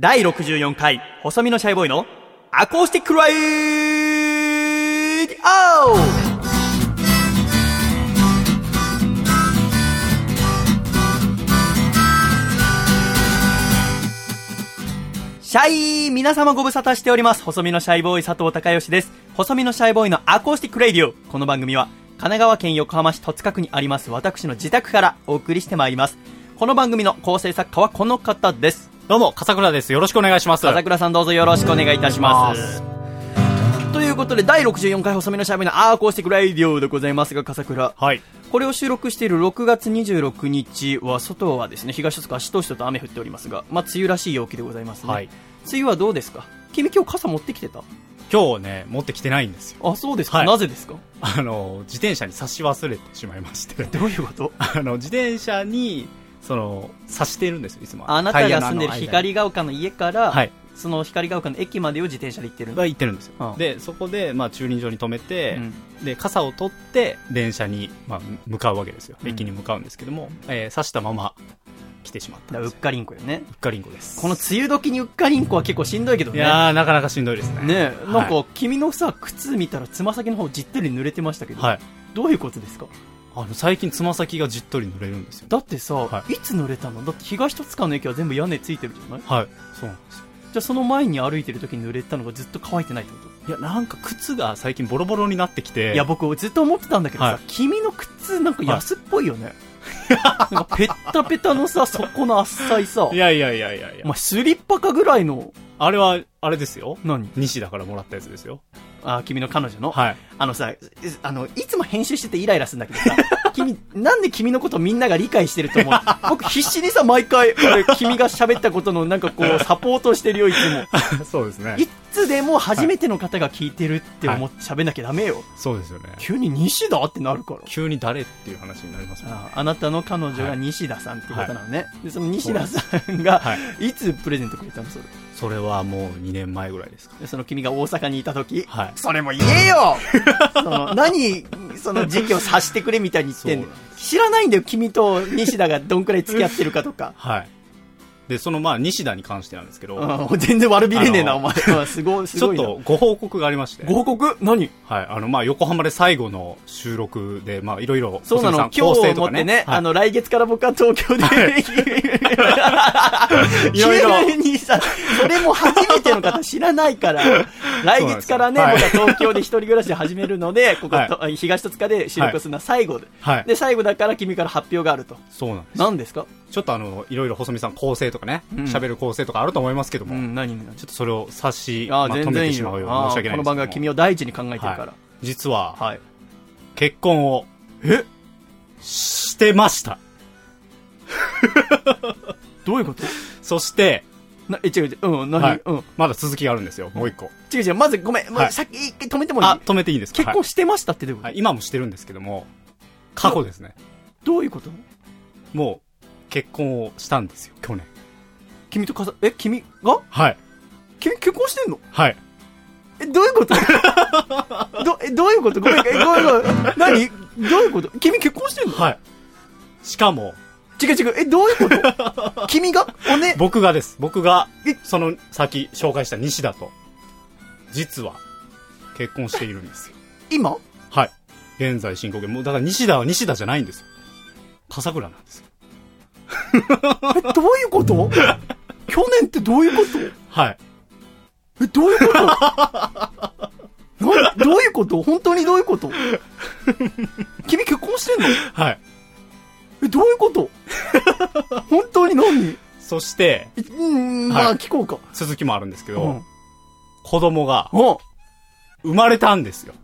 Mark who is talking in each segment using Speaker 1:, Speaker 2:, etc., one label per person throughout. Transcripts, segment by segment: Speaker 1: 第64回、細身のシャイボーイのアコースティックライディオシャイ皆様ご無沙汰しております。細身のシャイボーイ佐藤孝義です。細身のシャイボーイのアコースティックレイディオ。この番組は神奈川県横浜市戸塚区にあります私の自宅からお送りしてまいります。この番組の構成作家はこの方です。
Speaker 2: どうも、笠倉です。よろしくお願いします。
Speaker 1: 朝倉さんどうぞよろしくお願いいたしま
Speaker 2: お願い
Speaker 1: す。ということで、第64回細めのしゃべりのアーコースティックラディオでございますが、笠倉。
Speaker 2: はい。
Speaker 1: これを収録している6月26日は、外はですね、東戸塚、しとしとと雨降っておりますが、まあ、梅雨らしい陽気でございますね。
Speaker 2: はい。
Speaker 1: 梅雨はどうですか君今日傘持ってきてた
Speaker 2: 今日ね、持ってきてないんですよ。
Speaker 1: あ、そうですか、
Speaker 2: はい
Speaker 1: なぜですか
Speaker 2: あの、自転車に差し忘れてしまい まして。
Speaker 1: どういうこと
Speaker 2: あの、自転車に、その、差してるんですよ、いつも。
Speaker 1: あなたが住んでる
Speaker 2: タイヤの間に。
Speaker 1: 光が丘の家から、
Speaker 2: はい。
Speaker 1: その光が丘の駅までを自転車で行ってるんだ。
Speaker 2: は行ってるんですよ。
Speaker 1: うん
Speaker 2: で、そこで、まあ、駐輪場に止めて、
Speaker 1: うん
Speaker 2: で、傘を取って、電車に、まあ、向かうわけですよ。
Speaker 1: うん
Speaker 2: 駅に向かうんですけども、えー差したまま来てしまっ
Speaker 1: だから
Speaker 2: たん
Speaker 1: う
Speaker 2: で
Speaker 1: っ
Speaker 2: すよ。
Speaker 1: かりんこよね。
Speaker 2: うっかりんこです。
Speaker 1: この梅雨時にうっかりんこは結構しんどいけど
Speaker 2: い
Speaker 1: ね。
Speaker 2: やー、なかなかしんどいですね。
Speaker 1: ねえ、
Speaker 2: はい
Speaker 1: なんか君のさ靴見たらつま先の方じっとり濡れてましたけど、
Speaker 2: はい。
Speaker 1: どういうことですか
Speaker 2: あの、最近、つま先がじっとり濡れるんですよ。
Speaker 1: だってさ、、
Speaker 2: はい
Speaker 1: つ濡れたのだって東戸塚の駅は全部屋根ついてるじゃないじ
Speaker 2: はい。そうなんですよ
Speaker 1: ゃあその前に歩いてる時に濡れたのがずっと乾いてないってこと、
Speaker 2: いや、なんか靴が最近ボロボロになってきて。
Speaker 1: いや僕ずっと思ってたんだけどさ、
Speaker 2: はい
Speaker 1: 君の靴なんか安っぽいよね、 なんかペッタペタのさ底の浅いさ
Speaker 2: いやいやいやいやいや
Speaker 1: まあ、スリッパかぐらいの
Speaker 2: あれは、あれですよ。
Speaker 1: 何
Speaker 2: 西田からもらったやつですよ。
Speaker 1: あ君の彼女の、
Speaker 2: はい。
Speaker 1: あのさいあのいつも編集しててイライラするんだけどさ 君なんで君のことみんなが理解してると 思う僕必死にさ毎回俺君が喋ったことのなんかこうサポートしてるよいつも
Speaker 2: そうですね
Speaker 1: いつでも初めての方が聞いてるって思って喋んなきゃダメよ、
Speaker 2: そうですよね。
Speaker 1: 急に西田ってなるから
Speaker 2: 急に誰っていう話になりますもんね
Speaker 1: ああなたの彼女が西田さんっていう方なのね、でその西田さんが
Speaker 2: はい。
Speaker 1: いつプレゼントくれたのそれ
Speaker 2: それはもう2年前ぐらいですか。
Speaker 1: でその君が大阪にいた時
Speaker 2: はい。
Speaker 1: それも言え よその何、その時期を察してくれみたいに言ってんの
Speaker 2: そうなん。
Speaker 1: 知らないんだよ、君と西田がどんくらい付き合ってるかとか
Speaker 2: はい。で、そのまあ、西田に関してなんですけど、
Speaker 1: うん、全然悪びれねえな、
Speaker 2: あ
Speaker 1: お
Speaker 2: の
Speaker 1: 前は。すごい、す
Speaker 2: ちょ
Speaker 1: ご
Speaker 2: っ
Speaker 1: いな。
Speaker 2: とご報告がありまして。
Speaker 1: ご報告何
Speaker 2: はい。あの、まあ、横浜で最後の収録で、まあ、いろいろ、
Speaker 1: そうなの、今
Speaker 2: 小杉さん構
Speaker 1: 日
Speaker 2: 成
Speaker 1: を
Speaker 2: と
Speaker 1: もっ
Speaker 2: か
Speaker 1: てね、
Speaker 2: はい
Speaker 1: あの、来月から僕は東京で、
Speaker 2: いろいろ
Speaker 1: 急にさ、それも初めての方知らないから、来月からね、
Speaker 2: そうなん
Speaker 1: 僕
Speaker 2: で
Speaker 1: は
Speaker 2: すよ
Speaker 1: 東京で一人暮らし始めるので、ここ、
Speaker 2: はい
Speaker 1: と東戸塚で収録するのは最後で、
Speaker 2: はい。
Speaker 1: で、最後だから君から発表があると。
Speaker 2: そうなんです。
Speaker 1: 何ですか
Speaker 2: ちょっとあの、いろいろ細見さん構成とかね、
Speaker 1: うん
Speaker 2: 喋、る構成とかあると思いますけども、
Speaker 1: うん、何
Speaker 2: ちょっとそれを差し、
Speaker 1: あ
Speaker 2: ま
Speaker 1: あ、
Speaker 2: あ、止
Speaker 1: 全
Speaker 2: め
Speaker 1: 然
Speaker 2: て
Speaker 1: いい
Speaker 2: しま
Speaker 1: よ。
Speaker 2: うよう
Speaker 1: あ
Speaker 2: に
Speaker 1: あ
Speaker 2: 申し訳ない
Speaker 1: この
Speaker 2: んです
Speaker 1: 番組は
Speaker 2: けど
Speaker 1: 君
Speaker 2: も
Speaker 1: を大事に考えてるから。
Speaker 2: 実は、
Speaker 1: はい。
Speaker 2: 結婚を
Speaker 1: え
Speaker 2: してました。
Speaker 1: どういうこと
Speaker 2: そして、
Speaker 1: なえ、違う違う。うん、何、
Speaker 2: はい
Speaker 1: うん。
Speaker 2: まだ続きがあるんですよ、もう一個。
Speaker 1: 違う違う。まずごめん。ま
Speaker 2: は
Speaker 1: あ、
Speaker 2: い
Speaker 1: 先、一回止めてもいい
Speaker 2: あ、止めていいですか
Speaker 1: 結婚してましたってどういうこ
Speaker 2: はい、
Speaker 1: と、
Speaker 2: はい今もしてるんですけども、過去ですね。
Speaker 1: どういうこと
Speaker 2: もう、結婚をしたんですよ、去年。
Speaker 1: 君とかさ、え、君が
Speaker 2: はい。
Speaker 1: 君結婚してんの
Speaker 2: はい。
Speaker 1: え、どういうこと ど、え、どういうことごめん、え、ごめん、ごめん。何どういうこと君結婚してんの
Speaker 2: はい。しかも、
Speaker 1: 違う違う。え、どういうこと君がおね、
Speaker 2: 僕がです。僕が
Speaker 1: え、
Speaker 2: その先紹介した西田と、実は、結婚しているんですよ。
Speaker 1: 今
Speaker 2: はい。現在進行形。もう、だから西田は西田じゃないんですよ。笠倉なんですよ。
Speaker 1: え、どういうこと去年ってどういうこと
Speaker 2: はい。
Speaker 1: え、どういうこと なんどういうこと本当にどういうこと君結婚してんの
Speaker 2: はい。
Speaker 1: え、どういうこと本当に何
Speaker 2: そして、
Speaker 1: えうん、ま
Speaker 2: は
Speaker 1: あ
Speaker 2: い
Speaker 1: 聞こうか。
Speaker 2: 続きもあるんですけど、
Speaker 1: うん。
Speaker 2: 子供が
Speaker 1: あ
Speaker 2: 生まれたんですよ。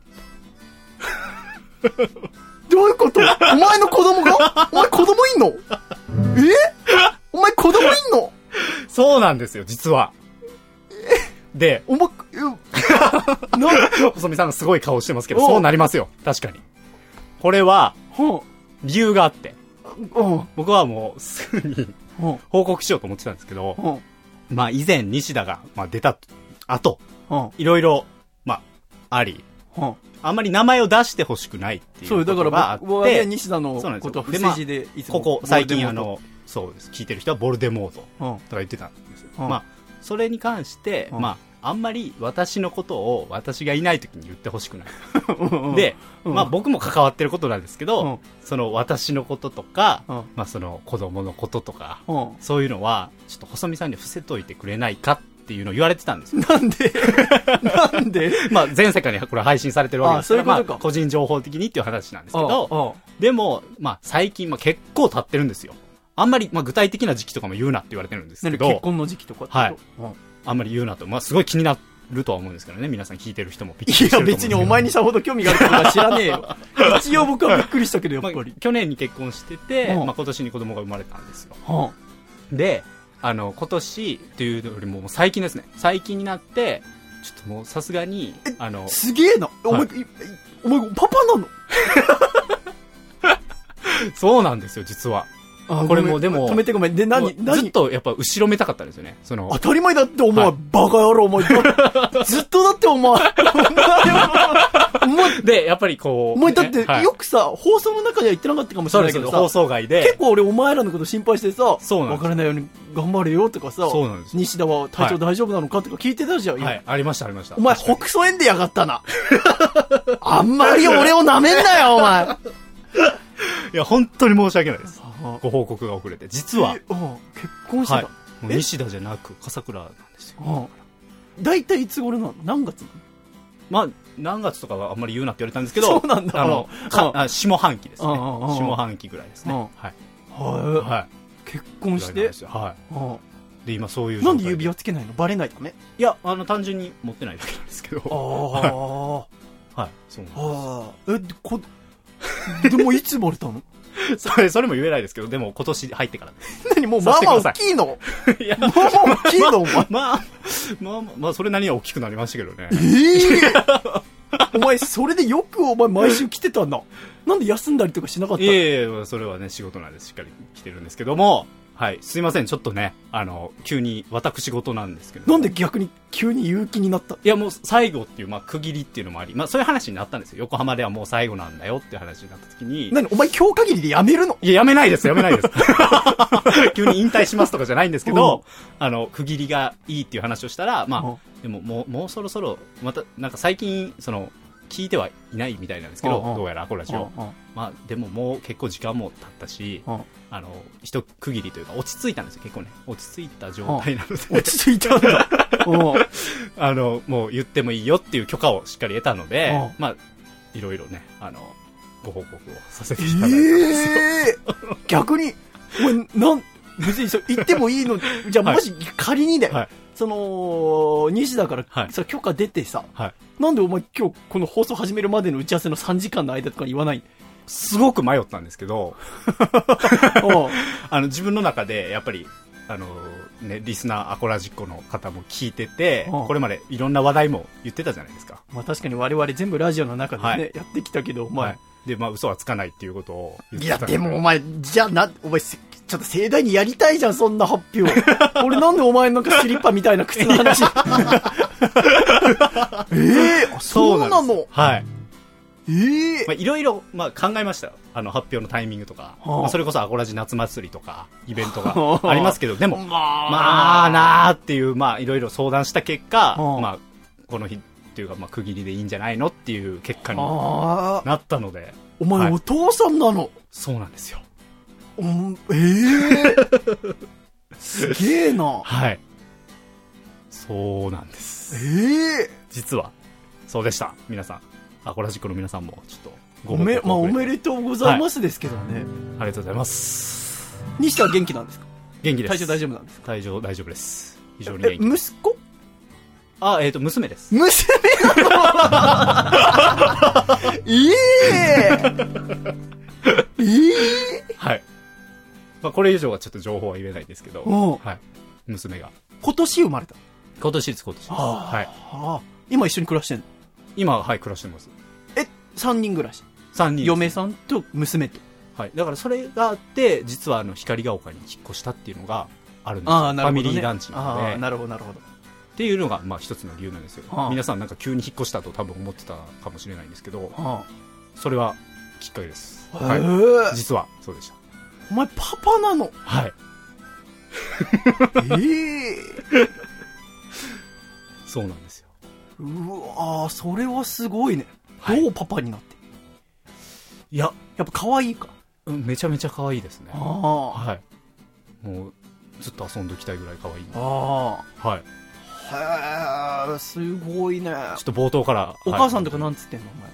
Speaker 1: どういうことお前の子供がお前子供いんのえお前子供いんの
Speaker 2: そうなんですよ、実は。で、
Speaker 1: お前、えな、
Speaker 2: 細見さんがすごい顔してますけど、
Speaker 1: おう
Speaker 2: そうなりますよ。確かに。これは、
Speaker 1: ほ
Speaker 2: 理由があって、
Speaker 1: うん、うん、
Speaker 2: 僕はもう、すぐに
Speaker 1: うん、
Speaker 2: 報告しようと思ってたんですけど、
Speaker 1: うん、
Speaker 2: まあ以前西田が、まあ出た後、
Speaker 1: うん、
Speaker 2: いろいろ、まあ、あり、
Speaker 1: うん。
Speaker 2: あんまり名前を出してほしくないっていう
Speaker 1: そう
Speaker 2: こ
Speaker 1: よ、だ
Speaker 2: と
Speaker 1: から
Speaker 2: があっ
Speaker 1: 僕
Speaker 2: て、
Speaker 1: 僕はね、西田の
Speaker 2: そうなんです
Speaker 1: こ
Speaker 2: よ
Speaker 1: とは不
Speaker 2: でまあ
Speaker 1: 正事でいつも。
Speaker 2: ここ最近あ
Speaker 1: ボルデモー
Speaker 2: の、そうです。聞いてる人はボルデモート
Speaker 1: ト、
Speaker 2: とか言ってたんですよ。
Speaker 1: うん
Speaker 2: まあ、それに関して、
Speaker 1: うん
Speaker 2: まああんまり私のことを私がいない時に言ってほしくない、
Speaker 1: うん
Speaker 2: で、
Speaker 1: うん
Speaker 2: まあ、僕も関わってることなんですけど、
Speaker 1: うん
Speaker 2: その私のこととか、
Speaker 1: うん
Speaker 2: まあ、その子供のこととか、
Speaker 1: うん
Speaker 2: そういうのはちょっと細見さんに伏せといてくれないかっていうのを言われてたんですよ
Speaker 1: なんでなんで
Speaker 2: まあ、全世界にこれ配信されてるわけですから
Speaker 1: あそういうことか
Speaker 2: まあ、個人情報的にっていう話なんですけ
Speaker 1: う
Speaker 2: ど、
Speaker 1: んうん
Speaker 2: でも、まあ、最近、まあ、結構経ってるんですよ。あんまり、まあ、具体的な時期とかも言うなって言われてるんですけ
Speaker 1: 何結
Speaker 2: ど、
Speaker 1: 婚の時期とかってこと
Speaker 2: はい
Speaker 1: うん
Speaker 2: あんまり言うなと、まあ、すごい気になるとは思うんですけどね、皆さん聞いてる人もびっくり
Speaker 1: い
Speaker 2: して
Speaker 1: や、
Speaker 2: ると思うんです
Speaker 1: 別
Speaker 2: け
Speaker 1: に
Speaker 2: ど
Speaker 1: お前にしたほど興味があることは知らねえ よ。一応僕はびっくりしたけど、やっぱ
Speaker 2: まあ
Speaker 1: り。
Speaker 2: 去年に結婚してて、
Speaker 1: うん
Speaker 2: まあ、今年に子供が生まれたんですよ。
Speaker 1: は
Speaker 2: で、あの、今年っていうよりも、もう最近ですね。最近になって、ちょっともうさすがに、あの
Speaker 1: あ、すげえな。お前、いいお前、パパなの
Speaker 2: そうなんですよ、実は。
Speaker 1: あ
Speaker 2: これ
Speaker 1: ごめん
Speaker 2: もうでも
Speaker 1: 止めてごめん。で、
Speaker 2: も
Speaker 1: 何
Speaker 2: う、ずっ
Speaker 1: 何
Speaker 2: とやっぱ後ろめたかったんですよね。その、
Speaker 1: 当たり前だって、お前、
Speaker 2: はい
Speaker 1: バカ野郎、お前。だずっとだって、お 前。お前お前、
Speaker 2: で、やっぱりこ
Speaker 1: お
Speaker 2: う。
Speaker 1: 前だって、
Speaker 2: ねはい
Speaker 1: よくさ、放送の中では言ってなかったかもし
Speaker 2: そ
Speaker 1: れ
Speaker 2: う
Speaker 1: な
Speaker 2: で
Speaker 1: いけ
Speaker 2: すけ
Speaker 1: ど
Speaker 2: ど、
Speaker 1: さ、
Speaker 2: 放送外
Speaker 1: 結
Speaker 2: で。
Speaker 1: 構俺お前らのこと心配してさ、
Speaker 2: そうなんですよ
Speaker 1: わからないように頑張れよとかさ、
Speaker 2: そうなんですよ
Speaker 1: 西田は体調大丈夫なのかとか聞いてたじゃん、今
Speaker 2: はい、ありました、ありました。
Speaker 1: お前、
Speaker 2: 確かに
Speaker 1: 北総園でやがったな。あんまり俺を舐めんなよ、お 前。
Speaker 2: いや、本当に申し訳ないです。ご報告が遅れて。実は、
Speaker 1: えうん結婚して
Speaker 2: はい
Speaker 1: た。。
Speaker 2: もう西田じゃなく、笠倉なんですよ。
Speaker 1: うん大体いつ頃なの何月なの
Speaker 2: まあ、何月とかはあんまり言うなって言われたんです け
Speaker 1: そ
Speaker 2: ど、
Speaker 1: うなんだ
Speaker 2: あの
Speaker 1: うん、
Speaker 2: か
Speaker 1: うん
Speaker 2: あ下半期ですね。
Speaker 1: うんうんうんうん
Speaker 2: 下半期ぐらいですね。
Speaker 1: うん
Speaker 2: はい。
Speaker 1: はい
Speaker 2: は
Speaker 1: 結
Speaker 2: い。
Speaker 1: 婚し
Speaker 2: ぐらいな
Speaker 1: て
Speaker 2: んで、すよは
Speaker 1: うん
Speaker 2: い。で、今そういう。
Speaker 1: なんで指輪つけないのバレないため
Speaker 2: いや、あの、単純に持ってないだけなんですけ
Speaker 1: あ
Speaker 2: ど。
Speaker 1: あ。
Speaker 2: はい。そうなんです
Speaker 1: ああ。え、でこ、でもいつバレたの
Speaker 2: それ、それも言えないですけど、でも今年入ってからです。
Speaker 1: 何もう
Speaker 2: さ
Speaker 1: ま
Speaker 2: せ
Speaker 1: あ
Speaker 2: て
Speaker 1: ま
Speaker 2: く
Speaker 1: あ
Speaker 2: ださ
Speaker 1: 大きい の
Speaker 2: いや、
Speaker 1: まあまあ大きいの、お 前。
Speaker 2: まあ、まあまあ、まあ、それなりには大きくなりましたけどね。
Speaker 1: ええ お前、それでよくお前毎週来てたな。なんで休んだりとかしなかった
Speaker 2: いえいえ、それはね、仕事なんでしっかり来てるんですけども、はい、すいません、ちょっとね、あの、急に私事なんですけど。
Speaker 1: なんで逆に急に勇気になった
Speaker 2: いや、もう最後っていう、まあ、区切りっていうのもあり、まあ、そういう話になったんですよ。横浜ではもう最後なんだよっていう話になった時に、
Speaker 1: 何お前今日限りでやめるの
Speaker 2: いや、やめないです、やめない です。 急に引退しますとかじゃないんですけど、あの、区切りがいいっていう話をしたら、ま
Speaker 1: う
Speaker 2: あ、でも、もう、もうそろそろ、また、なんか最近、その、聞いてはいないみたいなんですけど、
Speaker 1: うんうん
Speaker 2: どうやら、これラジオ。まあ、でももう結構時間も経ったし、
Speaker 1: うん
Speaker 2: あの、一区切りというか、落ち着いたんですよ、結構ね。落ち着いた状態なので、
Speaker 1: 落ち着いたんだ。うん
Speaker 2: あの、もう言ってもいいよっていう許可をしっかり得たので
Speaker 1: うん、
Speaker 2: まあ、いろいろね、あの、ご報告をさせていただいたんですよ。
Speaker 1: ええ逆に、お前、なん、別にそう言ってもいいの、じゃあ
Speaker 2: はい
Speaker 1: もし仮にだよ。
Speaker 2: はい
Speaker 1: その、西だから、
Speaker 2: はい
Speaker 1: さ、許可出てさ、
Speaker 2: はい
Speaker 1: なんでお前今日この放送始めるまでの打ち合わせの3時間の間とか言わ ない
Speaker 2: すごく迷ったんですけど、
Speaker 1: の
Speaker 2: あの、自分の中で、やっぱり、あの、ね、リスナーアコラジッコの方も聞いてて、
Speaker 1: うん
Speaker 2: これまでいろんな話題も言ってたじゃないですか。
Speaker 1: まあ確かに我々全部ラジオの中でね、
Speaker 2: はい
Speaker 1: やってきたけど、お前、
Speaker 2: はい。で、まあ、嘘はつかないっていうことを言っ
Speaker 1: い
Speaker 2: て
Speaker 1: や、
Speaker 2: たの
Speaker 1: でもお前、じゃあな、お前、せちょっと盛大にやりたいじゃん、そんな発表。 俺なんでお前なんかスリッパみたいな靴の話。ええあそうな
Speaker 2: です
Speaker 1: の
Speaker 2: よはい。
Speaker 1: ええ
Speaker 2: まあ、いろいろ、まあ、考えましたよあの、発表のタイミングとか。
Speaker 1: はあ
Speaker 2: まあ、それこそ、アコラジ夏祭りとか、イベント
Speaker 1: はあ
Speaker 2: がありますけど、でも、ま
Speaker 1: ま
Speaker 2: あ、なあっていう、まあ、いろいろ相談した結果、
Speaker 1: はあ
Speaker 2: まあ、この日っていうか、まあ、区切りでいいんじゃないのっていう結果に
Speaker 1: ああ、
Speaker 2: なったので、
Speaker 1: お前、
Speaker 2: はい
Speaker 1: お父さんなの。
Speaker 2: そうなんですよ。
Speaker 1: うん、ええすげえな。
Speaker 2: はい。そうなんです。
Speaker 1: ええ
Speaker 2: 実は、そうでした。皆さん。アコラジックの皆さんも、ちょっと、ご
Speaker 1: お
Speaker 2: 報告
Speaker 1: め、まあ、お
Speaker 2: をくれて
Speaker 1: めでとうございますですけどね。
Speaker 2: ありがとうございます。
Speaker 1: 西田は元気なんですか
Speaker 2: 元気です。
Speaker 1: 体調大丈
Speaker 2: 夫
Speaker 1: 夫なんですか
Speaker 2: 体調大丈夫です。非常に
Speaker 1: え、
Speaker 2: 元気です。
Speaker 1: 息子
Speaker 2: あ、えっ、と、娘です。
Speaker 1: 娘なのいいいい
Speaker 2: はい。まあ、これ以上はちょっと情報は言えないんですけど、
Speaker 1: うん
Speaker 2: はい。娘が。
Speaker 1: 今年生まれた。
Speaker 2: 今年です、今年です。はい。
Speaker 1: はい。今一緒に暮らしてんの
Speaker 2: 今は、はい、暮らしてます。
Speaker 1: え、三人暮らし。
Speaker 2: 3人。
Speaker 1: 嫁さんと娘と。
Speaker 2: はい。だから、それがあって、実は、あの、光が丘に引っ越したっていうのが、あるんですよ
Speaker 1: ああ、なるほど、ね。
Speaker 2: ファミリー団地な
Speaker 1: ああ、
Speaker 2: ので、
Speaker 1: なるほど、なるほど。
Speaker 2: っていうのが、まあ、一つの理由なんですよ。
Speaker 1: ああ
Speaker 2: 皆さん、なんか急に引っ越したと多分思ってたかもしれないんですけど、
Speaker 1: は
Speaker 2: それは、きっかけです。
Speaker 1: あ、
Speaker 2: は
Speaker 1: へえ
Speaker 2: い。実は、そうでした。
Speaker 1: お前パパなの
Speaker 2: はい。
Speaker 1: ええ
Speaker 2: そうなんですよ。
Speaker 1: うわーそれはすごいね。
Speaker 2: はい
Speaker 1: どうパパになって。
Speaker 2: いや、
Speaker 1: やっぱ可愛いか。
Speaker 2: うんめちゃめちゃ可愛いですね。
Speaker 1: あ
Speaker 2: はい。もう、ずっと遊んどきたいぐらい可愛い
Speaker 1: あ。あ
Speaker 2: はい。
Speaker 1: あ。へえ、すごいね。
Speaker 2: ちょっと冒頭から。
Speaker 1: お母さんとか
Speaker 2: はい
Speaker 1: なんつってんの、お前。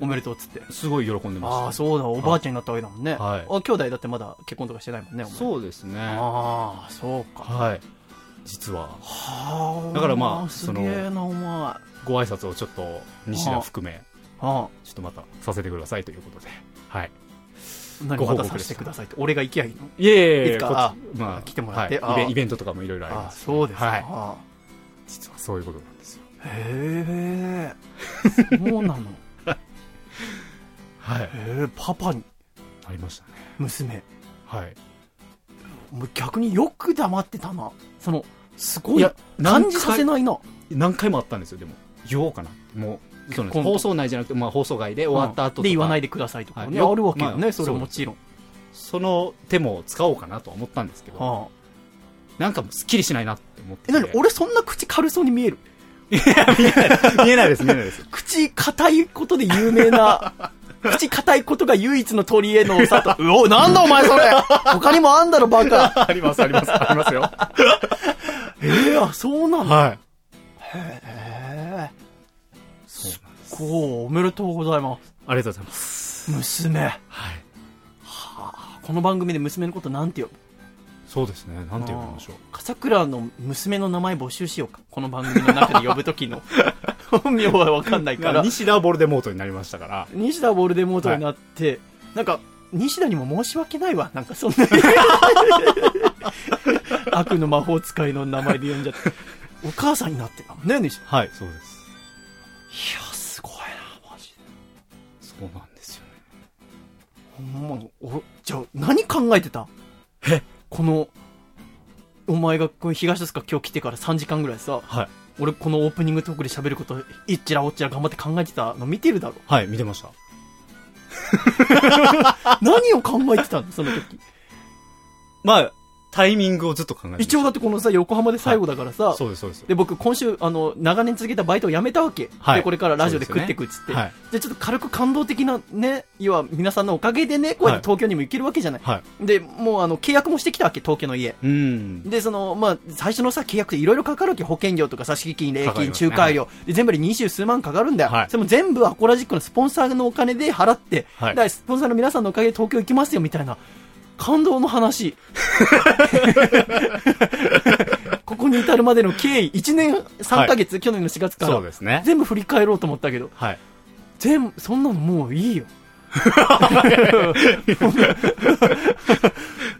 Speaker 1: おめでとうっつって。
Speaker 2: すごい喜んでました。
Speaker 1: ああ、そうだ、おばあちゃんになったわけだもんね。
Speaker 2: はい
Speaker 1: あ兄弟だってまだ結婚とかしてないもんね、お前
Speaker 2: そうですね。
Speaker 1: ああ、そうか。
Speaker 2: はい。実は、
Speaker 1: はあ。
Speaker 2: だからまあ
Speaker 1: お前すげえな、お前。あ
Speaker 2: ご挨拶をちょっと、西田含め、
Speaker 1: あ。
Speaker 2: ちょっとまたさせてくださいということで。はい。
Speaker 1: 何
Speaker 2: ご
Speaker 1: ま
Speaker 2: 報
Speaker 1: た
Speaker 2: 告
Speaker 1: させてくださいって。俺が行きゃいいの
Speaker 2: いえ
Speaker 1: いつか
Speaker 2: こっちま
Speaker 1: 来てもらって
Speaker 2: はいイ
Speaker 1: あ
Speaker 2: ベ、イベントとかもいろいろあり
Speaker 1: あ
Speaker 2: ま
Speaker 1: あ、
Speaker 2: す。
Speaker 1: そうですか。
Speaker 2: はい
Speaker 1: あ
Speaker 2: 実はそういうことなんですよ。
Speaker 1: あへえ。そうなの。
Speaker 2: はい。
Speaker 1: へえ、パパに、
Speaker 2: ありましたね。
Speaker 1: 娘。
Speaker 2: はい。
Speaker 1: もう逆によく黙ってたな。その、すご
Speaker 2: い
Speaker 1: い
Speaker 2: や、
Speaker 1: 感じさせ
Speaker 2: 何
Speaker 1: ないな。
Speaker 2: 回何回もあったんですよ、でも。言おうかなって。もう、そうなんです
Speaker 1: 今度
Speaker 2: 放送内じゃなくて、まあ放送外で終わった後とか
Speaker 1: で、言わないでくださいとかね。
Speaker 2: はい
Speaker 1: あるわけよ
Speaker 2: ま
Speaker 1: ね、
Speaker 2: あ
Speaker 1: それはもちろん。
Speaker 2: その手も使おうかなとは思ったんですけど、
Speaker 1: ああ。
Speaker 2: なんかもうすっきりしないなって思って
Speaker 1: え、な
Speaker 2: て。
Speaker 1: に、俺そんな口軽そうに見える
Speaker 2: 見えないです、見えないです。
Speaker 1: 口硬いことで有名な、口硬いことが唯一の取り柄のさと、うお、なんだお前それ 他にもあんだろ、バカ。
Speaker 2: あります、あります、あります よ。
Speaker 1: ええあ、そうなの
Speaker 2: はい。
Speaker 1: へえ。
Speaker 2: そうなんです。
Speaker 1: こう、おめでとうございま
Speaker 2: ありがとうございます。
Speaker 1: す。娘。
Speaker 2: はい。
Speaker 1: この番組で娘のことなんて呼ぶ
Speaker 2: そうですね、なんて呼びましょう。
Speaker 1: 笠倉の娘の名前募集しようか。この番組の中で呼ぶときの。本名はわかんないか
Speaker 2: まあ
Speaker 1: ら。
Speaker 2: 西田ボルデモートになりましたから、
Speaker 1: 西田ボルデモートになって、なんか、西田にも申し訳ないわ。なんかそんな。悪の魔法使いの名前で呼んじゃって。お母さんになってたもんね、西田。い
Speaker 2: はい、そうです。
Speaker 1: や、すごいな、マジで。
Speaker 2: そうなんですよね。
Speaker 1: ほんまにおじゃあ、何考えてた
Speaker 2: え
Speaker 1: この、お前がこの東ですか今日来てから3時間ぐらいさ、
Speaker 2: はい。
Speaker 1: 俺このオープニングトークで喋ること、いっちらおっちら頑張って考えてたの見てるだろ。
Speaker 2: はい、見てました。
Speaker 1: 何を考えてたのその時。
Speaker 2: まあ、タイミングをずっと考えてました
Speaker 1: 一応だってこのさ、横浜で最後だからさ、
Speaker 2: そうです、そうです。
Speaker 1: で、僕今週、あの、長年続けたバイトを辞めたわけ。
Speaker 2: はい
Speaker 1: で、これからラジオで
Speaker 2: そ
Speaker 1: 食っ
Speaker 2: うです
Speaker 1: て
Speaker 2: ね
Speaker 1: くっつって。
Speaker 2: はい。
Speaker 1: で、ちょっと軽く感動的なね、要は皆さんのおかげでね、こうやって東京にも行けるわけじゃない。
Speaker 2: はい。
Speaker 1: で、もうあの、契約もしてきたわけ、東京の家。
Speaker 2: うん。
Speaker 1: で、その、まあ、最初のさ、契約っていろいろかかるわけ。保険料とか、差し引き金、礼
Speaker 2: かか
Speaker 1: 金、
Speaker 2: りますね
Speaker 1: 仲介料。で、全部で二十数万かかるんだよ。
Speaker 2: はい
Speaker 1: それも全部アコラジックのスポンサーのお金で払って、
Speaker 2: はい
Speaker 1: だからスポンサーの皆さんのおかげで東京行きますよ、みたいな。感動の 話。ここに至るまでの経緯、1年3ヶ月、去年の4月か
Speaker 2: そ
Speaker 1: ら。
Speaker 2: うですね。
Speaker 1: 全部振り返ろうと思ったけど、
Speaker 2: はい。
Speaker 1: 全部、そんなのもういい よ。 え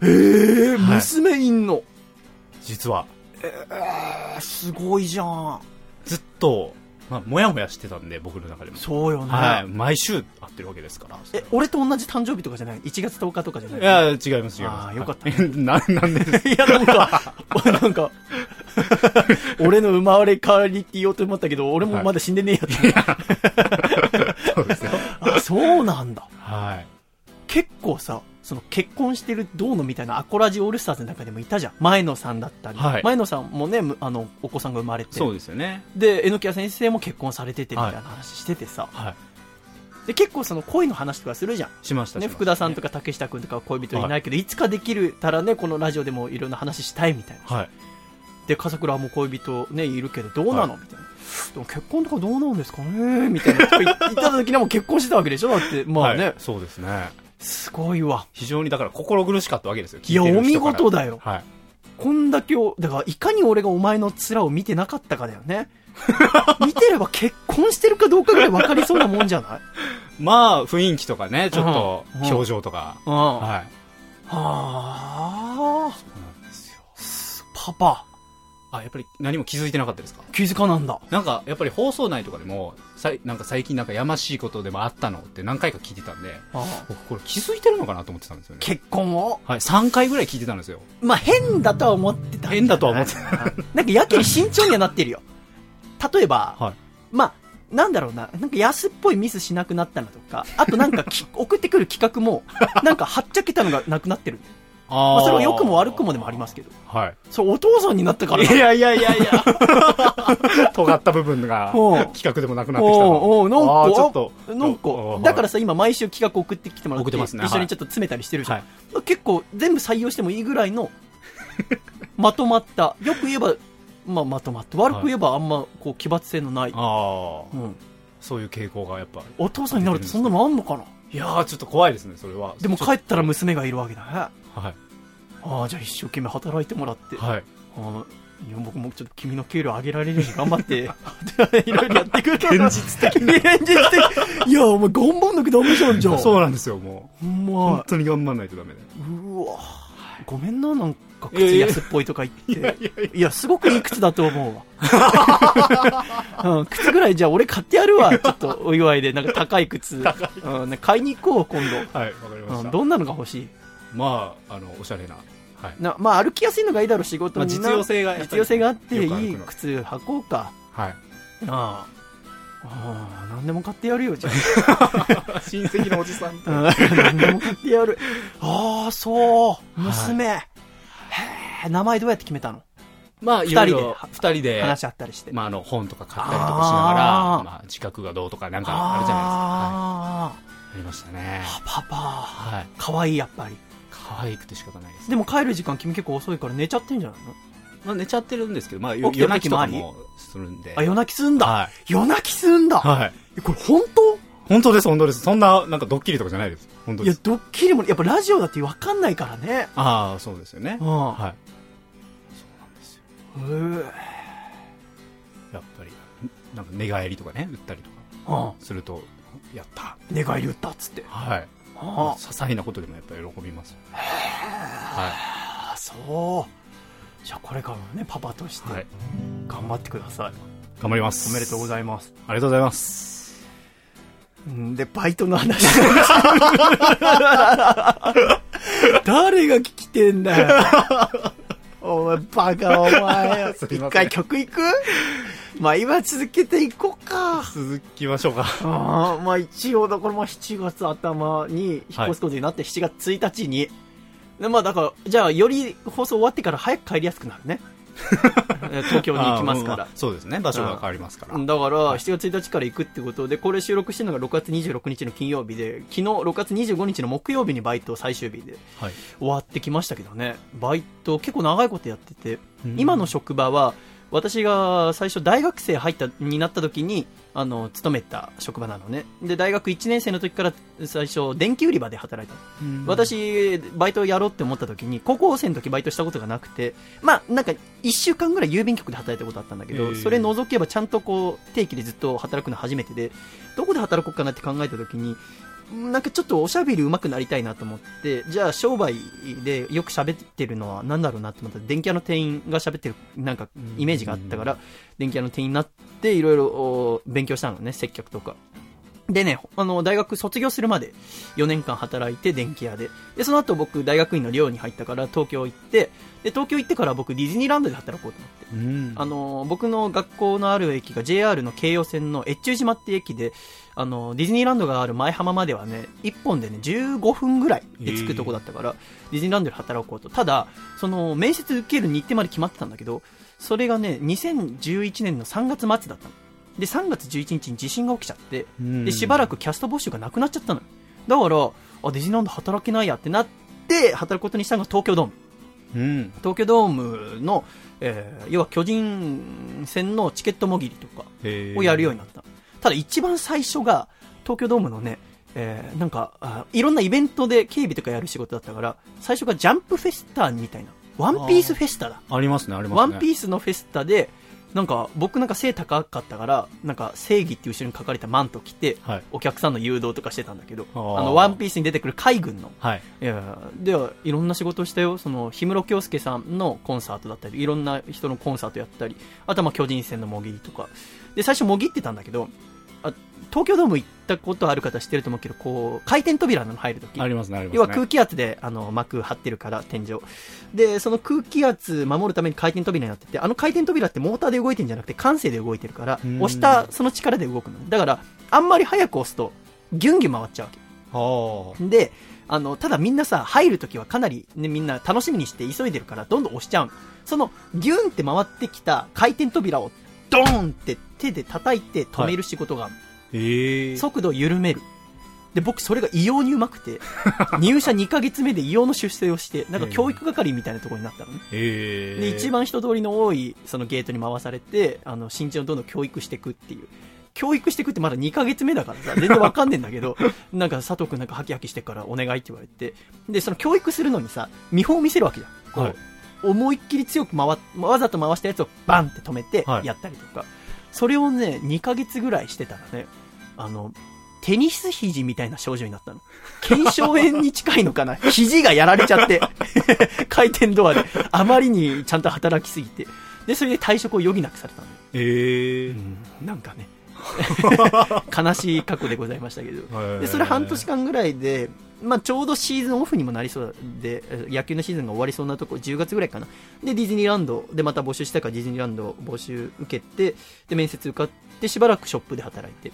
Speaker 1: ー、
Speaker 2: はい
Speaker 1: 娘いんの。
Speaker 2: 実は、
Speaker 1: あすごいじゃん
Speaker 2: ずっと、まあ、もやもやしてたんで、僕の中でも。
Speaker 1: そうよね、
Speaker 2: はい。毎週会ってるわけですから。
Speaker 1: え俺と同じ誕生日とかじゃない1月10日とかじゃ ない
Speaker 2: いや、違います、違います。
Speaker 1: あーよかった
Speaker 2: はい な、なんでです
Speaker 1: いやなん かなんか俺の生まれ変わりって言おうと思ったけど俺もまだ死んでねえやって、
Speaker 2: そうですよ。
Speaker 1: あそうなんだ
Speaker 2: はい。
Speaker 1: 結構さその結婚してるどうのみたいなアコラジオールスターズの中でもいたじゃん前野さんだったり、
Speaker 2: はい
Speaker 1: 前野さんもねむあのお子さんが生まれて
Speaker 2: そうですよね。
Speaker 1: で榎谷先生も結婚されててみたいな話しててさ、
Speaker 2: は
Speaker 1: で結構その恋の話とかするじゃん
Speaker 2: い。しました、
Speaker 1: ね、
Speaker 2: しました
Speaker 1: 福田さんとか竹下君とかは恋人いないけど、い、つかできるたらねこのラジオでもいろんな話したいみたいな
Speaker 2: はい。
Speaker 1: で笠倉も恋人、ね、いるけどどうなの、みたいなでも結婚とかどうなんですかねみたいな言った時にはもう結婚してたわけでしょだってまあね、
Speaker 2: はいそうですね。
Speaker 1: すごいわ
Speaker 2: 非常にだから心苦しかったわけですよ。
Speaker 1: いや
Speaker 2: 聞てる
Speaker 1: お見
Speaker 2: 人から
Speaker 1: 事だよ
Speaker 2: はい。
Speaker 1: こんだけをだからいかに俺がお前の面を見てなかったかだよね見てれば結婚してるかどうかぐらい分かりそうなもんじゃない、
Speaker 2: まあ、雰囲気とかね、ちょっと
Speaker 1: うん、
Speaker 2: 表情とか。
Speaker 1: うん、は
Speaker 2: はい。
Speaker 1: あ
Speaker 2: そうなんですよ。
Speaker 1: パパ
Speaker 2: あ、やっぱり何も気づいてなかったですか
Speaker 1: 気づかなんだ
Speaker 2: なんか、やっぱり放送内とかでも、さいなんか最近なんかやましいことでもあったのって何回か聞いてたんで、
Speaker 1: あ
Speaker 2: 僕これ気づいてるのかなと思ってたんですよね。
Speaker 1: 結婚を
Speaker 2: はい、3回ぐらい聞いてたんですよ。
Speaker 1: まあ変だとは思ってたんじゃない
Speaker 2: 変だとは 思って
Speaker 1: なんかやけに慎重にはなってるよ。例えば、
Speaker 2: はい
Speaker 1: まあ、なんだろうな、なんか安っぽいミスしなく なったのとか、あとなんかき送ってくる企画も、なんかはっちゃけたのがなくなってる。
Speaker 2: あー
Speaker 1: まあ、それは良くも悪くもでもありますけど
Speaker 2: は
Speaker 1: それお父さんになったから
Speaker 2: い。
Speaker 1: ない
Speaker 2: やいやいやいや。 尖った部分が
Speaker 1: おう
Speaker 2: 企画でもなくなってきたな
Speaker 1: おうおうなんか
Speaker 2: あーちょっと。
Speaker 1: なん
Speaker 2: お
Speaker 1: か
Speaker 2: う
Speaker 1: だからさ今毎週企画送ってきてもらって
Speaker 2: 送ってますね
Speaker 1: 一緒にちょっと詰めたりしてるじゃん、
Speaker 2: はい
Speaker 1: 結構全部採用してもいいぐらいの まとまったよく言えば、まあ、まとまった悪く言えばあんまこう奇抜性のない、
Speaker 2: ああ、
Speaker 1: うん、
Speaker 2: そういう傾向がやっぱ。
Speaker 1: お父さんになるってそんなのあんのかない
Speaker 2: やー、ちょっと怖いですね、それは。
Speaker 1: でも帰ったら娘がいるわけだねあ
Speaker 2: は
Speaker 1: あーじゃあ一生懸命働いてもらって
Speaker 2: い。はい。
Speaker 1: あのいや僕もちょっと君の給料上げられるように頑張って いろいろやってくる
Speaker 2: 現 実的
Speaker 1: 現実的いやお前頑張んなきゃダメじゃんじゃん
Speaker 2: そう
Speaker 1: う
Speaker 2: なんですよ、も
Speaker 1: ほん
Speaker 2: う。本
Speaker 1: ま
Speaker 2: 当に頑張んないとダメだよ。
Speaker 1: うわごめんななんか靴安っぽいとか言って
Speaker 2: やいや
Speaker 1: いやすごくいい靴だと思 うわ、うん、靴ぐらいじゃあ俺買ってやるわちょっとお祝いでなんか高い靴うん、ね買いに行こう今
Speaker 2: はい、わかりま
Speaker 1: 度、
Speaker 2: し
Speaker 1: うん、
Speaker 2: た。
Speaker 1: どんなのが欲しい
Speaker 2: まあ、あの、おしゃれな。はい。
Speaker 1: なまあ歩きやすいのがいいだろう仕事
Speaker 2: まあ
Speaker 1: にな
Speaker 2: 実用性がやっぱり
Speaker 1: 実用性があってい
Speaker 2: よくある
Speaker 1: い靴履こうか
Speaker 2: はい。
Speaker 1: ああああ何でも買ってやるよじゃ
Speaker 2: 親戚のおじさん。
Speaker 1: あ うん何でも買ってやる ああそう娘、へえ名前どうやって決めたの
Speaker 2: まあ、
Speaker 1: 二
Speaker 2: い
Speaker 1: 人
Speaker 2: ろ
Speaker 1: で
Speaker 2: いろ、二人で、
Speaker 1: 話し合ったりして、
Speaker 2: まあ、あの、本とか買ったりとかしながら、
Speaker 1: あー
Speaker 2: まあ、自覚がどうとか、なんかあるじゃない
Speaker 1: あ
Speaker 2: ですか。はいありましたね
Speaker 1: あ、。パパ
Speaker 2: はい。
Speaker 1: 可愛いやっぱり
Speaker 2: 可愛くて仕方ないです。
Speaker 1: でも帰る時間君結構遅いから寝ちゃってんじゃないの
Speaker 2: まあ、寝ちゃってるんですけど、まあ、
Speaker 1: 起
Speaker 2: よ
Speaker 1: きて
Speaker 2: 夜
Speaker 1: る
Speaker 2: 泣
Speaker 1: 時
Speaker 2: きと
Speaker 1: もあ
Speaker 2: か
Speaker 1: り
Speaker 2: もするんで。
Speaker 1: あ夜泣きすんだ、
Speaker 2: はい
Speaker 1: 夜泣きすんだ、
Speaker 2: はい。
Speaker 1: えこれ本当
Speaker 2: 本当です、本当です。そんな、なんかドッキリとかじゃないです。本当
Speaker 1: いや
Speaker 2: です。
Speaker 1: ドッキリもやっぱラジオだって分かんないからね
Speaker 2: ああ、そうですよね
Speaker 1: う。ん
Speaker 2: はい。
Speaker 1: へえ
Speaker 2: やっぱり、なんか寝返りとかね、打ったりとか
Speaker 1: うん
Speaker 2: すると、やった。
Speaker 1: 寝返り打ったっつって
Speaker 2: はい。
Speaker 1: あ
Speaker 2: 些細なことでもやっぱり喜びます。は
Speaker 1: あそうじゃあこれからもねパパとして
Speaker 2: い。はい。
Speaker 1: 頑張ってください、
Speaker 2: 頑張ります。
Speaker 1: おめでとうご
Speaker 2: い
Speaker 1: ざいます
Speaker 2: ます。ありがとうございます。
Speaker 1: うんでバイトの話誰が聞きてんだよお前バカお 前
Speaker 2: すいません
Speaker 1: 一回曲行くまあ今続けていこうか
Speaker 2: 続きましょうか。
Speaker 1: あーまあ一応だからまあ7月頭に引っ越すことになって7月1日に、でまあだからじゃあより放送終わってから早く帰りやすくなる ねえ東京に行きますか
Speaker 2: あー
Speaker 1: ら
Speaker 2: うんあそうですね。場所が変わりますから。
Speaker 1: うんだから7月1日から行くってことでこれ収録してるのが6月26日の金曜日で昨日6月25日の木曜日にバイト最終日で
Speaker 2: はい。
Speaker 1: 終わってきましたけどねバイト結構長いことやってて、
Speaker 2: うん
Speaker 1: 今の職場は私が最初大学生入ったになった時にあの勤めた職場なのねで大学1年生の時から最初電気売り場で働いたの私バイトをやろうって思った時に高校生の時バイトしたことがなくてまあなんか1週間ぐらい郵便局で働いたことあったんだけど、
Speaker 2: ええ
Speaker 1: それ除けばちゃんとこう定期でずっと働くの初めてでどこで働こうかなって考えた時になんかちょっとおしゃべり上手くなりたいなと思ってじゃあ商売でよく喋ってるのは何だろうなと思ったら電気屋の店員が喋ってるなんかイメージがあったから電気屋の店員になっていろいろお勉強したのね接客とかでね、あの、大学卒業するまで4年間働いて電気屋で。で、その後僕大学院の寮に入ったから東京行って、で、東京行ってから僕ディズニーランドで働こうと思って。
Speaker 2: うん
Speaker 1: あの、僕の学校のある駅が JR の京葉線の越中島って駅で、あの、ディズニーランドがある前浜まではね、1本でね、15分ぐらいで着くとこだったから、ディズニーランドで働こうと。ただ、その、面接受ける日程まで決まってたんだけど、それがね、2011年の3月末だったの。で、3月11日に地震が起きちゃって、でしばらく
Speaker 2: く
Speaker 1: キャスト募集がなくなっちゃったのよだからあディズニーランド働けないやってなって働くことにしたのが東京ドーム
Speaker 2: うん
Speaker 1: 東京ドームの、えー要は巨人戦のチケットもぎりとかをやるようになった、ただ一番最初が東京ドームのね、えーなんかあいろんなイベントで警備とかやる仕事だったから最初がジャンプフェスタみたいなワンピースフェスタだ
Speaker 2: ありますねあります
Speaker 1: ワ
Speaker 2: ね
Speaker 1: ンピースのフェスタでなんか僕なんか背高かったからなんか正義っていう後ろに書かれたマント着て、
Speaker 2: はい
Speaker 1: お客さんの誘導とかしてたんだけどあ
Speaker 2: あー
Speaker 1: のワンピースに出てくる海軍の
Speaker 2: はい
Speaker 1: いやではいろんな仕事をしたよその氷室京介さんのコンサートだったりいろんな人のコンサートやったりあとはまあ巨人戦のもぎりとかで最初もぎってたんだけどあ東京ドーム行ったことある方知ってると思うけどこう回転扉なの入るとき
Speaker 2: ありますねありますね
Speaker 1: 要は空気圧であの幕張ってるから天井でその空気圧守るために回転扉になっててあの回転扉ってモーターで動いてるんじゃなくて感性で動いてるから
Speaker 2: うん
Speaker 1: 押したその力で動くのねだからあんまり早く押すとギュンギュン回っちゃうわけ
Speaker 2: あー
Speaker 1: であの、ただみんなさ、入るときはかなり、ね、みんな楽しみにして急いでるから、どんどん押しちゃうのその、ギュンって回ってきた回転扉を、ドーンって手で叩いて止める仕事があるの、
Speaker 2: ええ
Speaker 1: 速度を緩める。で、僕それが異様にうまくて、入社2ヶ月目で異様の出世をして、なんか教育係みたいなところになったのね。
Speaker 2: ええ
Speaker 1: で、一番人通りの多い、そのゲートに回されて、あの、新人をどんどん教育していくっていう。教育していくってまだ2ヶ月目だからさ、全然わかんねえんだ けど、なんか佐藤くんなんかハキハキしてっからお願いって言われて、で、その教育するのにさ、見本を見せるわけじゃん。こう、
Speaker 2: はい
Speaker 1: 思いっきり強く回っ、わざと回したやつをバンって止めて
Speaker 2: はい
Speaker 1: やったりとか、それをね、2ヶ月ぐらいしてたらね、あの、テニス肘みたいな症状になったの。腱鞘炎に近いのか な肘がやられちゃって。 回転ドアで。あまりにちゃんと働きすぎて。で、それで退職を余儀なくされたのよ。
Speaker 2: ええ
Speaker 1: なんかね。悲しい過去でございましたけど。でそれ半年間ぐらいで、まあ、ちょうどシーズンオフにもなりそうでえー野球のシーズンが終わりそうなとこ10月ぐらいかなでディズニーランドでまた募集したからディズニーランド募集受けてで面接受かってしばらくショップで働いて。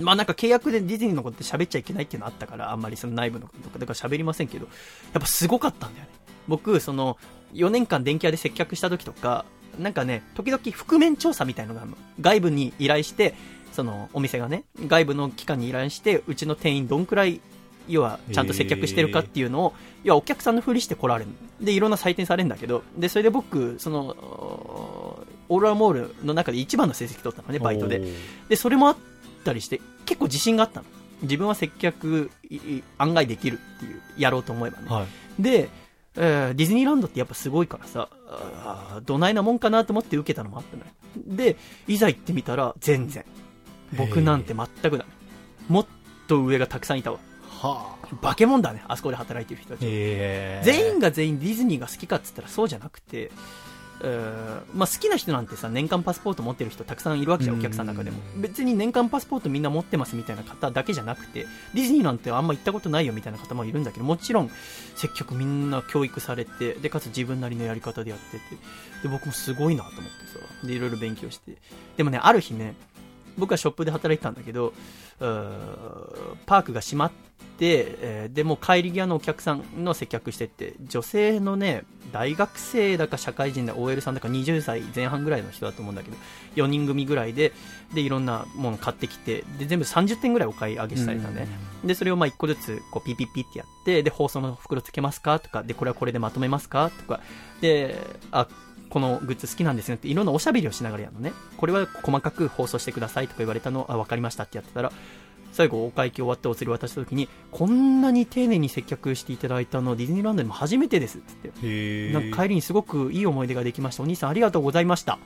Speaker 1: まあなんか契約でディズニーのことって喋っちゃいけないっていうのあったから、あんまりその内部のこととか、だから喋りませんけど、やっぱすごかったんだよね。僕、その、4年間電気屋で接客した時とか、なんかね、時々覆面調査みたいのがあるの。外部に依頼して、その、お店がね、外部の機関に依頼して、うちの店員どんくらい、要は、ちゃんと接客してるかっていうのを、要はお客さんのふりして来られる。で、いろんな採点されるんだけど、で、それで僕、その、おオーロラモールの中で一番の成績取ったのね、バイトで。でそれもあったりして結構自信があったの自分は接客いい案外できるっていうやろうと思えばね、
Speaker 2: はい
Speaker 1: で、えーディズニーランドってやっぱすごいからさあーどないなもんかなと思って受けたのもあったのよでいざ行ってみたら全然僕なんて全くだねもっと上がたくさんいたわ
Speaker 2: はあ
Speaker 1: 化け物だねあそこで働いてる人たち
Speaker 2: ええ
Speaker 1: 全員が全員ディズニーが好きかっつったらそうじゃなくて、えーまあ、好きな人なんてさ年間パスポート持ってる人たくさんいるわけじゃん
Speaker 2: う
Speaker 1: お
Speaker 2: ん
Speaker 1: 客さんの中でも別に年間パスポートみんな持ってますみたいな方だけじゃなくてディズニーなんてあんま行ったことないよみたいな方もいるんだけどもちろん積極みんな教育されてでかつ自分なりのやり方でやっててで僕もすごいなと思ってさでいろいろ勉強してでもねある日ね僕はショップで働いてたんだけどうーパークが閉まって、えーでもう帰り際のお客さんの接客してって女性のね大学生だか社会人だか OL さんだか20歳前半ぐらいの人だと思うんだけど4人組ぐらいででいろんなもの買ってきてで全部30点ぐらいお買い上げしたりだね、でそれをまあ1個ずつこうピッピッピッってやってで放送の袋つけますかとかでこれはこれでまとめますかとかであこのグッズ好きなんですねっていろんなおしゃべりをしながらやるのねこれは細かく放送してくださいとか言われたのあ分かりましたってやってたら最後お会計終わってお釣り渡した時にこんなに丁寧に接客していただいたのディズニーランドでも初めてですって言って
Speaker 2: へえ
Speaker 1: なんか帰りにすごくいい思い出ができましたお兄さんありがとうございましたっ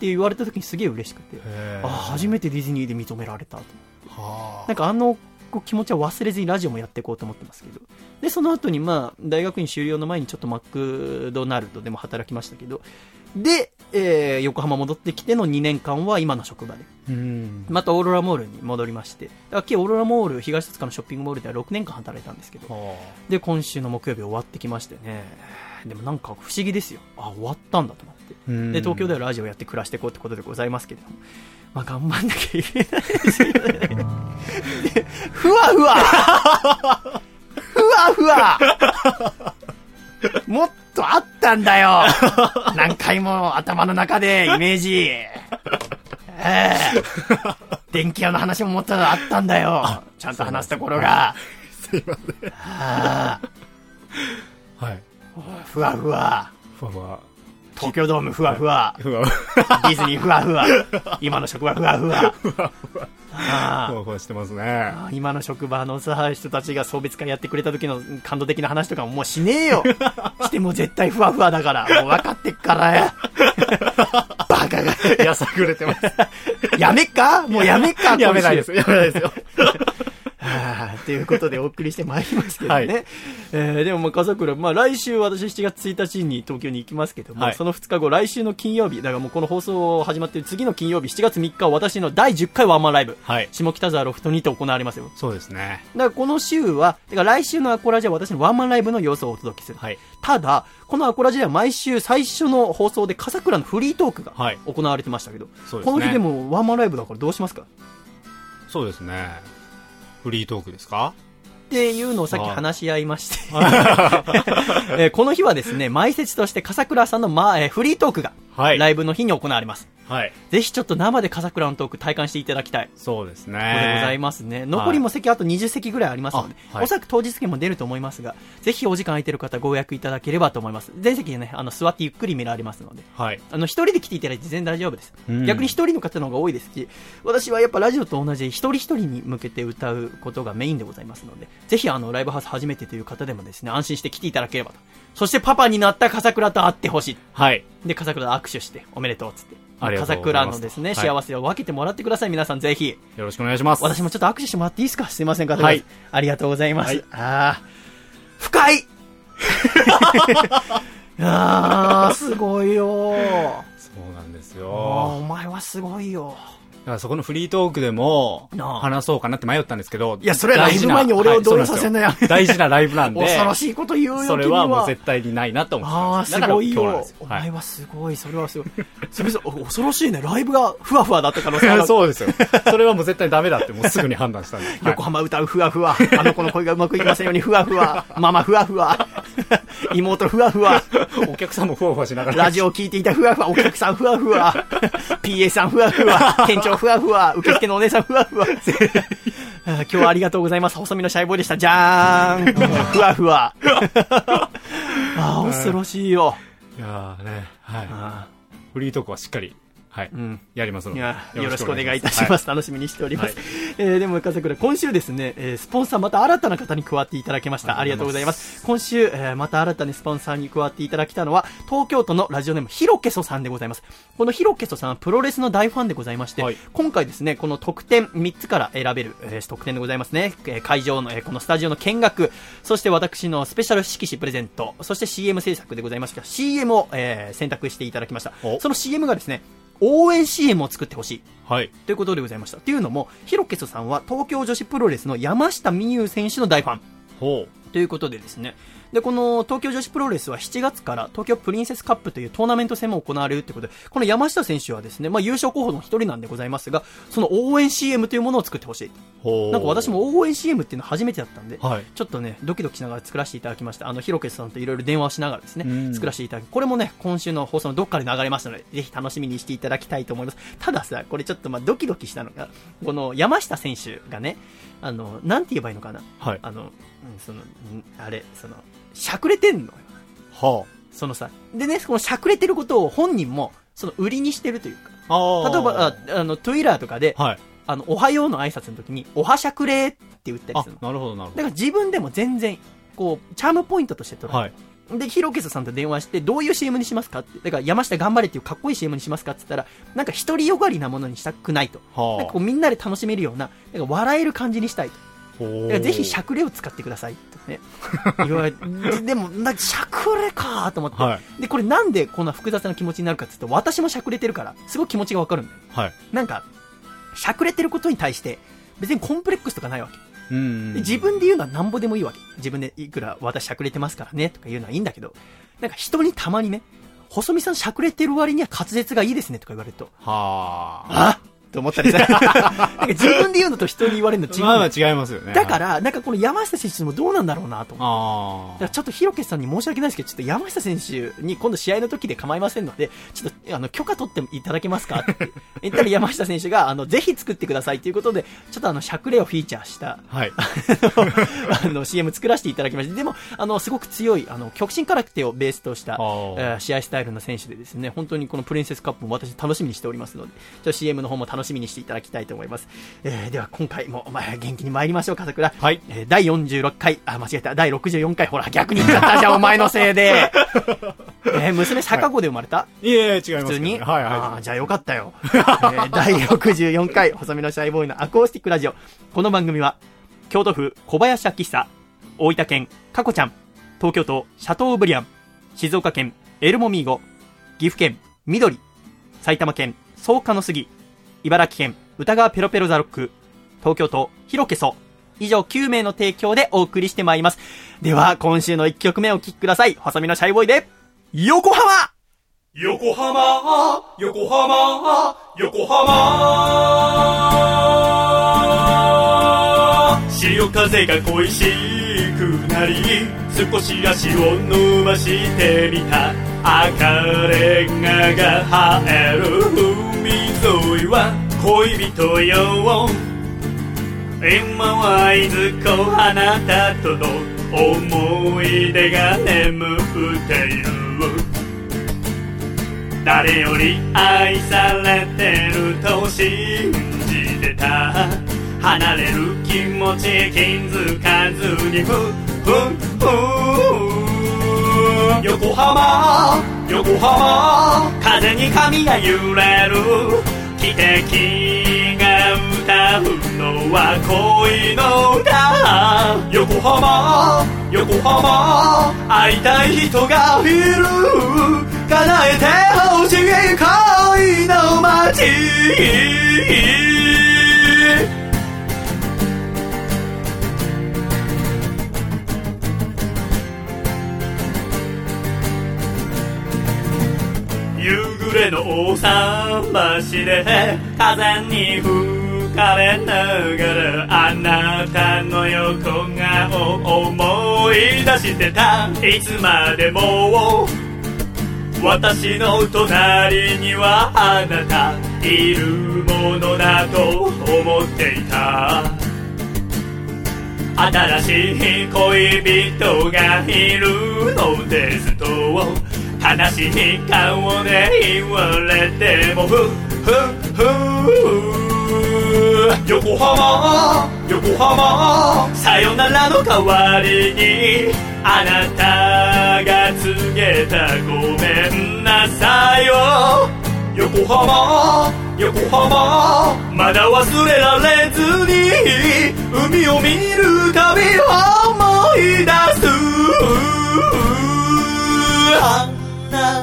Speaker 1: て言われた時にすげえ嬉しくてあ初
Speaker 2: め
Speaker 1: めてディズニーで認められたと
Speaker 2: は
Speaker 1: なんかあの気持ちは忘れずにラジオもやっていこうと思ってますけどでその後にまあ大学院修了の前にちょっとマクドナルドでも働きましたけどで、えー横浜戻ってきての2年間は今の職場で
Speaker 2: うん
Speaker 1: またオーロラモールに戻りましてだから今日オーロラモール東戸塚のショッピングモールでは6年間働いたんですけど
Speaker 2: は
Speaker 1: で今週の木曜日終わってきましてねでもなんか不思議ですよあ終わったんだと思って
Speaker 2: あ
Speaker 1: で東京で
Speaker 2: は
Speaker 1: はラジオやって暮らしていこうってことでございますけれども、まあ、頑張んなきゃいけないですよね でふわふわふわふわもっとあったんだよ何回も頭の中でイメージええ電気屋の話ももっとあったんだよちゃんと話すところが
Speaker 2: すいません
Speaker 1: あ
Speaker 2: はい
Speaker 1: あふわふわ
Speaker 2: ふわふわ
Speaker 1: 東京ドームふわふわ
Speaker 2: ふわふわ
Speaker 1: ディズニーふわふ わ。今の職場ふわふわ。
Speaker 2: ふ
Speaker 1: あ
Speaker 2: わふわしてますね
Speaker 1: あ今の職場のさ、人たちが送別会やってくれた時の感動的な話とかももうしねえ よ。しても絶対ふわふわだから。もう分かってっから や。バカが。
Speaker 2: いやさぐれてます
Speaker 1: やめっかもうやめっか
Speaker 2: やめないです
Speaker 1: 今週
Speaker 2: やめないですよ
Speaker 1: はあということでお送りしてまいりますけどね。
Speaker 2: はい
Speaker 1: えーでもまあ、笠倉、まあ来週私7月1日に東京に行きますけども、
Speaker 2: はい
Speaker 1: その2日後、来週の金曜日、だからもうこの放送始まってる次の金曜日、7月3日は私の第10回ワンマンライブ、
Speaker 2: はい
Speaker 1: 下北沢ロフトにて行われますよ。
Speaker 2: そうですね
Speaker 1: だからこの週は、だから来週のアコラジは私のワンマンライブの様子をお届けする。
Speaker 2: はい
Speaker 1: ただ、このアコラジでは毎週最初の放送で笠倉のフリートークが
Speaker 2: はい
Speaker 1: 行われてましたけど、
Speaker 2: そうですね
Speaker 1: この日でもワンマンライブだからどうしますか
Speaker 2: そうですねフリートークですか
Speaker 1: っていうのをさっき話し合いまして、 えーこの日はですね、前説として笠倉さんの、まあえーフリートークが、
Speaker 2: はい
Speaker 1: ライブの日に行われます。
Speaker 2: はい。
Speaker 1: ぜひちょっと生で笠倉のトーク体感していただきたい。
Speaker 2: そうですね。
Speaker 1: ということでございますね。残りも席あと20席ぐらいありますので、
Speaker 2: あはい
Speaker 1: おそらく当日券も出ると思いますが、ぜひお時間空いてる方ご予約いただければと思います。全席でね、あの、座ってゆっくり見られますので。
Speaker 2: はい。
Speaker 1: あの、一人で来ていただいて全然大丈夫です。
Speaker 2: うん
Speaker 1: 逆に一人の方の方が多いですし、私はやっぱラジオと同じ一人一人に向けて歌うことがメインでございますので、ぜひあの、ライブハウス初めてという方でもですね、安心して来ていただければと。そしてパパになった笠倉と会ってほしい。
Speaker 2: はい。
Speaker 1: で、笠倉と握手して、おめでとうっつって。
Speaker 2: ありがと
Speaker 1: 笠
Speaker 2: うござ
Speaker 1: 倉
Speaker 2: います
Speaker 1: のですね、
Speaker 2: はい
Speaker 1: 幸せを分けてもらってください、皆さんぜひ。
Speaker 2: よろしくお願いします。
Speaker 1: 私もちょっと握手してもらっていいですかすいません、方
Speaker 2: はい
Speaker 1: ありがとうございます。
Speaker 2: はい
Speaker 1: ああ。深い ああ、すごいよ
Speaker 2: そうなんです
Speaker 1: あー
Speaker 2: よ。
Speaker 1: お前はすごいよ
Speaker 2: だからそこのフリートークでも、
Speaker 1: なあ
Speaker 2: 話そうかなって迷ったんですけど。
Speaker 1: いやそれはライブ前に俺を動揺させんなよ
Speaker 2: はそうなんですよ大事なライブなんで。
Speaker 1: 恐ろしいこと言うよ
Speaker 2: それは
Speaker 1: 君
Speaker 2: もう絶対にないなと思って
Speaker 1: あ
Speaker 2: ま
Speaker 1: あ
Speaker 2: した
Speaker 1: すごい
Speaker 2: だか
Speaker 1: よお
Speaker 2: ら今日なんです
Speaker 1: 前
Speaker 2: よ。
Speaker 1: はすごいそれはすごいそれこそお恐ろしいねライブがふわふわだった可能性があ
Speaker 2: はい
Speaker 1: る
Speaker 2: そうですよ。それはもう絶対ダメだって、もうすぐに判断したんで。はい
Speaker 1: 横浜歌うふわふわあの子の声がうまくいきませんようにふわふわママふわふ わ妹ふわふわ
Speaker 2: お客さんもふわふわしながら。
Speaker 1: ラジオを聞いていたふわふわ、お客さんふわふわ、PA さんふわふわ、店長ふわふわ、受付のお姉さんふわふわ。あー今日はありがとうございます。細身のシャイボーイでした。じゃーん。ふわふ わ。あー、恐ろしいよ。
Speaker 2: いやーね、は
Speaker 1: あ
Speaker 2: い。フリートークはしっかり、はい、
Speaker 1: ん
Speaker 2: やりますの
Speaker 1: ーい
Speaker 2: で。
Speaker 1: やよろしくお願いいたし
Speaker 2: は
Speaker 1: ます。楽しみにしております。
Speaker 2: は
Speaker 1: えーでも、笠倉、今週ですね、えースポンサーまた新たな方に加わっていただきました。あ
Speaker 2: あ
Speaker 1: り
Speaker 2: り
Speaker 1: が
Speaker 2: が
Speaker 1: とうござ
Speaker 2: とうござ
Speaker 1: い
Speaker 2: い
Speaker 1: ま。
Speaker 2: ます
Speaker 1: 今週、えーまた新たにスポンサーに加わっていただきたのは、東京都のラジオネーム、ヒロケソさんでございます。このヒロケソさんはプロレスの大ファンでございまして、
Speaker 2: はい
Speaker 1: 今回ですね、この特典3つから選べる、えー特典でございますね。えー会場の、えーこのスタジオの見学、そして私のスペシャル色紙プレゼント、そして CM 制作でございました。CM を、えー選択していただきました。
Speaker 2: お
Speaker 1: その CM がですね、応援 CM を作ってほしい。
Speaker 2: はい。
Speaker 1: ということでございました。というのも、ヒロケソさんは東京女子プロレスの山下美優選手の大ファン。
Speaker 2: ほ
Speaker 1: ということでですね。で、この東京女子プロレスは7月から東京プリンセスカップというトーナメント戦も行われるということで、この山下選手はですね、まあ優勝候補の一人なんでございますが、その応援 CM というものを作ってほしい。
Speaker 2: う。ほう。
Speaker 1: なんか私。も応援 CM っていうの初めてだったんで、
Speaker 2: はい。
Speaker 1: ちょっとね、ドキドキしながら作らせていただきました。あの、ヒロケさんといろいろ電話をしながらですね、
Speaker 2: うん
Speaker 1: 作らせていただき、これもね、今週の放送のどっかで流れますので、ぜひ楽しみにしていただきたいと思います。たださ、これちょっとまあドキドキしたのが、この山下選手がね、あの、なんて言えばいいのかな。
Speaker 2: はい。
Speaker 1: あの、うんその、んあれ、その、しゃくれてんのよ。
Speaker 2: は
Speaker 1: そのさ、でね、このしゃくれてることを本人も、その売りにしてるというか、
Speaker 2: あ。あー
Speaker 1: 例えば、あ、あの、Twitter とかで、
Speaker 2: はい。
Speaker 1: あの、おはようの挨拶の時に、おはしゃくれーって打ったり
Speaker 2: あ
Speaker 1: するの、。
Speaker 2: なるほど、なるほ
Speaker 1: だ
Speaker 2: ど。
Speaker 1: から自分でも全然、こう、チャームポイントとして捉えて、
Speaker 2: はい。
Speaker 1: で、ヒロケさんと電話して、どういう CM にしますかって。だから、山下頑張れっていうかっこいい CM にしますかって言ったら、なんか独りよがりなものにしたくないと。なんかこう
Speaker 2: は
Speaker 1: みんなで楽しめるような、なんか笑える感じにしたいと。
Speaker 2: あ。ほ
Speaker 1: だからぜひしゃくれを使ってくださいってね。言われ ででも、なんかしゃくれかーと思って、
Speaker 2: は
Speaker 1: で、これなんでこんな複雑な気持ちになるかって言うと、私もしゃくれてるから、すごい気持ちがわかるんだよ。
Speaker 2: はい。
Speaker 1: なんか、しゃくれてることに対して、別にコンプレックスとかないわけ。
Speaker 2: うん
Speaker 1: で自分で言うのはなんぼでもいいわけ。自分でいくら私しゃくれてますからねとか言うのはいいんだけど、なんか人にたまにね、細見さんしゃくれてる割には滑舌がいいですねとか言われると、
Speaker 2: はあ。
Speaker 1: あと思ったりさ、 なんか自分で言うのと人に言われるの違う
Speaker 2: まあまあ
Speaker 1: の。
Speaker 2: 違いますよね。。
Speaker 1: だからら、なんかこの山下選手もどうなんだろうなと思って。だ
Speaker 2: あ
Speaker 1: から
Speaker 2: あ。
Speaker 1: ちょっとヒロケさんに申し訳ないですけど、ちょっと山下選手に今度試合の時で構いませんので、ちょっとあの許可取っていただけます かって言ったら山下選手が、あの、ぜひ作ってくださいということで、ちょっとあの、しゃくれをフィーチャーした
Speaker 2: はい。
Speaker 1: あの CM 作らせていただきましたでもあのすごく強いあの極真空手をベースとした、え
Speaker 2: あー
Speaker 1: ー試合スタイルの選手でですね本当にこのプリンセスカップも私楽しみにしておりますのでちょ CM の方も楽しみにしていただきたいと思います、えーでは今回もまあ元気に参りましょう笠倉
Speaker 2: はい
Speaker 1: えー第46回あ間違えた第64回ほら逆に言っちゃったじゃんお前のせいで、えー娘坂子で生まれた、
Speaker 2: いえいえ、違いますけどね。
Speaker 1: 普通に、
Speaker 2: はい
Speaker 1: あ
Speaker 2: は
Speaker 1: ーじゃあよかった よ。えー第64回、細身のシャイボーイのアコースティックラジオ。この番組は、京都府小林明久、大分県かこちゃん、東京都シャトーブリアン、静岡県エルモミーゴ、岐阜県緑、埼玉県草加の杉、茨城県歌川ペロペロザロック、東京都広けそ、以上9名の提供でお送りしてまいります。では、今週の1曲目をお聴きください。細身のシャイボーイで、横浜
Speaker 3: 横浜、横浜、横浜。白潮風が恋しくなり少し足を伸ばしてみた赤レンガが映える海沿いは恋人よ今はいずこあなたとの思い出が眠っている誰より愛されてると信じてた離れる気持ち気づかずにふふふ横浜横浜風に髪が揺れる汽笛が歌うのは恋の歌横浜横浜会いたい人がいる叶えてほしい恋の街夕暮れの大桟橋で風に吹かれながらあなたの横顔を思い出してたいつまでも私の隣にはあなたいるものだと思っていた新しい恋人がいるのですと悲しい顔で言われてもふふふ横浜横浜さよならの代わりにあなたが告げたごめんなさいを横浜横浜まだ忘れられずに海を見るたび思い出す離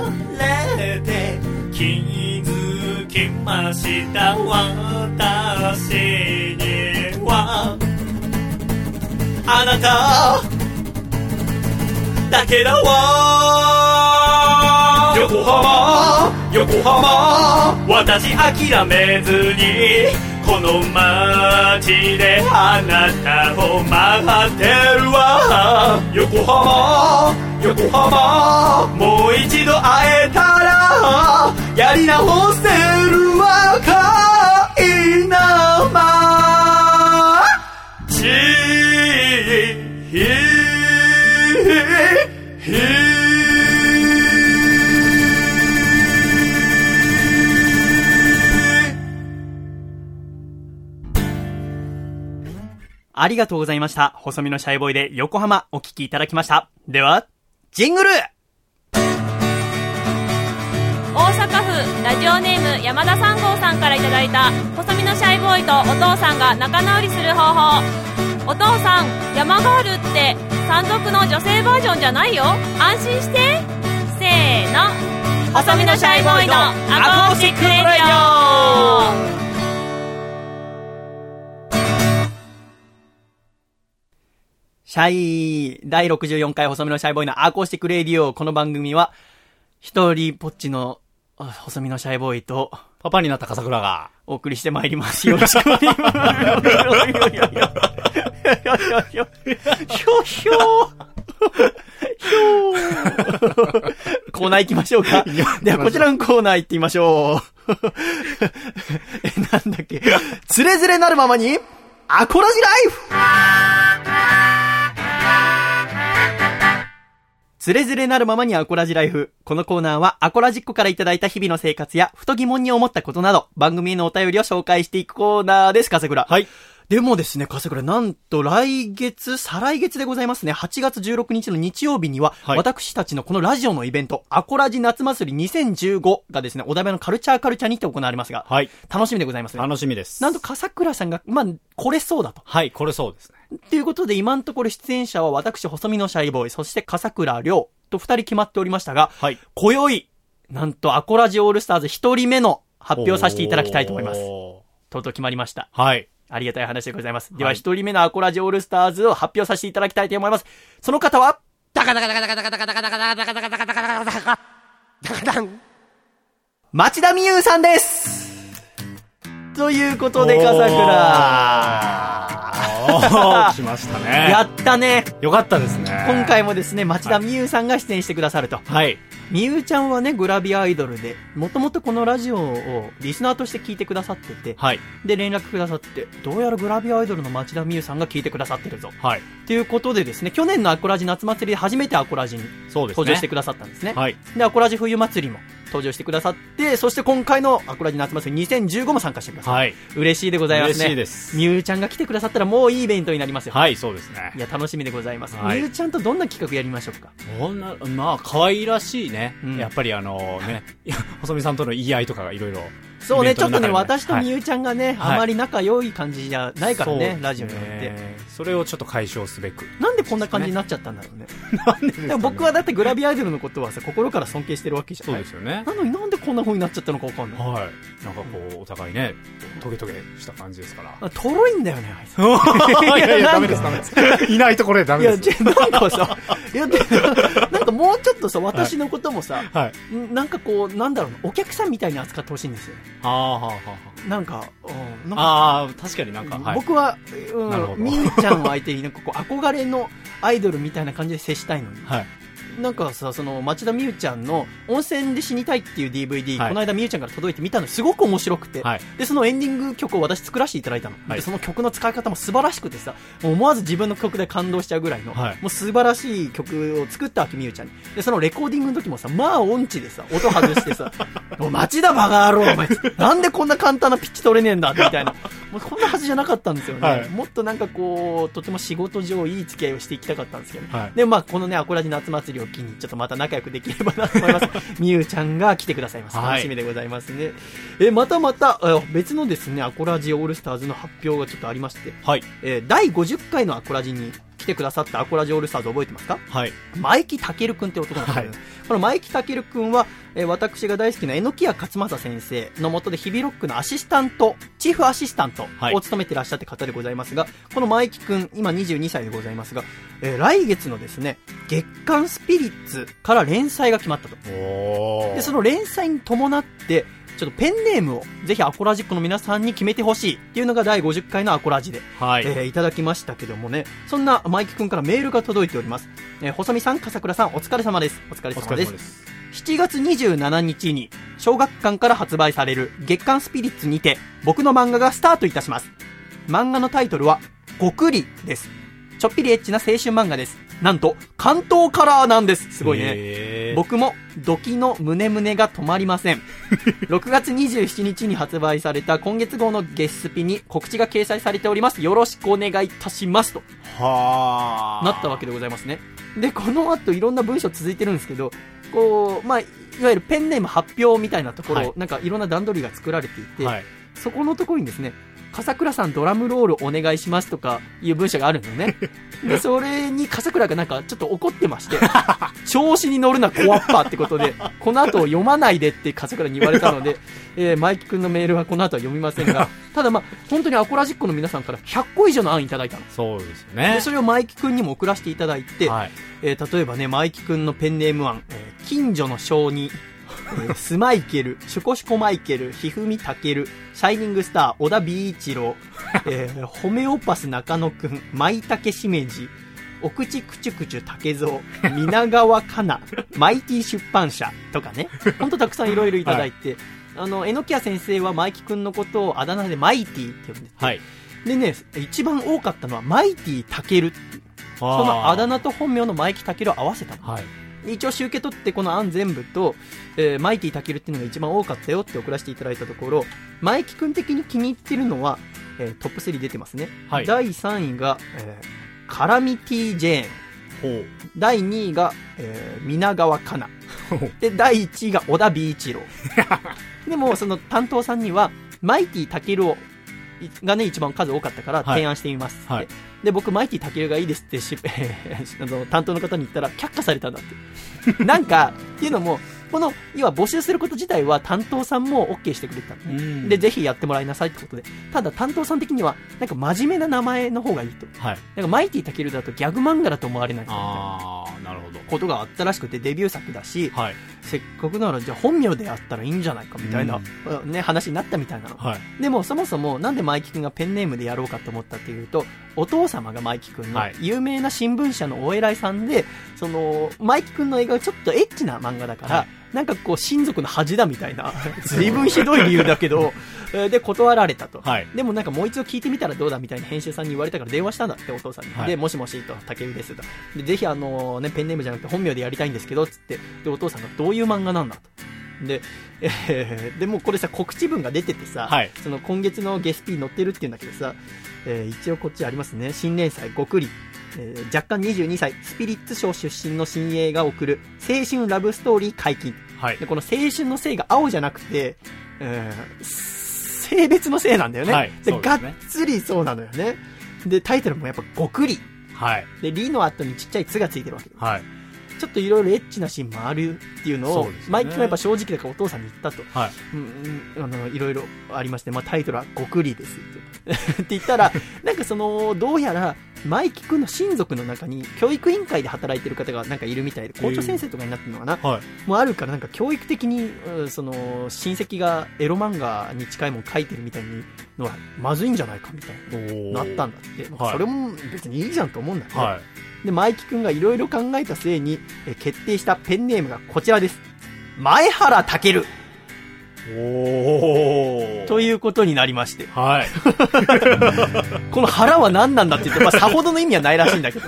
Speaker 3: れて気づきました私にはあなただけだわ横浜横浜私諦めずにこの街であなたを待ってるわ横浜横浜もう一度会えたらやり直せるわいなまち
Speaker 1: ありがとうございました。細身のシャイボーイで横浜お聞きいただきました。では、ジングル
Speaker 4: 大阪府ラジオネーム山田三郷さんからいただいた細身のシャイボーイとお父さんが仲直りする方法お父さん山ガールって山賊の女性バージョンじゃないよ安心してせーの細身のシャイボーイのアコースティックレディオ
Speaker 1: シャイ第64回細身のシャイボーイのアコースティックレディオ。この番組は、一人ぼっちのあ細身のシャイボーイと
Speaker 2: パパになった笠倉が。
Speaker 1: お送りしてまいります。よろしくお願いします。ひょひょ。ひょひょ。ひょコーナー 行きましょうか。では、こちらのコーナー行ってみましょう。 え、なんだっけ。つれづれなるままに、アコラジライフつれづれなるままにアコラジライフ。このコーナーはアコラジっ子からいただいた日々の生活や、ふと疑問に思ったことなど、番組へのお便りを紹介していくコーナーです、笠倉。
Speaker 2: はい。
Speaker 1: でもですね、笠倉、なんと来月、再来月でございますね、8月16日の日曜日には、
Speaker 2: はい
Speaker 1: 私たちのこのラジオのイベント、アコラジ夏祭り2015がですね、お台場のカルチャーカルチャーにて行われますが、
Speaker 2: はい。
Speaker 1: 楽しみでございますね。
Speaker 2: 楽しみです。
Speaker 1: なんと笠倉さんが、まあ、来れそうだと。
Speaker 2: はい、これそうですね。
Speaker 1: ということで、今のところ出演者は私、細身のシャイボーイ、そして笠倉涼と二人決まっておりましたが、
Speaker 2: はい。
Speaker 1: 今宵、なんとアコラジオールスターズ一人目の発表させていただきたいと思います。
Speaker 2: お
Speaker 1: とうとう決まりました。
Speaker 2: ーはい。
Speaker 1: ありがたい話でございます。では、
Speaker 2: はい
Speaker 1: 一人目のアコラジオールスターズを発表させていただきたいと思います。その方は、町田美優さんですということで、笠倉。
Speaker 2: おー おお来ましたね
Speaker 1: やったね
Speaker 2: よかったですね
Speaker 1: 今回もですね町田美優さんが出演してくださると
Speaker 2: はい
Speaker 1: 美優ちゃんはねグラビアアイドルでもともとこのラジオをリスナーとして聞いてくださってて
Speaker 2: はい
Speaker 1: で連絡くださってどうやらグラビアアイドルの町田美優さんが聞いてくださってるぞ
Speaker 2: はい
Speaker 1: ということでですね去年のアコラジ夏祭りで初めてアコラジに
Speaker 2: そうですね
Speaker 1: 登場してくださったんですね
Speaker 2: はい
Speaker 1: でアコラジ冬祭りも登場してくださってそして今回のアコラジ夏祭り2015も参加してくださ
Speaker 2: はい
Speaker 1: い嬉しいでございますね
Speaker 2: 嬉しいです
Speaker 1: みゆちゃんが来てくださったらもういいイベントになりますよ
Speaker 2: はいそうですね
Speaker 1: いや楽しみでございます、
Speaker 2: はい
Speaker 1: みゆちゃんとどんな企画やりましょうか
Speaker 2: そんなまあ可愛らしいね、
Speaker 1: うん
Speaker 2: やっぱりあのねい や細見さんとの言い合いとかがいろいろ
Speaker 1: そうねちょっとね私とみ
Speaker 2: ゆ
Speaker 1: ゆちゃんがね、
Speaker 2: はい
Speaker 1: あまり仲良い感じじゃないからねラジオによって
Speaker 2: それをちょっと解消すべく
Speaker 1: なんでこんな感じになっちゃったんだろうね
Speaker 2: なんでです
Speaker 1: でも僕はだってグラビアアイドルのことはさ心から尊敬してるわけじゃ
Speaker 2: そう
Speaker 1: ない
Speaker 2: ですよね
Speaker 1: なのになんでこんな風になっちゃったのかわかんない
Speaker 2: はいなんかこうお互いねトゲトゲした感じですから
Speaker 1: あとろいんだよねあ いつ
Speaker 2: いやいや
Speaker 1: な
Speaker 2: ダ
Speaker 1: んか
Speaker 2: メですダメです いないところでダ
Speaker 1: い
Speaker 2: メ
Speaker 1: や、
Speaker 2: で
Speaker 1: じ
Speaker 2: す
Speaker 1: ゃなんかさ、いや、でなんかもうちょっとさ、私のこともさ、
Speaker 2: はい
Speaker 1: んなんかこう、なんだろうな、お客さんみたいに扱ってほしいんですよ。
Speaker 2: ああはあは
Speaker 1: なんか、うんなんか
Speaker 2: ああー確かになんかはい
Speaker 1: 僕は、
Speaker 2: なるほ
Speaker 1: う
Speaker 2: ど
Speaker 1: ん、みゆちゃんを相手に、なんかこう、憧れのアイドルみたいな感じで接したいのに、
Speaker 2: はい
Speaker 1: なんかさ、その、町田みゆちゃんの、温泉で死にたいっていう DVD、
Speaker 2: はい
Speaker 1: この間みゆちゃんから届いて見たの、すごく面白くて、
Speaker 2: はい
Speaker 1: で、そのエンディング曲を私作らせていただいたの。
Speaker 2: はい
Speaker 1: でその曲の使い方も素晴らしくてさ、もう思わず自分の曲で感動しちゃうぐらいの、
Speaker 2: はい
Speaker 1: もう素晴らしい曲を作ったわけ、みゆちゃんに。で、そのレコーディングの時もさ、まあ音痴でさ、音外して さ、もう町田バカ野郎、お前、なんでこんな簡単なピッチ取れねえんだ、みたいな。もうこんなはずじゃなかったんですよね。
Speaker 2: はい
Speaker 1: もっとなんかこう、とても仕事上いい付き合いをしていきたかったんですけどね。
Speaker 2: はい
Speaker 1: で、まあ、このね、アコラジ夏祭りを機に、ちょっとまた仲良くできればなと思います。みゆちゃんが来てくださいます。
Speaker 2: はい
Speaker 1: 楽しみでございますね。え、またまた、え別のですね、アコラジオールスターズの発表がちょっとありまして、
Speaker 2: はい
Speaker 1: えー第50回のアコラジに来てくださったアコラジオールスターズ覚えてますか
Speaker 2: はい
Speaker 1: マイキタケルくんって男なんですけど、
Speaker 2: は
Speaker 1: このマイキタケルくんは、えー私が大好きな榎谷勝正先生のもとで日比ロックのアシスタント、チーフアシスタント
Speaker 2: はい
Speaker 1: を務めてらっしゃって方でございますが、このマイキくん、今22歳でございますが、えー来月のですね、月刊スピリッツから連載が決まったと。
Speaker 2: おお
Speaker 1: で、その連載に伴って、ちょっとペンネームをぜひアコラジックの皆さんに決めてほしいっていうのが第50回のアコラジで
Speaker 2: はい
Speaker 1: えーいただきましたけどもねそんなマイキ君からメールが届いております、えー細見さん笠倉さんお疲れ様ですお疲れ
Speaker 2: お
Speaker 1: 様
Speaker 2: 疲
Speaker 1: で
Speaker 2: れ
Speaker 1: す
Speaker 2: 様です
Speaker 1: 7月27日に小学館から発売される月刊スピリッツにて僕の漫画がスタートいたします漫画のタイトルは「ごくり」ですちょっぴりエッチな青春漫画ですなんと関東カラーなんですすごいね、
Speaker 2: ね
Speaker 1: 僕もドキの胸胸が止まりませ ん6月27日に発売された今月号の月スピに告知が掲載されておりますよろしくお願いいたしますと
Speaker 2: はあ
Speaker 1: なったわけでございますねでこの後いろんな文章続いてるんですけどこうまあいわゆるペンネーム発表みたいなところ、
Speaker 2: はい
Speaker 1: なんかいろんな段取りが作られていて、
Speaker 2: はい
Speaker 1: そこのところにですね、笠倉さんドラムロールお願いしますとかいう文章があるんだよね。で、それに笠倉がなんかちょっと怒ってまして、調子に乗るな、コアッパーってことで、この後読まないでって笠倉に言われたので、えーマイキ君のメールはこの後は読みませんが、ただまあ、本当にアコラジックの皆さんから100個以上の案いただいたの。
Speaker 2: そうですよね
Speaker 1: で、それをマイキ君にも送らせていただいて、
Speaker 2: はい
Speaker 1: えー例えばね、マイキ君のペンネーム案、えー近所の小児、えースマイケル、 シュコシュコマイケル、ひふみたける、シャイニングスター、小田 B 一郎、えー、ホメオパス中野くん、マイタケしめじ、お口くちゅくちゅ竹蔵、皆川かな、マイティ出版社とかね、ほんとたくさんいろいろいただいて、あの、えのきや先生はマイキ君のことをあだ名でマイティって呼んでて、
Speaker 2: はい
Speaker 1: でね、一番多かったのはマイティタケルっていう
Speaker 2: そ
Speaker 1: そのあだ名と本名のマイキタケルを合わせたの
Speaker 2: はい
Speaker 1: 一応集計取ってこの案全部と、えーマイティタケルっていうのが一番多かったよって送らせていただいたところマイキ君的に気に入ってるのは、えートップ3出てますね、
Speaker 2: はい
Speaker 1: 第3位が、えーカラミティ・ジェーン
Speaker 2: ほう
Speaker 1: 第2位が、えー皆川か な
Speaker 2: ほう
Speaker 1: で第1位が小田 B 一 郎でもその担当さんにはマイティタケルをいがね一番数多かったから
Speaker 2: はい
Speaker 1: 提案してみますって、
Speaker 2: はい
Speaker 1: で僕マイティタケルがいいですってし、 えーあの担当の方に言ったら却下されたんだってなんかっていうのもこの要は募集すること自体は担当さんも OK してくれてたのね
Speaker 2: うん
Speaker 1: でぜひやってもらいなさいってことでただ担当さん的にはなんか真面目な名前の方がいいと
Speaker 2: はい
Speaker 1: なんかマイティタケルだとギャグ漫画だと思われないみたいな
Speaker 2: ああなるほど
Speaker 1: ことがあったらしくてデビュー作だし
Speaker 2: はい
Speaker 1: せっかくならじゃあ本名でやったらいいんじゃないかみたいな、ね、話になったみたいなの、
Speaker 2: はい。
Speaker 1: でもそもそもなんでマイキ君がペンネームでやろうかと思ったっていうとお父様がマイキ君の
Speaker 2: はい
Speaker 1: 有名な新聞社のお偉いさんで、そのマイキ君の映画がちょっとエッチな漫画だから、なんかこう親族の恥だみたい な随分ひどい理由だけどえーで断られたと、
Speaker 2: はい
Speaker 1: でもなんかもう一度聞いてみたらどうだみたいな編集さんに言われたから電話したんだってお父さんに、
Speaker 2: はい
Speaker 1: でもしもしと竹内ですとでぜひあの、ね、ペンネームじゃなくて本名でやりたいんですけどつってでお父さんがどういう漫画なんだとで、えーでもうこれさ告知文が出ててさ、
Speaker 2: はい
Speaker 1: その今月のゲスピー載ってるっていうんだけどさ、えー一応こっちありますね新連載「ごくり」えー若干22歳スピリッツ賞出身の新鋭が送る青春ラブストーリー解禁
Speaker 2: はい
Speaker 1: で。この青春のせいが青じゃなくて、えー性別のせいなんだよね,、
Speaker 2: はい
Speaker 1: で
Speaker 2: そうで
Speaker 1: がっ
Speaker 2: すね
Speaker 1: つりそうなのよねでタイトルもやっぱ「ごくり
Speaker 2: はい。」
Speaker 1: で「り」の後にちっちゃい「つ」がついてるわけ
Speaker 2: はい。
Speaker 1: ちょっといろいろエッチなシーンもあるっていうのを
Speaker 2: そうですね
Speaker 1: マイキ君はやっぱ正直だからお父さんに言ったと
Speaker 2: はい。
Speaker 1: うんうんあのいろいろありまして、まあ、タイトルは「ごくり」ですってって言った らなんかそのどうやらマイキ君の親族の中に教育委員会で働いてる方がなんかいるみたいで校長先生とかになってるのかな、
Speaker 2: はい。
Speaker 1: もうあるからなんか教育的に、うんその親戚がエロ漫画に近いもん書いてるみたいにのはまずいんじゃないかみたい
Speaker 2: おー
Speaker 1: ななったんだって、
Speaker 2: はい
Speaker 1: それも別にいいじゃんと思うんだけど、
Speaker 2: はい。
Speaker 1: でマイキ君がいろいろ考えたせいにえ決定したペンネームがこちらです前原健
Speaker 2: おお。
Speaker 1: ということになりまして
Speaker 2: はい。
Speaker 1: この腹は何なんだって言って、まあ、さほどの意味はないらしいんだけ ど。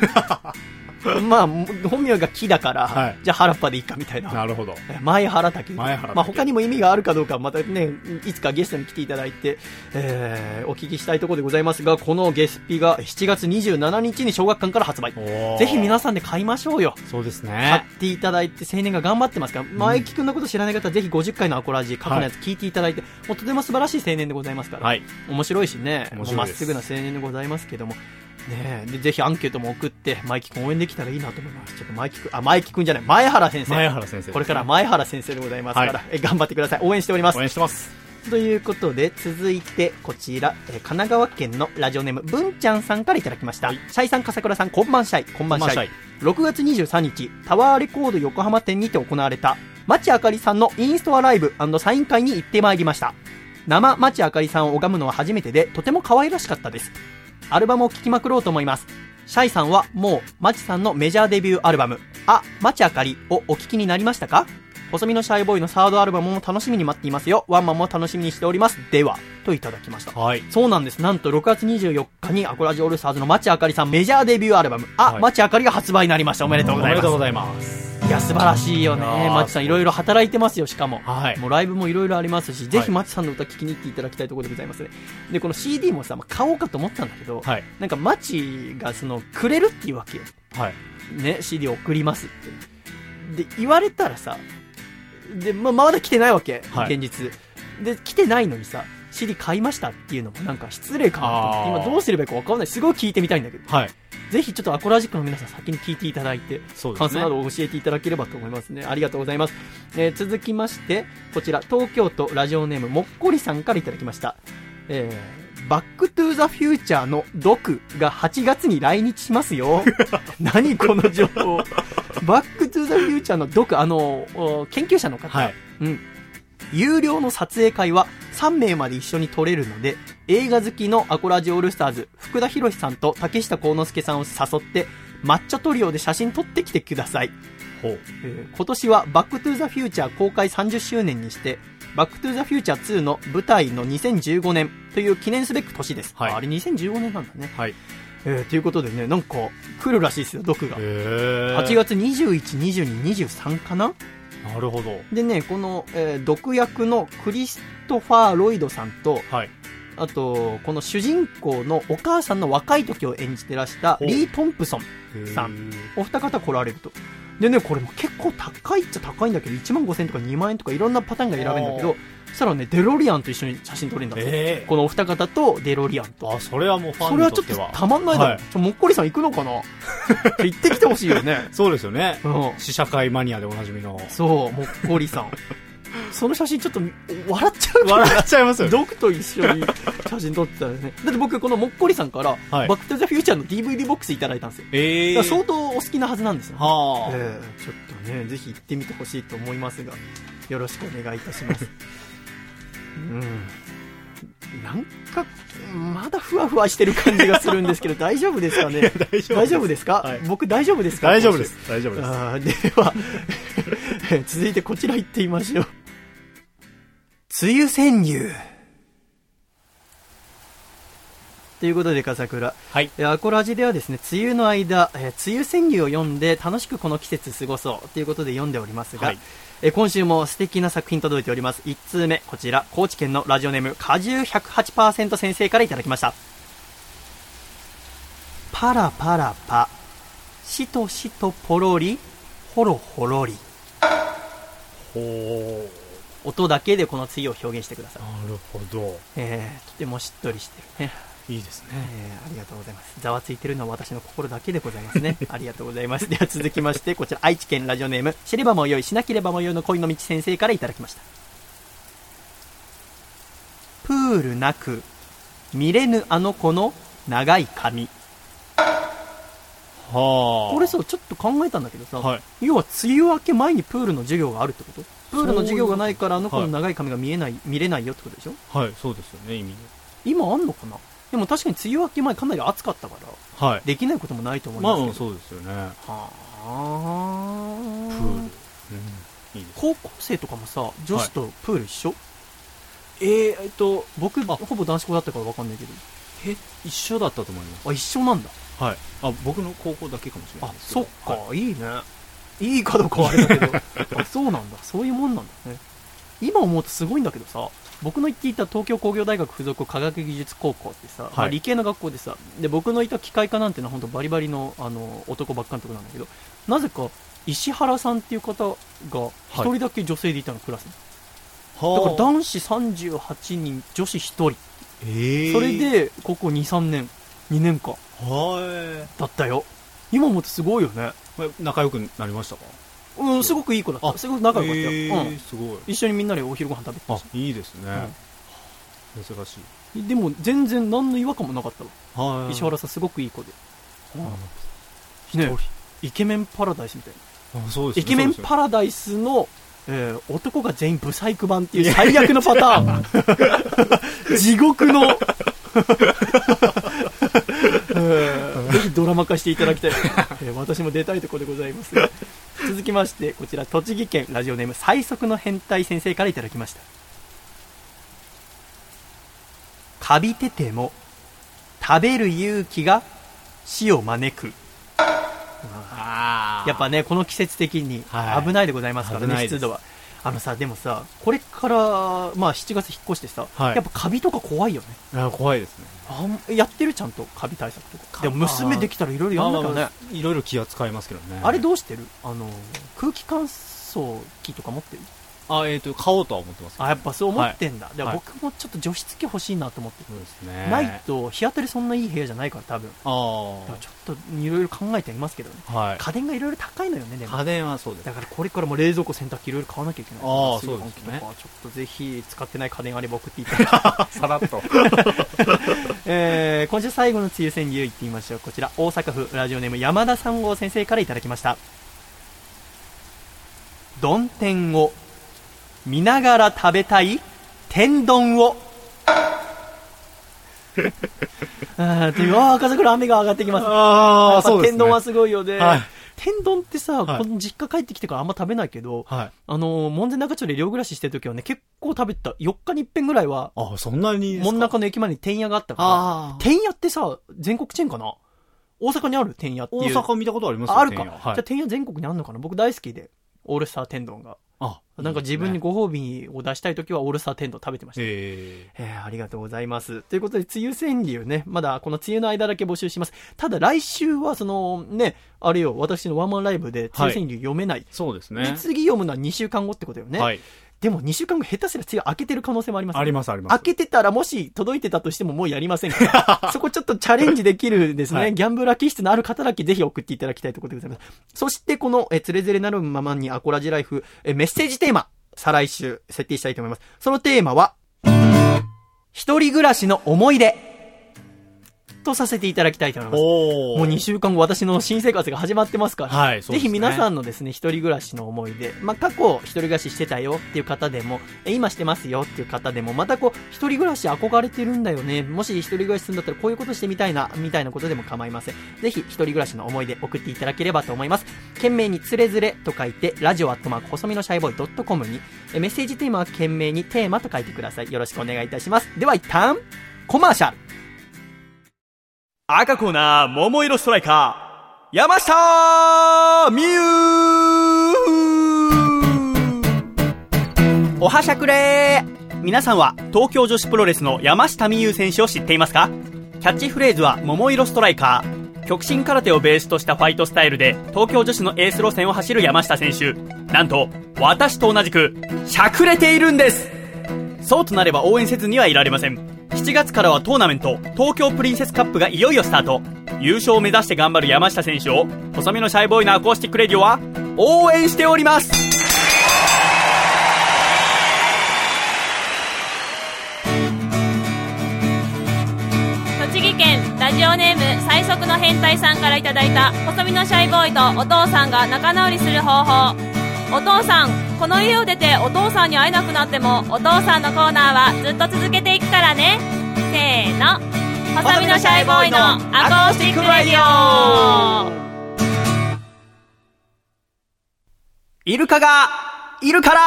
Speaker 1: まあ、本名が木だから、
Speaker 2: はい
Speaker 1: じゃあ原っぱでいいかみたい な。
Speaker 2: なるほど。
Speaker 1: 前原竹。
Speaker 2: 前原武
Speaker 1: まあ、他にも意味があるかどうかはまたね、いつかゲストに来ていただいて、えーお聞きしたいところでございますが、このゲスピが7月27日に小学館から発売。ぜひ皆
Speaker 2: さ
Speaker 1: さんで買いましょうよ。
Speaker 2: ん。そうです
Speaker 1: 買っ
Speaker 2: ね。
Speaker 1: ていただいて青年が頑張ってますから、前木君のこと知らない方はぜひ50回のアコラジ過去のやつ聞いていただいて、もうとても素晴らしい青年でございますから、
Speaker 2: はい。
Speaker 1: 面白いしね、
Speaker 2: 面
Speaker 1: もう
Speaker 2: 白
Speaker 1: まっ
Speaker 2: いです
Speaker 1: すぐな青年でございますけども、ねえでぜひアンケートも送って、マイキ君応援できたらいいなと思います。ちょっとマイキ君、あ、マイキ君じゃない、前原先生。
Speaker 2: 前原先生。
Speaker 1: これから前原先生でございますから、
Speaker 2: はい
Speaker 1: え頑張ってください。応援しております
Speaker 2: 応。援してます。
Speaker 1: ということで、続いてこちら、えー神奈川県のラジオネーム、ぶんちゃんさんからいただきました。シャイさん、笠倉さん、こんばんシャイ。こんばんシャイ。6月23日、タワーレコード横浜店にて行われた、町あかりさんのインストアライブサイン会に行ってまいりました。生町あかりさんを拝むのは初めてで、とても可愛らしかったです。アルバムを聴きまくろうと思います。シャイさんはもう、町さんのメジャーデビューアルバム、あ、町あかりをお聞きになりましたか細身のシャイボーイのサードアルバムも楽しみに待っていますよ。ワンマンも楽しみにしております。では、といただきました。
Speaker 2: はい。
Speaker 1: そうなんです。なんと6月24日にアコラジオールスターズの町あかりさんメジャーデビューアルバム、あ、
Speaker 2: はい
Speaker 1: 町あかりが発売になりました。おめでとうございます。
Speaker 2: ざいます。
Speaker 1: いや、素晴らしいよね
Speaker 2: いや。ー
Speaker 1: 町さんいろいろ働いてますよ、しかも。
Speaker 2: はい。
Speaker 1: もうライブもいろいろありますし、ぜひマチさんの歌聴きに行っていただきたいところでございますね。で、この CD もさ、まあ買おうかと思ったんだけど、
Speaker 2: はい。
Speaker 1: なんかマチがその、くれるっていうわけよ。
Speaker 2: はい。
Speaker 1: ね、CD を送りますって。で、言われたらさ、で、まあ、まだ来てないわけ、
Speaker 2: はい
Speaker 1: 現実。で、来てないのにさ、CD 買いましたっていうのもなんか失礼かなと思って
Speaker 2: あー
Speaker 1: 今どうすればいいかわかんない。すごい聞いてみたいんだけど、
Speaker 2: はい。
Speaker 1: ぜひちょっとアコラジックの皆さん先に聞いていただいて、
Speaker 2: そうで
Speaker 1: 感
Speaker 2: す
Speaker 1: 想
Speaker 2: ね
Speaker 1: な。どを教えていただければと思いますね。ありがとうございます。えー続きまして、こちら、東京都ラジオネームもっこりさんからいただきました。えーバックトゥーザフューチャーのドクが8月に来日します よ。何この情報。バックトゥーザフューチャーのドク、あの、お研究者の方、
Speaker 2: はい。
Speaker 1: うん。有料の撮影会は3名まで一緒に撮れるので、映画好きのアコラジオールスターズ、福田博さんと竹下幸之助さんを誘って、抹茶トリオで写真撮ってきてください。
Speaker 2: ほう。
Speaker 1: えー今年はバックトゥザフューチャー公開30周年にして、バックトゥザフューチャー2の舞台の2015年という記念すべく年です。
Speaker 2: はい
Speaker 1: あれ2015年なんだね。
Speaker 2: はい。
Speaker 1: えーということでね、なんか来るらしいですよ、毒が。
Speaker 2: え
Speaker 1: 8。月21、22、23かな
Speaker 2: なるほど。
Speaker 1: でね、この、えー毒薬のクリストファー・ロイドさんと、
Speaker 2: はい。
Speaker 1: あと、この主人公のお母さんの若い時を演じてらした
Speaker 2: お
Speaker 1: リー・トンプソン、さんお二方来られると。でね、これも結構高いっちゃ高いんだけど、1万5000とか2万円とかいろんなパターンが選べるんだけ
Speaker 2: お
Speaker 1: ど、そしたらね、デロリアンと一緒に写真撮れるんだって、
Speaker 2: ええ
Speaker 1: このお二方とデロリアンと。
Speaker 2: あ、それはもうファ
Speaker 1: そ
Speaker 2: ン
Speaker 1: れは
Speaker 2: に
Speaker 1: ち
Speaker 2: と
Speaker 1: ょっ
Speaker 2: っ
Speaker 1: てと
Speaker 2: は。
Speaker 1: たまんないだろ。
Speaker 2: はい
Speaker 1: ちょもっこりさん行くのか なちょ行ってきてほしいよね。
Speaker 2: そうですよね。
Speaker 1: うん。
Speaker 2: 試写会マニアでおなじみの。
Speaker 1: そう、もっこりさん。その写真ちょっと笑っちゃう
Speaker 2: 笑っちゃいますよね
Speaker 1: ドクと一緒に写真撮ってたらね だって僕このもっこりさんから、
Speaker 2: はい
Speaker 1: バック・トゥ・ザ・フューチャーの DVD ボックスいただいたんですよ、
Speaker 2: え
Speaker 1: だから相当お好きなはずなんですよ、
Speaker 2: はあ、
Speaker 1: ええちょっとねぜひ行ってみてほしいと思いますがよろしくお願いいたし ますうんなんかまだふわふわしてる感じがするんですけど大丈夫ですか ね
Speaker 2: 大丈夫
Speaker 1: 大丈夫ですか、
Speaker 2: はい
Speaker 1: 僕大丈夫ですか
Speaker 2: 大丈夫です 大丈夫です
Speaker 1: あーでは 続いてこちら行ってみましょう梅雨潜入ということで笠倉
Speaker 2: はい
Speaker 1: えーアコラジではですね梅雨の間、えー梅雨川柳を読んで楽しくこの季節過ごそうということで読んでおりますが、
Speaker 2: はい
Speaker 1: えー今週も素敵な作品届いております1通目こちら高知県のラジオネーム果汁108%先生からいただきましたパラパラパしとしとポロリほろほろり
Speaker 2: ほ
Speaker 1: 音だけでこの梅雨を表現してください、
Speaker 2: うなるほど
Speaker 1: えーとてもしっとりしてるね
Speaker 2: いいですね
Speaker 1: えーありがとうございます。ざわついてるのは私の心だけでございます ね。ありがとうございます。では続きまして、こちら愛知県ラジオネーム、知ればもよい、しなければもよいの恋の道先生からいただきました。プールなく、見れぬあの子の長い髪。
Speaker 2: はあ
Speaker 1: これそう、ちょっと考えたんだけどさ、
Speaker 2: はい
Speaker 1: 要は梅雨明け前にプールの授業があるってことプールの授業がないからあの子の
Speaker 2: そういう
Speaker 1: 長い髪が見えない、見れないよってことでしょ
Speaker 2: はいそうですよね意味で
Speaker 1: 今あんのかなでも確かに梅雨明け前かなり暑かったから、
Speaker 2: はい
Speaker 1: できないこともないと思い
Speaker 2: ま
Speaker 1: ます
Speaker 2: あ
Speaker 1: けど。
Speaker 2: うんそうですよね
Speaker 1: はあ、
Speaker 2: プール、うんいいです
Speaker 1: 高校生とかもさ女子とプール一緒、
Speaker 2: えー、えっと
Speaker 1: 僕ほぼ男子校だったから分かんないけど
Speaker 2: え一緒だったと思います
Speaker 1: あ一緒なんだ
Speaker 2: はいあ僕の高校だけかもしれない
Speaker 1: あ
Speaker 2: ですけど
Speaker 1: そっか、
Speaker 2: はい
Speaker 1: い、いねいいかどうかはあれだけ どあそうなんだそういうもんなんだね今思うとすごいんだけどさ僕の行っていた東京工業大学附属科学技術高校ってさ、まあ理系の学校でさで僕のいた機械科なんてのは本当バリバリのあの男ばっかのとこなんだけどなぜか石原さんっていう方が一人だけ女性でいたの、クラスにだから
Speaker 2: はあ
Speaker 1: 男子38人、女子1人、
Speaker 2: えー、
Speaker 1: それでここ2、3年、2年間
Speaker 2: は
Speaker 1: だったよ、今思うとすごいよね、
Speaker 2: いこれ仲良くなりましたか
Speaker 1: うん、すごくいい子だった、
Speaker 2: あ
Speaker 1: すごく仲良かったよ、
Speaker 2: えー
Speaker 1: うん、
Speaker 2: すごい
Speaker 1: 一緒にみんなでお昼ご飯食べてた
Speaker 2: あ
Speaker 1: し、
Speaker 2: いいですね、珍しい
Speaker 1: でも全然何の違和感もなかったわ、
Speaker 2: はい
Speaker 1: 石原さん、すごくいい子で、
Speaker 2: あ
Speaker 1: ね、イケメンパラダイスみたいな、
Speaker 2: そうで
Speaker 1: イ
Speaker 2: すね
Speaker 1: ケメンパラダイスの、えー男が全員ブサイク版っていう最悪のパターン、地獄の。ぜひドラマ化していただきたい、えー私も出たいところでございます続きましてこちら栃木県ラジオネーム最速の変態先生からいただきましたカビてても食べる勇気が死を招く
Speaker 2: あー
Speaker 1: やっぱねこの季節的に
Speaker 2: はい
Speaker 1: 危ないでございますからね、
Speaker 2: 危ないです
Speaker 1: 湿度はあのさでもさこれから、まあ、7月引っ越してさ、
Speaker 2: はい
Speaker 1: やっぱカビとか怖いよね
Speaker 2: あー怖いですね
Speaker 1: あんやってるちゃんとカビ対策とか
Speaker 2: か
Speaker 1: でも娘できたらいろいろやんなきゃね、
Speaker 2: まあまあまあいろいろ気扱いますけどね
Speaker 1: あれどうしてるあの空気乾燥機とか持ってる
Speaker 2: あえっ、と買おうとは思ってますけど
Speaker 1: あやっぱそう思ってんだ、でも
Speaker 2: はい
Speaker 1: 僕もちょっと除湿機欲しいなと思って
Speaker 2: そうです
Speaker 1: て、
Speaker 2: ね
Speaker 1: ないと日当たりそんないい部屋じゃないから多分
Speaker 2: あ
Speaker 1: だからちょっといろいろ考えてみますけどね
Speaker 2: あはい
Speaker 1: 家電がいろいろ高いのよねでも
Speaker 2: 家電はそうです
Speaker 1: だからこれからも冷蔵庫洗濯機いろいろ買わなきゃいけないから
Speaker 2: ああ
Speaker 1: 炊飯
Speaker 2: そう
Speaker 1: 器
Speaker 2: です
Speaker 1: と
Speaker 2: ね
Speaker 1: かちょっとぜひ使ってない家電あれば送ってい ただきたい
Speaker 2: さらっ と
Speaker 1: えー今週最後の梅雨川柳いってみましょうこちら大阪府ラジオネーム山田三号先生からいただきましたどん天を見ながら食べたい天丼 をあーというあー赤桜雨が上がってきます
Speaker 2: あ
Speaker 1: や
Speaker 2: あ
Speaker 1: っぱ
Speaker 2: そうです
Speaker 1: 天
Speaker 2: ね
Speaker 1: 丼はすごいよね、
Speaker 2: はい
Speaker 1: 天丼ってさ、
Speaker 2: はい
Speaker 1: この実家帰ってきてからあんま食べないけど、
Speaker 2: はい
Speaker 1: あのー、門前仲町で寮暮らししてる時はね、結構食べてた。4日に一遍ぐらいは、
Speaker 2: あそんなにですか
Speaker 1: 門中の駅前に天屋があったか
Speaker 2: あ
Speaker 1: ら。
Speaker 2: あ
Speaker 1: 天屋ってさ、全国チェーンかな大阪にある天屋って
Speaker 2: 大
Speaker 1: いう。
Speaker 2: 阪見たことありますよ
Speaker 1: ああるか。じ
Speaker 2: 天野
Speaker 1: ゃ
Speaker 2: は
Speaker 1: あ
Speaker 2: い、
Speaker 1: 天屋全国にあるのかな僕大好きで。オールスター天丼が。
Speaker 2: あ
Speaker 1: なんか自分にご褒美を出したい時はオールスター天丼食べてました。
Speaker 2: ええ
Speaker 1: えーありがとうございます。ということで、梅雨川柳ね、まだこの梅雨の間だけ募集します。ただ来週は、その、ね、あれよ、私のワンマンライブで梅雨川柳読めない。
Speaker 2: そうです
Speaker 1: で
Speaker 2: ね
Speaker 1: 次読むのは2週間後ってことよね。
Speaker 2: はい
Speaker 1: でも2週間後下手すら梅雨明けてる可能性もあります、
Speaker 2: ありますあります
Speaker 1: 開けてたらもし届いてたとしてももうやりません から。そこちょっとチャレンジできるですね。
Speaker 2: はい
Speaker 1: ギャンブラー気質のある方だけぜひ送っていただきたいところでございます。そしてこの、え、つれづれなるままにアコラジライフ、え、メッセージテーマ。再来週設定したいと思います。そのテーマは、一人暮らしの思い出とさせていただきたいと思います。
Speaker 2: お
Speaker 1: もう2週間後、私の新生活が始まってますから、
Speaker 2: はい
Speaker 1: ぜ
Speaker 2: そうですね
Speaker 1: ひ皆さんのですね、一人暮らしの思い出、まあ、過去一人暮らししてたよっていう方でも、え今してますよっていう方でも、またこう、一人暮らし憧れてるんだよね。もし一人暮らしするんだったら、こういうことしてみたいな、みたいなことでも構いません。ぜひ、一人暮らしの思い出送っていただければと思います。懸命につれづれと書いて、ラジオアットマーク細身のシャイボーイドットコムに、えメッセージテーマは懸命にテーマと書いてください。よろしくお願いいたします。では一旦、コマーシャル
Speaker 3: 赤コーナー、桃色ストライカー、山下美優
Speaker 1: おはしゃくれー
Speaker 3: 皆さんは東京女子プロレスの山下美優選手を知っていますかキャッチフレーズは桃色ストライカー極真空手をベースとしたファイトスタイルで東京女子のエース路線を走る山下選手なんと私と同じくしゃくれているんですそうとなれば応援せずにはいられません7月からはトーナメント東京プリンセスカップがいよいよスタート優勝を目指して頑張る山下選手を細身のシャイボーイのアコースティックレディオは応援しております
Speaker 4: 栃木県ラジオネーム最速の変態さんからいただいた細身のシャイボーイとお父さんが仲直りする方法お父さんこの家を出てお父さんに会えなくなってもお父さんのコーナーはずっと続けていくからねせーの細身のシャイボーイのアコースティックラディオ
Speaker 1: イルカが、いるから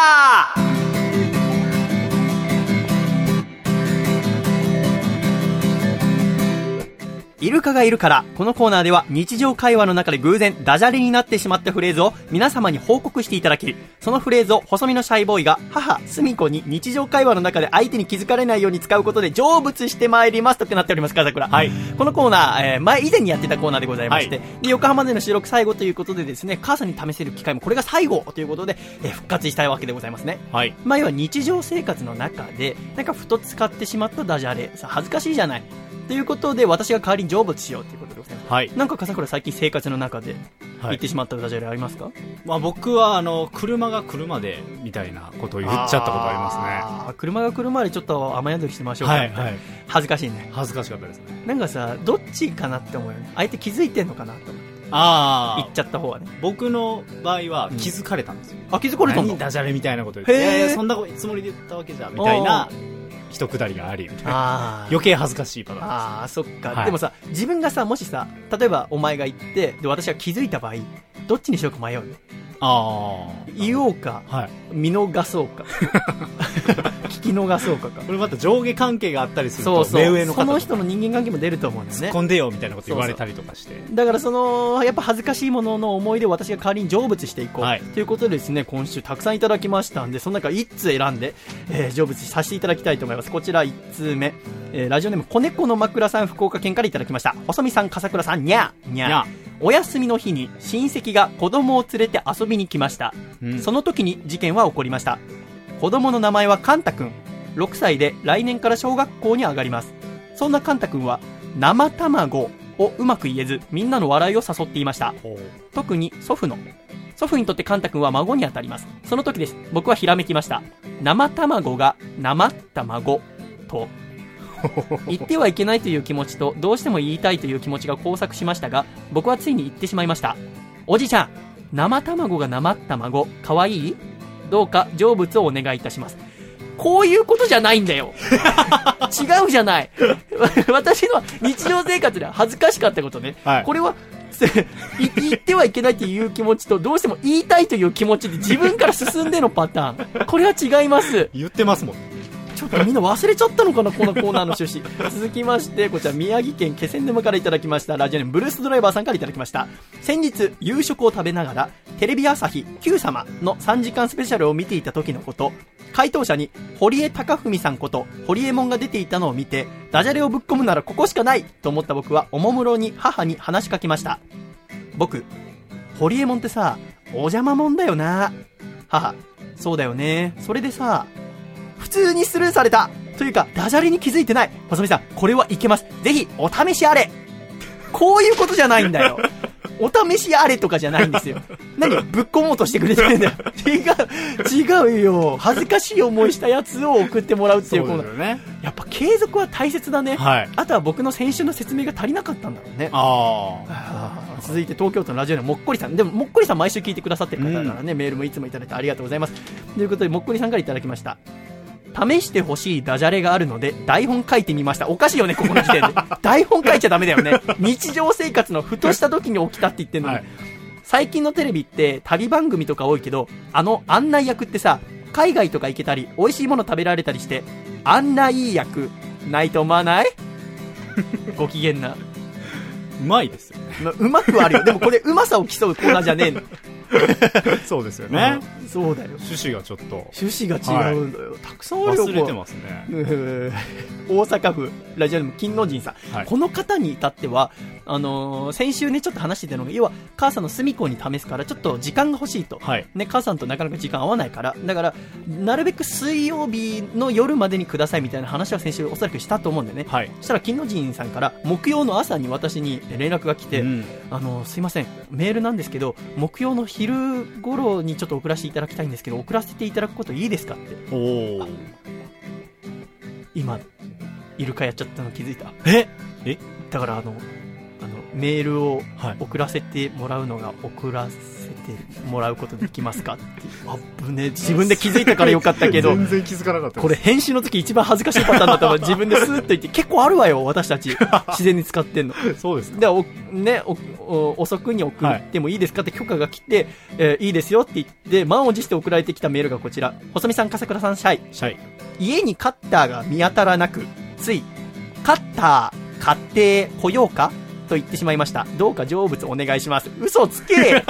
Speaker 1: イルカがいるから、このコーナーでは日常会話の中で偶然ダジャレになってしまったフレーズを皆様に報告していただき、そのフレーズを細身のシャイボーイが母、スミ子に日常会話の中で相手に気づかれないように使うことで成仏してまいりますとなっております、か桜。
Speaker 2: はい
Speaker 1: このコーナー、えー前以前にやってたコーナーでございまして、
Speaker 2: は
Speaker 1: で横浜での収録最後ということでですね、母さんに試せる機会もこれが最後ということで、えー復活したいわけでございますね。
Speaker 2: はい
Speaker 1: まあ、要は日常生活の中で、なんかふと使ってしまったダジャレ、さ恥ずかしいじゃない。ということで、私が代わりに成仏しようということでございます。
Speaker 2: はい、
Speaker 1: なんか笠倉最近生活の中で
Speaker 2: は
Speaker 1: 言っ
Speaker 2: い
Speaker 1: てしまったダジャレありますか、
Speaker 2: まあ、僕はあの車が車でみたいなことを言っちゃったことありま
Speaker 1: あー車が車でちょっと雨宿りしてまし
Speaker 2: す
Speaker 1: ょ
Speaker 2: ね
Speaker 1: うか、
Speaker 2: はいはい
Speaker 1: 恥ずかしいね
Speaker 2: 恥ずかしかったですね
Speaker 1: なんかさどっちかなって思うよね相手気づいてんのかなって思う言
Speaker 2: あ
Speaker 1: っ
Speaker 2: あ
Speaker 1: ちゃった方はね
Speaker 2: 僕の場合は
Speaker 1: うん
Speaker 2: 気づかれたんですよ、
Speaker 1: あ気づかれたんだ
Speaker 2: 何ダジャレみたいなこと言って
Speaker 1: へー
Speaker 2: いやいやそんなつもりで言ったわけじゃみたい
Speaker 1: あ
Speaker 2: な一くだりがありみたいな
Speaker 1: あー
Speaker 2: 余計恥ずかしいパターンです
Speaker 1: あーそっか、
Speaker 2: はい
Speaker 1: でもさ自分がさもしさ例えばお前が言ってで私が気づいた場合どっちにしようか迷うね
Speaker 2: ああ
Speaker 1: 言おうか
Speaker 2: はい
Speaker 1: 見逃そう か聞き逃そうかか
Speaker 2: これまた上下関係があったりする
Speaker 1: そ
Speaker 2: と
Speaker 1: うそう
Speaker 2: 目上の
Speaker 1: そ
Speaker 2: 方
Speaker 1: の
Speaker 2: と
Speaker 1: 人の人間関係も出ると思うんだよ
Speaker 2: 突っ
Speaker 1: ね
Speaker 2: 込んでよみたいなこと言われたりとかして
Speaker 1: だからそのやっぱ恥ずかしいものの思い出を私が代わりに成仏していこう、
Speaker 2: はい
Speaker 1: ということでですね今週たくさんいただきましたんでその中1通選んで、えー成仏させていただきたいと思いますこちら1通目、えーラジオネーム子猫の枕さん福岡県からいただきました細見さん笠倉さんにゃーにゃー
Speaker 2: にゃ
Speaker 1: お休みの日に親戚が子供を連れて遊びに来ました
Speaker 2: うん
Speaker 1: その時に事件は起こりました子供の名前はカンタくん6歳で来年から小学校に上がりますそんなカンタくんは生卵をうまく言えずみんなの笑いを誘っていました
Speaker 2: ほう
Speaker 1: 特に祖父の祖父にとってカンタ君は孫にあたりますその時です僕はひらめきました生卵が生卵と言ってはいけないという気持ちとどうしても言いたいという気持ちが交錯しましたが僕はついに言ってしまいましたおじいちゃん生卵が生卵かわいいどうか成仏をお願いいたしますこういうことじゃないんだ よ違うじゃない私の日常生活では恥ずかしかったことね、
Speaker 2: はい
Speaker 1: これはせい言ってはいけないという気持ちとどうしても言いたいという気持ちで自分から進んでのパターンこれは違います
Speaker 2: 言ってますもん
Speaker 1: ちょっとみんな忘れちゃったのかなこのコーナーの趣旨続きましてこちら宮城県気仙沼からいただきましたラジオネームブルースドライバーさんからいただきました先日夕食を食べながらテレビ朝日「Q 様」の3時間スペシャルを見ていた時のこと回答者に堀江貴文さんこと堀江門が出ていたのを見てダジャレをぶっ込むならここしかないと思った僕はおもむろに母に話しかけました僕堀江門ってさお邪魔もんだよな母そうだよねそれでさ普通にスルーされたというかダジャレに気づいてない細見さんこれはいけますぜひお試しあれこういうことじゃないんだよお試しあれとかじゃないんですよ。何ぶっ込もうとしてくれてるんだよ。違う、違うよ。恥ずかしい思いしたやつを送ってもらうっていうコーナー。
Speaker 2: ね
Speaker 1: やっぱ継続は大切だね。
Speaker 2: はい
Speaker 1: あとは僕の先週の説明が足りなかったんだろうね。
Speaker 2: ああ
Speaker 1: あ ー続いて東京都のラジオネームもっこりさんでももっこりさん毎週聞いてくださってる方だからね、メールもいつもいただいてありがとうございますということでもっこりさんからいただきました試してほしいダジャレがあるので台本書いてみましたおかしいよねここの時点 で台本書いちゃダメだよね日常生活のふとした時に起きたって言ってんのに、
Speaker 2: はい
Speaker 1: 最近のテレビって旅番組とか多いけどあの案内役ってさ海外とか行けたり美味しいもの食べられたりしてあんないい役ないと思わない ご機嫌な
Speaker 2: うまいです よね
Speaker 1: まあうまくはあるよ。でもこれ、うまさを競うコーナーじゃねえの。
Speaker 2: そうですよね
Speaker 1: うん。そうだよ。
Speaker 2: 趣旨がちょっと
Speaker 1: 趣旨が違うんだよ。たくさんあるよ、
Speaker 2: 忘れて
Speaker 1: こ
Speaker 2: ますね
Speaker 1: ううん大阪府、ラジオネーム、金の神さん、
Speaker 2: はい
Speaker 1: この方に至っては、あのー先週ね、ちょっと話してたのが、要は、母さんの隅っこに試すから、ちょっと時間が欲しいと。
Speaker 2: はい
Speaker 1: ね、母さんとなかなか時間合わないから、だから、なるべく水曜日の夜までにくださいみたいな話は先週おそらくしたと思うんだよね。
Speaker 2: はい
Speaker 1: そしたら、金の神さんから、木曜の朝に私に連絡が来て、
Speaker 2: うん
Speaker 1: あのすいません、メールなんですけど、木曜の昼頃にちょっと送らせていただきたいんですけど、送らせていただくこといいですかって、
Speaker 2: おお
Speaker 1: 今、イルカやっちゃったの気づいた。
Speaker 2: え
Speaker 1: だからあの、あのメールを
Speaker 2: はい
Speaker 1: 送らせてもらうのが、送らせてもらうことできます かって、あぶねえ、自分で気づいたからよかったけど。
Speaker 2: 全然気づかなかった
Speaker 1: これ編集の時一番恥ずかしいパターンだったわ自分でスーッと言って結構あるわよ私たち自然に使ってんの
Speaker 2: れそうですか
Speaker 1: でお、ね、おお遅くに送ってもいいですかって許可が来て、えーいいですよって言って満を持して送られてきたメールがこちら細見さん笠倉さんシャイ
Speaker 2: シャイ
Speaker 1: 家にカッターが見当たらなくついカッター買ってこようかと言ってしまいましたどうか成仏お願いします嘘つ け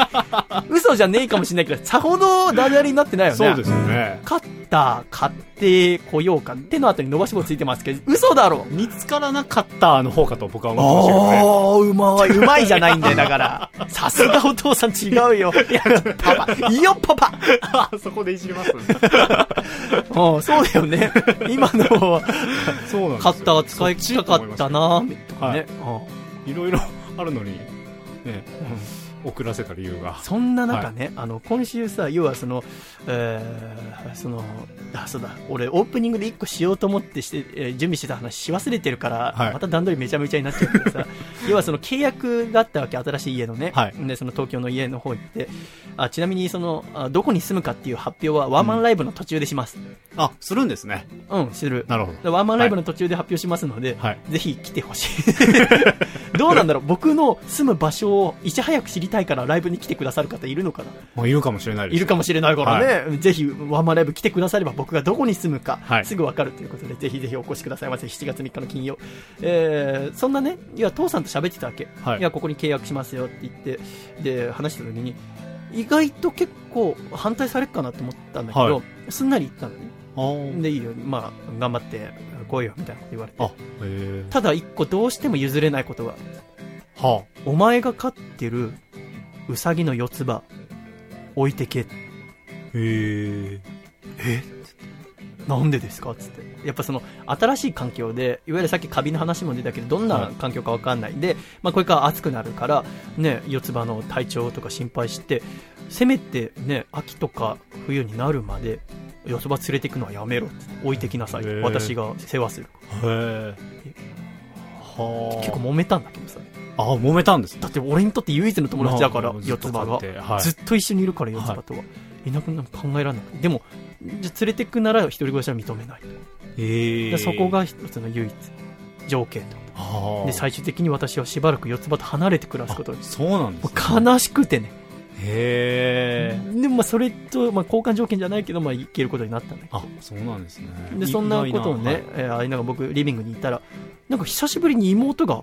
Speaker 1: 嘘じゃねえかもしれないけどさほどダジャレになってないよね
Speaker 2: そうですよね
Speaker 1: カッター買ってこようか手の後に伸ばし棒ついてますけど嘘だろ
Speaker 2: 見つからなかったの方かと僕は思いましたけどね
Speaker 1: ああ、うまい。うまいじゃないんだよ、だ から。さすがお父さん違うよ。いや、パパ。いいよ、パパ。
Speaker 2: あ ーそこでいじります
Speaker 1: うん、そうだよね。今の、
Speaker 2: そうなんですよ
Speaker 1: カッター使いたかったなとかね、うん
Speaker 2: いろいろ あるのにね 遅らせた理由が
Speaker 1: そんな中ね、あの、今週さ、要はその、えーその、あ、そうだ、俺オープニングで一個しようと思ってして、えー準備してた話し忘れてるから、
Speaker 2: はい
Speaker 1: また段取りめちゃめちゃになっちゃうから さ、要はその契約があったわけ、新しい家のね。
Speaker 2: はい
Speaker 1: で、その東京の家の方行って、あちなみにそのあ、どこに住むかっていう発表はワンマンライブの途中でします。
Speaker 2: あするんですね
Speaker 1: うん、する。
Speaker 2: なるほ
Speaker 1: でワンマンライブの途中で発表しますので、
Speaker 2: はい
Speaker 1: ぜひ来てほしい。 どうなんだろう僕の住む場所をいち早く知りたいからライブに来てくださる方いるのかな
Speaker 2: もういるかもしれないです
Speaker 1: いるかもしれないからね、ぜひワンマンライブ来てくだされば僕がどこに住むか、
Speaker 2: はい
Speaker 1: すぐわかるということで、ぜひぜひお越しくださいませ、7月3日の金曜。えーそんなね、いや、父さんと喋ってたわけ。
Speaker 2: はい
Speaker 1: や、ここに契約しますよって言って、で、話した時に、意外と結構反対されるかなと思ったんだけど、
Speaker 2: は
Speaker 1: すんなり言ったのね。
Speaker 2: あー
Speaker 1: で、いいよ、まあ、頑張って来いよ、みたいなこと言われて。
Speaker 2: あへえ
Speaker 1: ただ一個どうしても譲れないことが、
Speaker 2: は
Speaker 1: お前が飼ってるウサギの四つ葉、置いてけ
Speaker 2: あへえ
Speaker 1: なんでですかっつってやっぱその新しい環境でいわゆるさっきカビの話も出たけどどんな環境かわかんないで、まあ、これから暑くなるから、ね、四つ葉の体調とか心配してせめて、ね、秋とか冬になるまで四つ葉連れていくのはやめろっつって置いてきなさい
Speaker 2: へ
Speaker 1: と
Speaker 2: ー
Speaker 1: 私が世話する
Speaker 2: へえはあ
Speaker 1: 結構揉めたんだけどさ
Speaker 2: あ揉めたんです
Speaker 1: だって俺にとって唯一の友達だから
Speaker 2: まあ
Speaker 1: 四つ葉
Speaker 2: ずっと飼
Speaker 1: が
Speaker 2: ってはい
Speaker 1: ずっと一緒にいるから四つ葉とは、い、なくなるの考えられないでもじゃあ連れてくなら一人暮らしは認めない
Speaker 2: へ
Speaker 1: でそこが一つの唯一条件と
Speaker 2: はあ
Speaker 1: で最終的に私はしばらく四つ葉と離れて暮らすことに
Speaker 2: あそうなんで
Speaker 1: も
Speaker 2: すね
Speaker 1: う悲しくてね、
Speaker 2: へえ
Speaker 1: でもまあそれと、まあ、交換条件じゃないけど、まあ、いけることになったんだけど
Speaker 2: あそうなんですね
Speaker 1: でそんなことをね、えーありながら僕リビングにいたらなんか久しぶりに妹が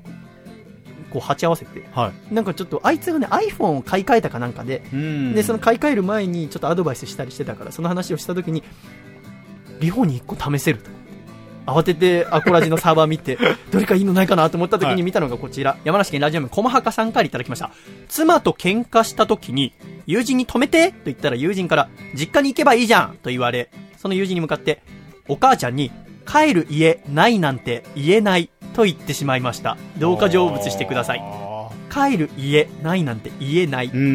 Speaker 1: こう鉢合わせて
Speaker 2: は
Speaker 1: なんかちょっとあいつがね iPhone を買い替えたかなんかで
Speaker 2: いうん
Speaker 1: でその買い替える前にちょっとアドバイスしたりしてたからその話をした時にリフォーに1個試せると慌ててアコラジのサーバー見 てどれかいいのないかなと思った時
Speaker 2: は
Speaker 1: に
Speaker 2: い
Speaker 1: 見たのがこちら、山梨県ラジオネーム駒墓さんからいただきました妻と喧嘩した時に友人に止めてと言ったら友人から実家に行けばいいじゃんと言われその友人に向かってお母ちゃんに帰る家ないなんて言えないと言ってしまいましたどうか成仏してください
Speaker 2: あー
Speaker 1: 帰る家ないなんて言えない、
Speaker 2: うんうん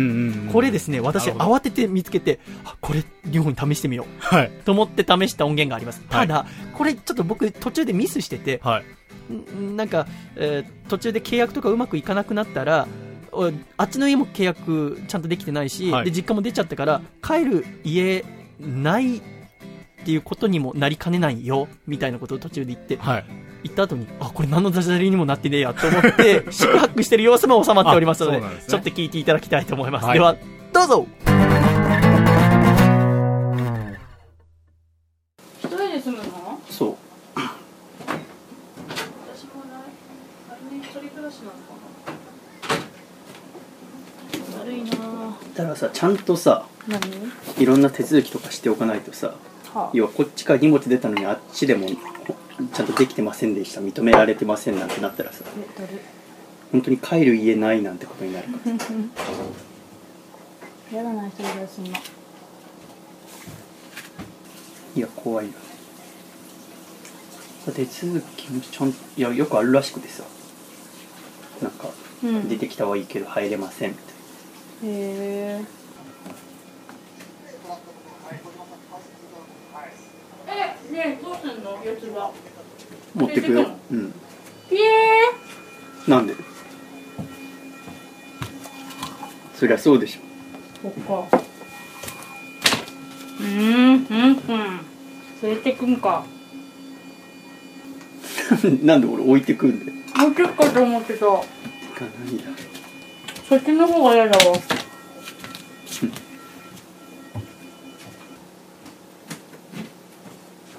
Speaker 2: うん
Speaker 1: これですね私
Speaker 2: なるほど
Speaker 1: 慌てて見つけてあこれ両方に試してみよ
Speaker 2: はい。
Speaker 1: うと思って試した音源があります
Speaker 2: は
Speaker 1: た
Speaker 2: い
Speaker 1: だ、これちょっと僕途中でミスしてて
Speaker 2: はい。
Speaker 1: んなんか、えー途中で契約とかうまくいかなくなったらおあっちの家も契約ちゃんとできてないし、
Speaker 2: はい
Speaker 1: で実家も出ちゃったから帰る家ないっていうことにもなりかねないよみたいなことを途中で言って
Speaker 2: はい。
Speaker 1: 行った後にあこれ何のダジャレにもなってねえやと思って宿泊してる様子も収まっておりますので
Speaker 2: あそうなんですね
Speaker 1: ちょっと聞いていただきたいと思います、
Speaker 2: はい
Speaker 1: ではどうぞ
Speaker 4: 一人で住むの
Speaker 1: そう
Speaker 4: 私もないあれね一人暮らしなのかな悪いな
Speaker 1: だからさちゃんとさ
Speaker 4: 何
Speaker 1: いろんな手続きとかしておかないとさ
Speaker 4: は
Speaker 1: 要はこっちから荷物出たのにあっちでもちゃんとできてませんでした認められてませんなんてなったらさ
Speaker 4: えだる
Speaker 1: 本当に帰る家ないなんてことになるから
Speaker 4: やだな一人暮らしの
Speaker 1: いや怖いよね手続きもちゃんといやよくあるらしくてさなんか
Speaker 4: うん
Speaker 1: 出てきたはいいけど入れませんみたいな
Speaker 4: へええねえどうすんの四つ葉
Speaker 1: 持ってくよ
Speaker 4: 持って、
Speaker 1: うん、
Speaker 4: ピエ
Speaker 1: なんでそりゃそうでしょ
Speaker 4: ーそっかうーんうんうん連れてくんか
Speaker 1: なんで俺置いてくんだよ
Speaker 4: 持ってくかと思ってた
Speaker 1: 行かないだろ
Speaker 4: そっちの方が嫌だわ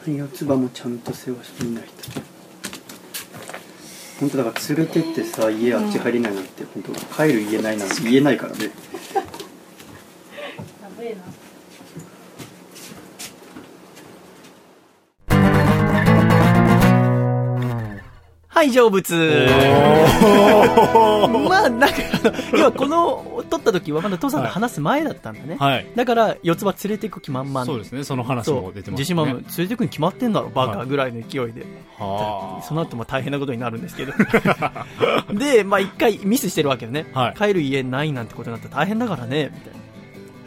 Speaker 1: 四つ葉もちゃんと世話してみないと本当だから連れてってさ家あっち入れないなんて、本当帰る家ないなんて言えないからね
Speaker 4: やべえな
Speaker 1: はい成仏 まあなんかあの要はこの撮った時はまだ父さんと話す前だったんだね、
Speaker 2: はい。
Speaker 1: だから四つ葉連れてく気満々
Speaker 2: そうですね、その話
Speaker 1: そう
Speaker 2: も出てますね。
Speaker 1: 自信満々連れてくに決まってんだろバカ
Speaker 2: はい
Speaker 1: ぐらいの勢いで、
Speaker 2: は
Speaker 1: その後も大変なことになるんですけ どでまあ一回ミスしてるわけよね、
Speaker 2: はい
Speaker 1: 帰る家ないなんてことになったら大変だからねみたい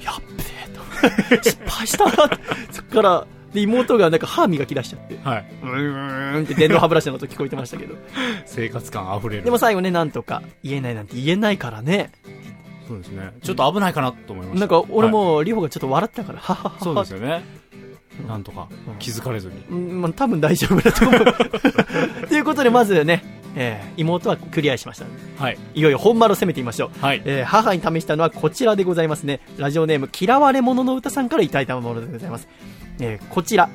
Speaker 1: なやっべえと失敗した なってそっからで妹がなんか歯磨き出しちゃって
Speaker 2: あ。はい。
Speaker 1: うんって電動歯ブラシの音聞こえてましたけ ど
Speaker 2: 生活感あふれる。
Speaker 1: でも最後ねなんとか言えないなんて言えないからね
Speaker 2: そうですね。ちょっと危ないかなと思いました。
Speaker 1: なんか俺
Speaker 2: は。
Speaker 1: もリホがちょっと笑ってたからははははい
Speaker 2: そうですよね
Speaker 1: う。ん
Speaker 2: なんとか
Speaker 1: うん
Speaker 2: 気づかれずに。
Speaker 1: うんまあ、多分大丈夫だと思う ということでまずね、えー妹はクリアしました
Speaker 2: はい。
Speaker 1: いよいよ本丸を攻めてみましょう、
Speaker 2: はい。
Speaker 1: えー母に試したのはこちらでございますねラジオネーム嫌われ者の歌さんからいただいたものでございます、えーこちら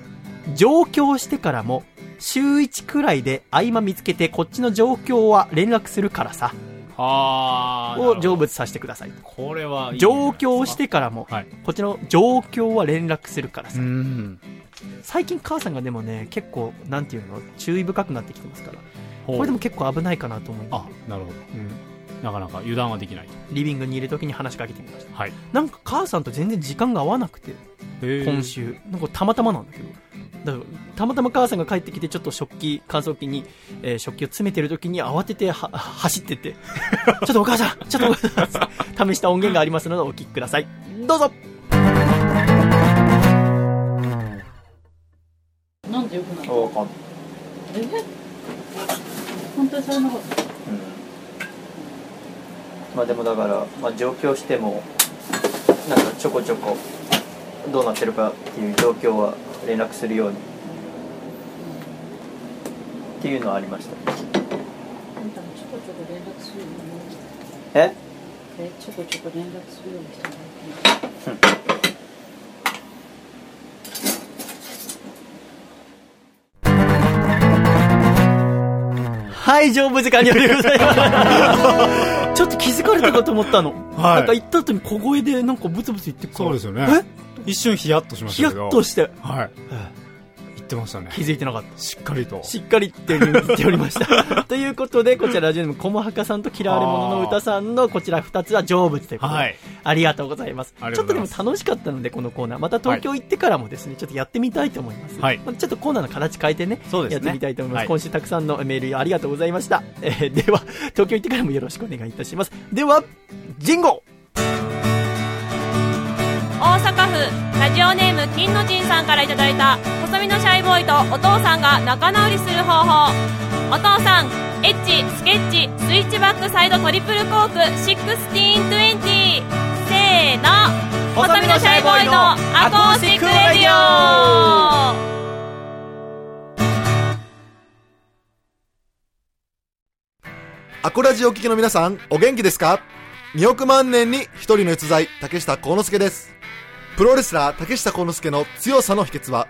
Speaker 1: 上京してからも週1くらいで合間見つけてこっちの状況は連絡するからさ
Speaker 2: はあ。なる
Speaker 1: を
Speaker 2: ほど
Speaker 1: 成仏させてください
Speaker 2: これはいい
Speaker 1: 上京してからも
Speaker 2: はい。
Speaker 1: こっちの状況は連絡するから
Speaker 2: う
Speaker 1: さ
Speaker 2: ん。
Speaker 1: 最近母さんがでもね結構なんていうの注意深くなってきてますから
Speaker 2: ほう
Speaker 1: これでも結構危ないかなと思う
Speaker 2: あ、なるほど。なかなか油断はできない。
Speaker 1: リビングにいる時に話しかけてみました
Speaker 2: はい。
Speaker 1: なんか母さんと全然時間が合わなくて今
Speaker 2: 今。
Speaker 1: 週なんかたまたまなんだけどだからたまたま母さんが帰ってきてちょっと食器乾燥機に、えー食器を詰めてる時に慌てては 走ってってちょっとお母さんちょっとお母さん 試した音源がありますのでお聞きくださいどうぞ
Speaker 5: なんでよくない
Speaker 6: わかんない。
Speaker 5: え本当にされなかった
Speaker 6: うん。まあでもだから、まあ上京しても、なんかちょこちょこ、どうなってるかっていう状況は連絡するように。っていうのはありました。
Speaker 5: みたいなちょこちょこ連絡するよね
Speaker 6: え
Speaker 5: えちょこちょこ連絡するようにしても
Speaker 1: はい丈夫時間によりござ いますちょっと気づかれたかと思ったの、
Speaker 2: はい
Speaker 1: なんか行った後に小声でなんかブツブツ言ってくから
Speaker 2: そうですよね。一瞬ヒヤッとしまし
Speaker 1: ヒヤ
Speaker 2: たけど。
Speaker 1: ッとして
Speaker 2: はい。言ってってましたね
Speaker 1: 気づいてなかった
Speaker 2: しっかりと
Speaker 1: しっかりって言っておりました ということでこちらラジオネームこもはかさんと嫌われ者の歌さんのこちら2つは成仏ということで、
Speaker 2: はい
Speaker 1: ありがとうございます
Speaker 2: あり
Speaker 1: ち
Speaker 2: が
Speaker 1: ょ
Speaker 2: と
Speaker 1: っと
Speaker 2: うご
Speaker 1: で
Speaker 2: ざい
Speaker 1: も
Speaker 2: ます
Speaker 1: 楽しかったのでこのコーナーまた東京行ってからもですね、ちょっとやってみたいと思います、
Speaker 2: はい
Speaker 1: まあちょっとコーナーの形変えてね
Speaker 2: そうです
Speaker 1: や
Speaker 2: ね
Speaker 1: ってみたいと思います、
Speaker 2: はい
Speaker 1: 今週たくさんのメールありがとうございました、えーでは東京行ってからもよろしくお願いいたしますではジンゴ
Speaker 4: 大阪府ラジオネーム金の神さんからいただいた細身のシャイボーイとお父さんが仲直りする方法お父さんエッチスケッチスイッチバックサイドトリプルコーク1620せーの細身のシャイボーイのアコースティックレディオ
Speaker 7: アコラジオお聞きの皆さん、お元気ですか ?2 億万年に一人の逸材、竹下幸之助です。プロレスラー竹下幸之助の強さの秘訣は、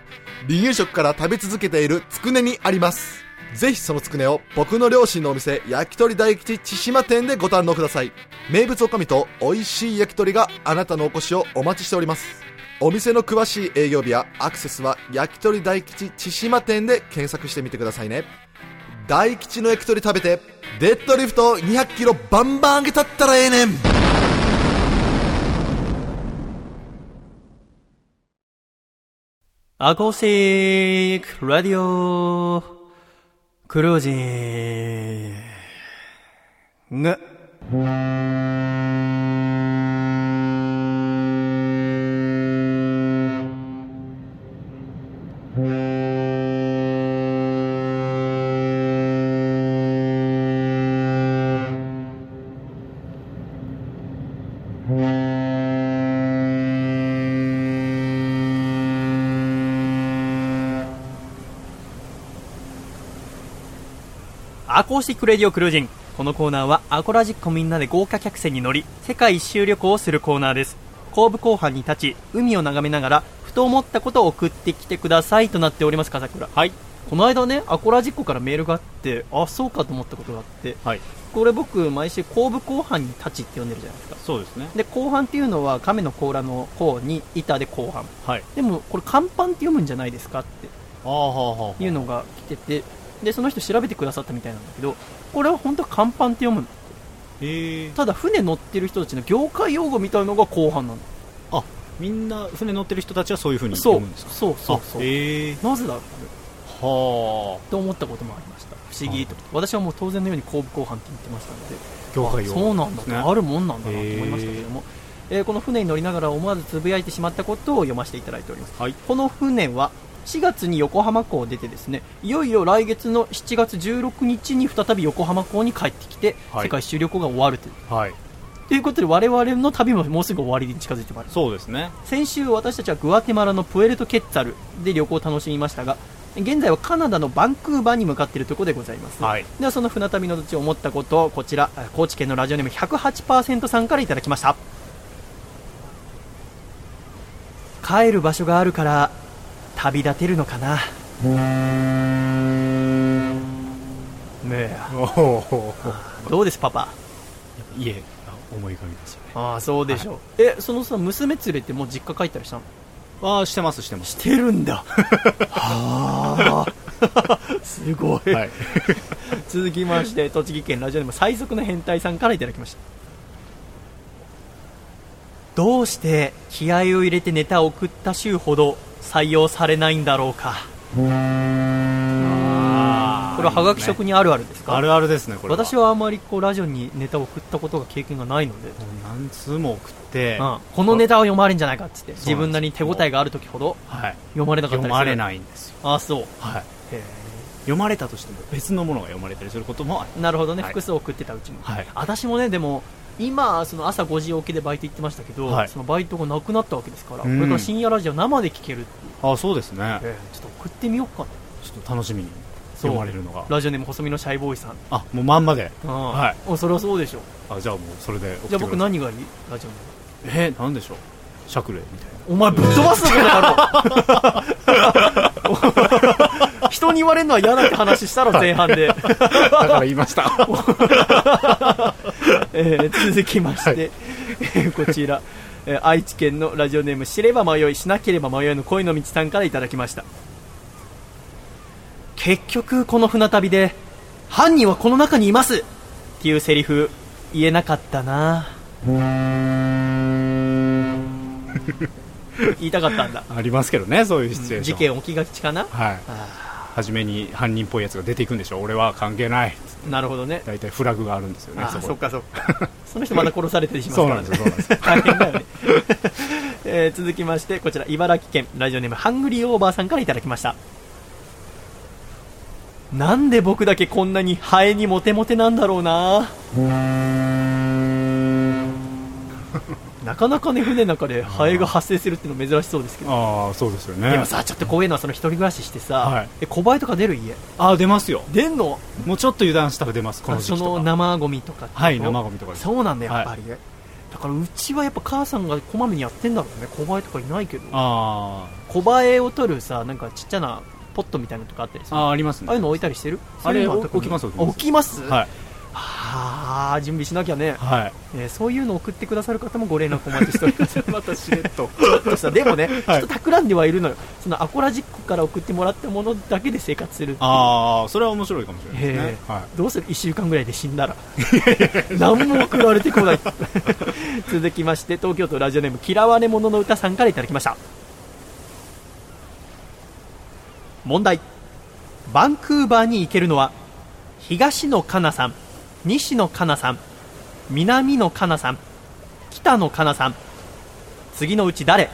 Speaker 7: 離乳食から食べ続けているつくねにあります。ぜひそのつくねを僕の両親のお店、焼き鳥大吉千島店でご堪能ください。名物おかみと美味しい焼き鳥があなたのお越しをお待ちしております。お店の詳しい営業日やアクセスは焼き鳥大吉千島店で検索してみてくださいね。大吉の焼き鳥食べてデッドリフト200キロバンバン上げたったらええねん
Speaker 1: アコースティックラディオクルージングアコースティックレディオクルージンこのコーナーはアコラジックみんなで豪華客船に乗り世界一周旅行をするコーナーです後部後半に立ち海を眺めながらふと思ったことを送ってきてくださいとなっております笠倉はいこの間ねアコラジックからメールがあってあそうかと思ったことがあって
Speaker 2: はい
Speaker 1: これ僕毎週後部後半に立ちって呼んでるじゃないですか
Speaker 2: そうですね
Speaker 1: で後半っていうのは亀の甲羅の甲に板で後半
Speaker 2: はい
Speaker 1: でもこれ甲板って読むんじゃないですかって
Speaker 2: ああはあはあはあ
Speaker 1: いうのが来ててでその人調べてくださったみたいなんだけどこれは本当は甲板って読むの
Speaker 2: へえ
Speaker 1: ただ船乗ってる人たちの業界用語みたいのが後半なの
Speaker 2: あみんな船乗ってる人たちはそういうふうに
Speaker 1: そ
Speaker 2: 読
Speaker 1: う
Speaker 2: むんですか
Speaker 1: そうそうそう、
Speaker 2: あへえ
Speaker 1: なぜだろうね
Speaker 2: は
Speaker 1: と思ったこともありました不思議と、私はもう当然のように後部後半って言ってましたので
Speaker 2: あ業界用
Speaker 1: そうなんだと、
Speaker 2: ね
Speaker 1: あるもんなんだなと思いましたけれども、えーこの船に乗りながら思わずつぶやいてしまったことを読ませていただいております、
Speaker 2: はい
Speaker 1: この船は4月に横浜港を出てですねいよいよ来月の7月16日に再び横浜港に帰ってきて、
Speaker 2: はい
Speaker 1: 世界一周旅行が終わるという
Speaker 2: はい
Speaker 1: ということで我々の旅ももうすぐ終わりに近づいてまいります
Speaker 2: そうですね
Speaker 1: 先週私たちはグアテマラのプエルト・ケッツァルで旅行を楽しみましたが現在はカナダのバンクーバーに向かっているところでございます、
Speaker 2: はい
Speaker 1: ではその船旅のうち思ったことをこちらえー高知県のラジオネーム108%さんからいただきました帰る場所があるから旅立てるのかなね
Speaker 2: おお
Speaker 1: えどうですパパ
Speaker 2: いえあ思い浮かびますよね
Speaker 1: ああそうでしょう、えそのさ娘連れてもう実家帰ったりしたの
Speaker 2: ああしてますしてます
Speaker 1: してるんだ はあすごい、
Speaker 2: はい
Speaker 1: 続きまして栃木県ラジオネーム最速の変態さんからいただきましたどうして気合を入れてネタを送った週ほど採用されないんだろうかこ
Speaker 2: こ
Speaker 1: れはハガキ職にあるあるですか
Speaker 2: あるあるですねこれ
Speaker 1: 私はあまりこうラジオにネタを送ったことが経験がないので、
Speaker 2: もう何通も送って、
Speaker 1: うんこのネタは読まれるんじゃないかっつって
Speaker 2: す
Speaker 1: 自分なりに手応えがある時ほど
Speaker 2: はい
Speaker 1: 読まれなかったり
Speaker 2: 読
Speaker 1: する
Speaker 2: まれないんですよ、
Speaker 1: ああそう
Speaker 2: はい、
Speaker 1: へ
Speaker 2: 読まれたとしても別のものが読まれたりすることもある
Speaker 1: えなるほどね、
Speaker 2: はい
Speaker 1: 複数送ってたうちの、
Speaker 2: はい
Speaker 1: 私もねでも今その朝5時起きでバイト行ってましたけど、
Speaker 2: はい
Speaker 1: そのバイトがなくなったわけですから、
Speaker 2: うん
Speaker 1: これから深夜ラジオ生で聞けるっていう、
Speaker 2: あそうですね
Speaker 1: ええちょっと送ってみようかな
Speaker 2: ちょっと楽しみに
Speaker 1: そう
Speaker 2: 読まれるのが
Speaker 1: ラジオネーム細身のシャイボーイさん、
Speaker 2: あもうまんまで
Speaker 1: うん
Speaker 2: はい
Speaker 1: おそれはそうでしょう
Speaker 2: あじゃあもうそれで送って
Speaker 1: じゃあ
Speaker 2: く
Speaker 1: 僕
Speaker 2: ださい
Speaker 1: 何がいいラジオネーム
Speaker 2: えー、なんでしょうシャクレみたいな
Speaker 1: お前ぶっ飛ばすぞこの 野郎人に言われるのは嫌だって話したろ前半で
Speaker 2: だから言いま した
Speaker 1: えー続きまして、
Speaker 2: はい
Speaker 1: えー こちら、えー愛知県のラジオネーム知れば迷いしなければ迷いの恋の道さんからいただきました結局この船旅で犯人はこの中にいますっていうセリフ言えなかった な言いたかったんだ
Speaker 2: ありますけどねそういうシチュエーシ
Speaker 1: 事
Speaker 2: ョン
Speaker 1: 件起きがちかな
Speaker 2: はい初めに犯人っぽいやつが出ていくんでしょ俺は関係ない
Speaker 1: なるほどね
Speaker 2: 大体フラグがあるんですよね
Speaker 1: ああ
Speaker 2: こ
Speaker 1: そっかそっかその人まだ殺されてしま
Speaker 2: そう
Speaker 1: う
Speaker 2: な
Speaker 1: から
Speaker 2: んです
Speaker 1: ね
Speaker 2: よそうなんですよ
Speaker 1: 大変だよね、 えー続きましてこちら茨城県ラジオネームハングリーオーバーさんからいただきましたなんで僕だけこんなにハエにモテモテなんだろう ななかなかね船の中でハエが発生するっていうの珍しそうですけど
Speaker 2: ああそうですよ
Speaker 1: で
Speaker 2: ね
Speaker 1: もさちょっと怖いのはその一人暮らししてさ、
Speaker 2: はい
Speaker 1: え小林とか出る家
Speaker 2: ああ出ますよ
Speaker 1: 出んの
Speaker 2: もうちょっと油断したら出ますこの時
Speaker 1: そ
Speaker 2: 期と
Speaker 1: の
Speaker 2: か
Speaker 1: 生ゴミとかってうの
Speaker 2: はい生ゴミとかです
Speaker 1: そうなんだやっぱり、だからうちはやっぱ母さんがこまめにやってんだろうね小バエとかいないけど
Speaker 2: あ
Speaker 1: 小バエを取るさなんかちっちゃなポットみたいなのとかあったりす
Speaker 2: あ
Speaker 1: るあ
Speaker 2: ああありますね
Speaker 1: あいうの置いたりしてる
Speaker 2: あれ
Speaker 1: そういうのは特に
Speaker 2: 置きます置き
Speaker 1: あ
Speaker 2: ま
Speaker 1: 置
Speaker 2: す
Speaker 1: きます
Speaker 2: はい
Speaker 1: はあ準備しなきゃね、
Speaker 2: はい
Speaker 1: えーそういうの送ってくださる方もご連絡お待ちしております またしれっと ちょっとさでもね、ちょっと企んではいるのよそのアコラジックから送ってもらったものだけで生活するっていう
Speaker 2: ああそれは面白いかもしれないです
Speaker 1: え
Speaker 2: ね
Speaker 1: え
Speaker 2: は
Speaker 1: どうする1週間ぐらいで死んだら 何も送られてこない 続きまして東京都ラジオネーム嫌われ者の歌さんからいただきました問題バンクーバーに行けるのは東野カナさん西野カナさん南野カナさん北野カナさん次のうち誰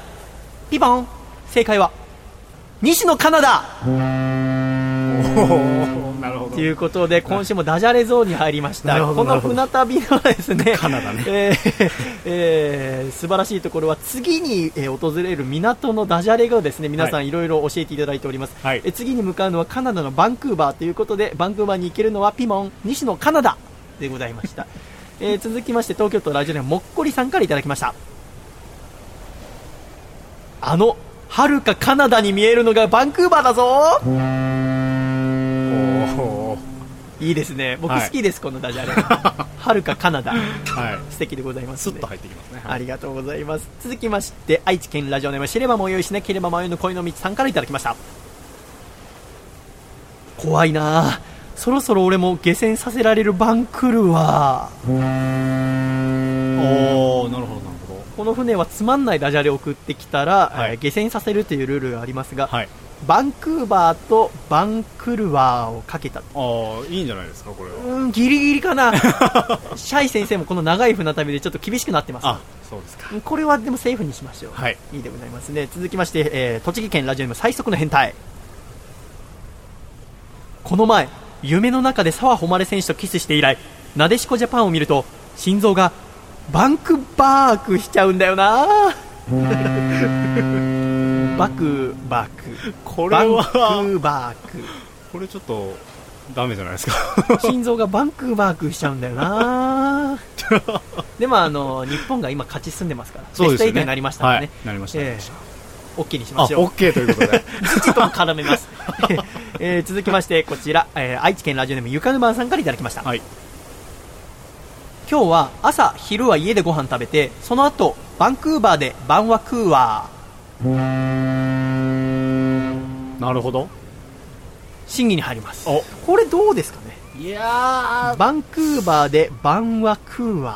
Speaker 1: ピボン正解は西野カナだ
Speaker 2: いなるほど
Speaker 1: ということで今週もダジャレゾーンに入りまし
Speaker 2: な
Speaker 1: た
Speaker 2: るほど
Speaker 1: この船旅のですね
Speaker 2: カナダね
Speaker 1: えーえー素晴らしいところは次にえー訪れる港のダジャレがですね皆さ
Speaker 2: は
Speaker 1: んいろいろ教えていただいております、
Speaker 2: はい
Speaker 1: えー次に向かうのはカナダのバンクーバーということでバンクーバーに行けるのはピモン西のカナダでございま した、えー続きまして東京都ラジオネームもっこりさんからいただきましたあのはるかカナダに見えるのがバンクーバーだぞ
Speaker 2: おー
Speaker 1: いいですね僕
Speaker 2: はい
Speaker 1: 好きです、このダジャレはるかカナダ
Speaker 2: はい
Speaker 1: 素敵でございます
Speaker 2: ス
Speaker 1: ね、
Speaker 2: ッと入ってきますね
Speaker 1: ありがとうございます続きまして愛知県ラジオネーム知れば迷いしなければ迷いの恋の道さんからいただきました怖いなあそろそろ俺も下船させられる番来るわ
Speaker 2: おおなるほどなるほ
Speaker 1: この船はつまんないダジャレを送ってきたら、
Speaker 2: はい
Speaker 1: えー下船させるというルールがありますが、
Speaker 2: どはい
Speaker 1: バンクーバーとバンクルワーをかけた
Speaker 2: ああいいんじゃないですかこれは
Speaker 1: うーんギリギリか なシャイ先生もこの長い船旅でちょっと厳しくなってます
Speaker 2: あそうですか
Speaker 1: これはでもセーフにしましょう、
Speaker 2: はい
Speaker 1: い、いでございますね続きまして、えー栃木県ラジオネーム最速の変態この前夢の中で澤穂希選手とキスして以来なでしこジャパンを見ると心臓がバンクバークしちゃうんだよなバクバク
Speaker 2: これは
Speaker 1: バンクバーク
Speaker 2: これちょっとダメじゃないですか
Speaker 1: 心臓がバンクーバークしちゃうんだよなでもあの日本が今勝ち進んでますから
Speaker 2: そうですよ
Speaker 1: ベスト
Speaker 2: ね
Speaker 1: 8になりましたから
Speaker 2: は
Speaker 1: ね
Speaker 2: い、なりましたね
Speaker 1: ええ OK にし
Speaker 2: あ
Speaker 1: ま
Speaker 2: オ
Speaker 1: しょう
Speaker 2: ッケーということ で
Speaker 1: 土とも絡めます えー続きましてこちら、えー愛知県ラジオネームゆかぬまんさんからいただきました、
Speaker 2: はい
Speaker 1: 今日は朝昼は家でご飯食べてその後バンクーバーでバンワクーワー
Speaker 2: なるほど
Speaker 1: 審議に入ります
Speaker 2: お
Speaker 1: これどうですかね
Speaker 2: いやーあ
Speaker 1: バンクーバーでバンワクーワ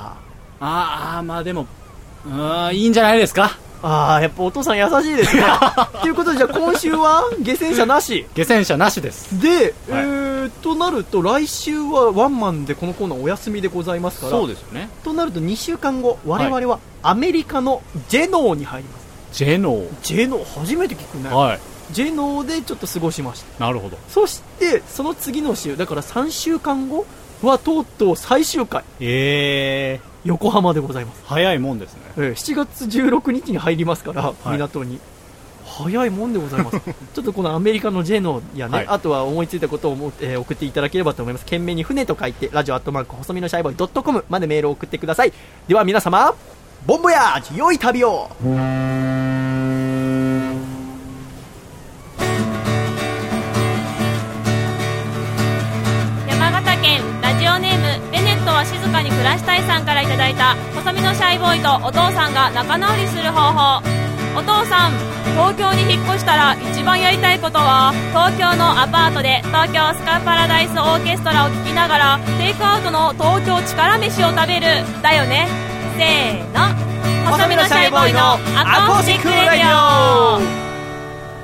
Speaker 1: ー
Speaker 2: あーまあでもうーんいいんじゃないですか
Speaker 1: ああやっぱお父さん優しい ですねということでじゃあ今週は下船者なし
Speaker 2: 下船者なしです
Speaker 1: で、え
Speaker 2: はい
Speaker 1: ー、となると来週はワンマンでこのコーナーお休みでございますから
Speaker 2: ですよね
Speaker 1: となると2週間後我々はアメリカのジェノーに入ります、
Speaker 2: ジェノ
Speaker 1: ジェノー初めて聞くね
Speaker 2: ーはい
Speaker 1: ジェノーでちょっと過ごしました
Speaker 2: なるほど
Speaker 1: そしてその次の週だから3週間後はとうとう最終回
Speaker 2: ええ
Speaker 1: 横浜でございます、
Speaker 2: 早いもんですね
Speaker 1: えー7月16日に入りますから、
Speaker 2: い
Speaker 1: 港に早いもんでございます ちょっとこのアメリカのジェノーやね、
Speaker 2: はい
Speaker 1: あとは思いついたことをも、えー送っていただければと思います懸命に船と書いてラジオアットマーク細身のシャイボーイドットコムまでメールを送ってくださいでは皆様ボンボヤージ良い旅を
Speaker 4: 山形県ラジオネームベネットは静かに暮らしたいさんからいただいた細身のシャイボーイとお父さんが仲直りする方法お父さん東京に引っ越したら一番やりたいことは東京のアパートで東京スカパラダイスオーケストラを聴きながらテイクアウトの東京力飯を食べるだよねせーの細身のシャイボーイのアコースティックレディオ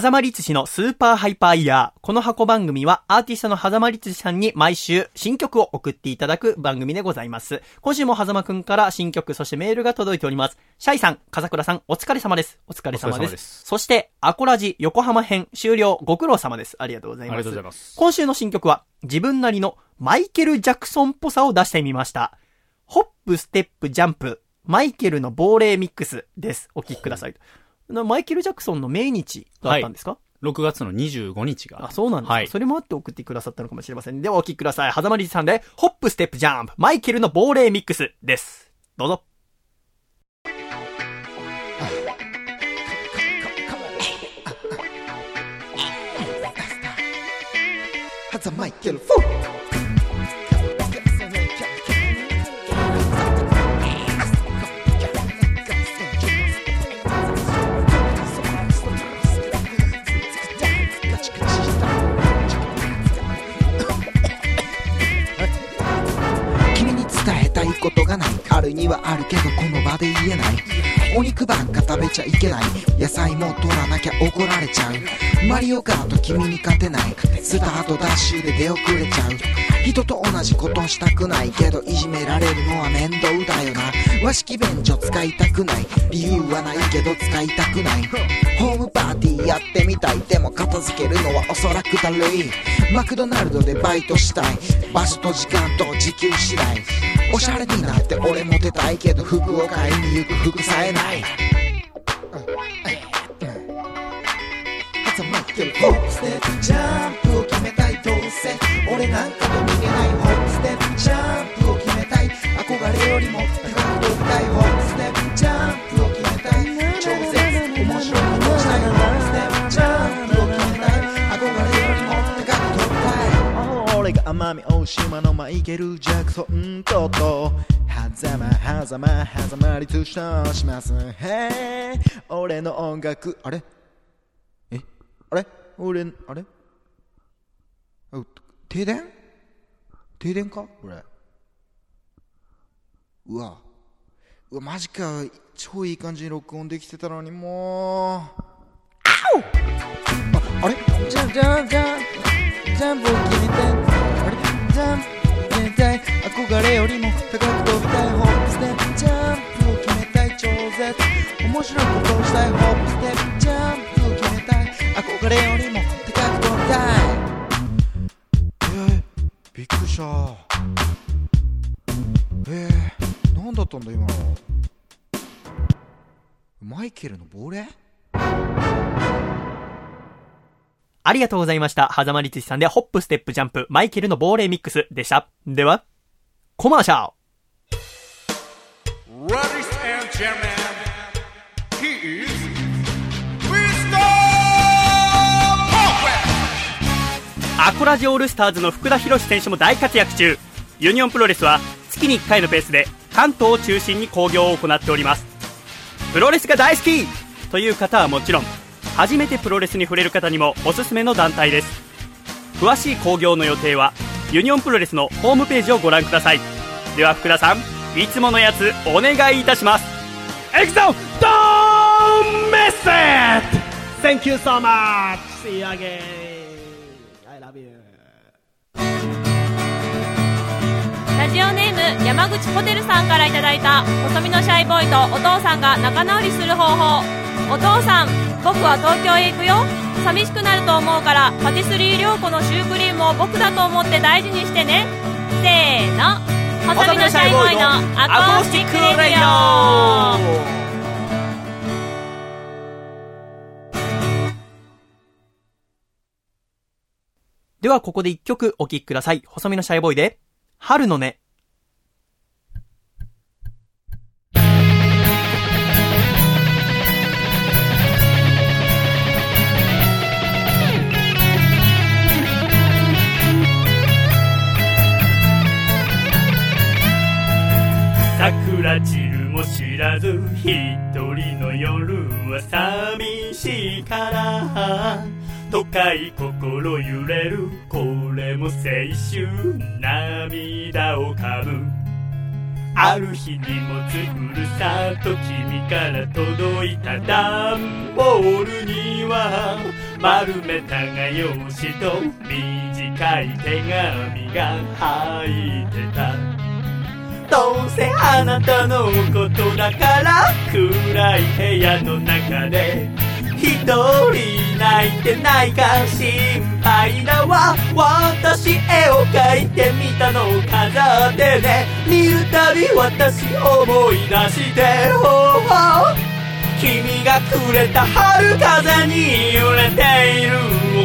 Speaker 1: 狭間律師のスーパーハイパーイヤー。この箱番組はアーティストの狭間律師さんに毎週新曲を送っていただく番組でございます。今週も狭間くんから新曲、そしてメールが届いております。シャイさん、風倉さん、お疲れ様です。お疲れ様
Speaker 2: お
Speaker 1: で
Speaker 2: 疲
Speaker 1: す。
Speaker 2: れ様です
Speaker 1: そして、アコラジ横浜編終了ご苦労様です。ありがとうございます。
Speaker 2: ありがとうございます
Speaker 1: 今週の新曲は自分なりのマイケル・ジャクソンっぽさを出してみました。ホップ、ステップ、ジャンプ、マイケルの亡霊ミックスです。お聴きください。なマイケル・ジャクソンの命日があったんですか、
Speaker 2: 6月の25日が。
Speaker 1: あ、そうなんですか、
Speaker 2: はい
Speaker 1: それもあって送ってくださったのかもしれません。ではお聴きください。はざまりじさんで、ホップ、ステップ、ジャンプ、マイケルの亡霊ミックスです。どうぞ。
Speaker 8: はざマイケルフォ君に伝えたいことがないあるにはあるけどこの場で言えないお肉ばっか食べちゃいけない野菜も取らなきゃ怒られちゃうマリオカート君に勝てないスタートダッシュで出遅れちゃう人と同じことしたくないけどいじめられるのは面倒だよな和式便所使いたくない理由はないけど使いたくないホームパーティーやってみたいでも片付けるのはおそらくだるいマクドナルドでバイトしたい場所と時間と時給次第おしゃれになって俺モテたいけど服を買いに行く服さえない挟まってるホップステップジャンプを決めたいどうせ俺なんかと逃げないホップステップジャンプを決めたい憧れよりも高く飛びたいホップステップジャンプを決めたい超絶面白く持ちたいホップステップジャンプを決めたい憧れよりも高く飛びたい俺が奄美大島のマイケル・ジャクソンこと狭間狭間狭間律師とします Hey 俺の音楽あれえあれ俺あれあ停電停電かこれうわうわマジか超いい感じに録音できてたのにもうああれじゃんじゃんじゃんジャンプを決めたいあれジャンプ決めたい憧れよりも高く飛びたいホップステップジャンプを決めたい超絶面白いことをしたいホップステップジャンプを決めたい憧れよりも高く飛びたいえー、びっくりしたえー、何だったんだ今のマイケルの亡霊
Speaker 1: ありがとうございました。狭間律師さんで、ホップ、ステップ、ジャンプ、マイケルの亡霊ミックスでした。では、コマーシャル
Speaker 9: Ladies and gentlemen, he is Mr. Perfect.
Speaker 1: アコラジオールスターズの福田博選手も大活躍中ユニオンプロレスは月に1回のペースで関東を中心に興行を行っておりますプロレスが大好きという方はもちろん初めてプロレスに触れる方にもおすすめの団体です詳しい興行の予定はユニオンプロレスのホームページをご覧くださいでは福田さんいつものやつお願いいたしますエクゾンドーンメッセージ
Speaker 10: Thank you so much. See you again. I love you.
Speaker 4: ラジオネーム山口ホテルさんからいただいた細身のシャイボーイとお父さんが仲直りする方法お父さん僕は東京へ行くよ寂しくなると思うからパティスリー良子のシュークリームを僕だと思って大事にしてねせーの細身のシャイボーイのアコースティックレディオ
Speaker 1: ではここで一曲お聴きください。細身のシャイボーイで、春のね。
Speaker 3: 桜散るも知らず一人の夜は寂しいから都会心揺れるこれも青春涙をかむある日荷物ふるさと君から届いた段ボールには丸めた画用紙と短い手紙が入ってたどうせあなたのことだから暗い部屋の中で一人泣いてないか心配だわ私絵を描いてみたのを飾ってね見るたび私思い出してほう君がくれた春風に揺れている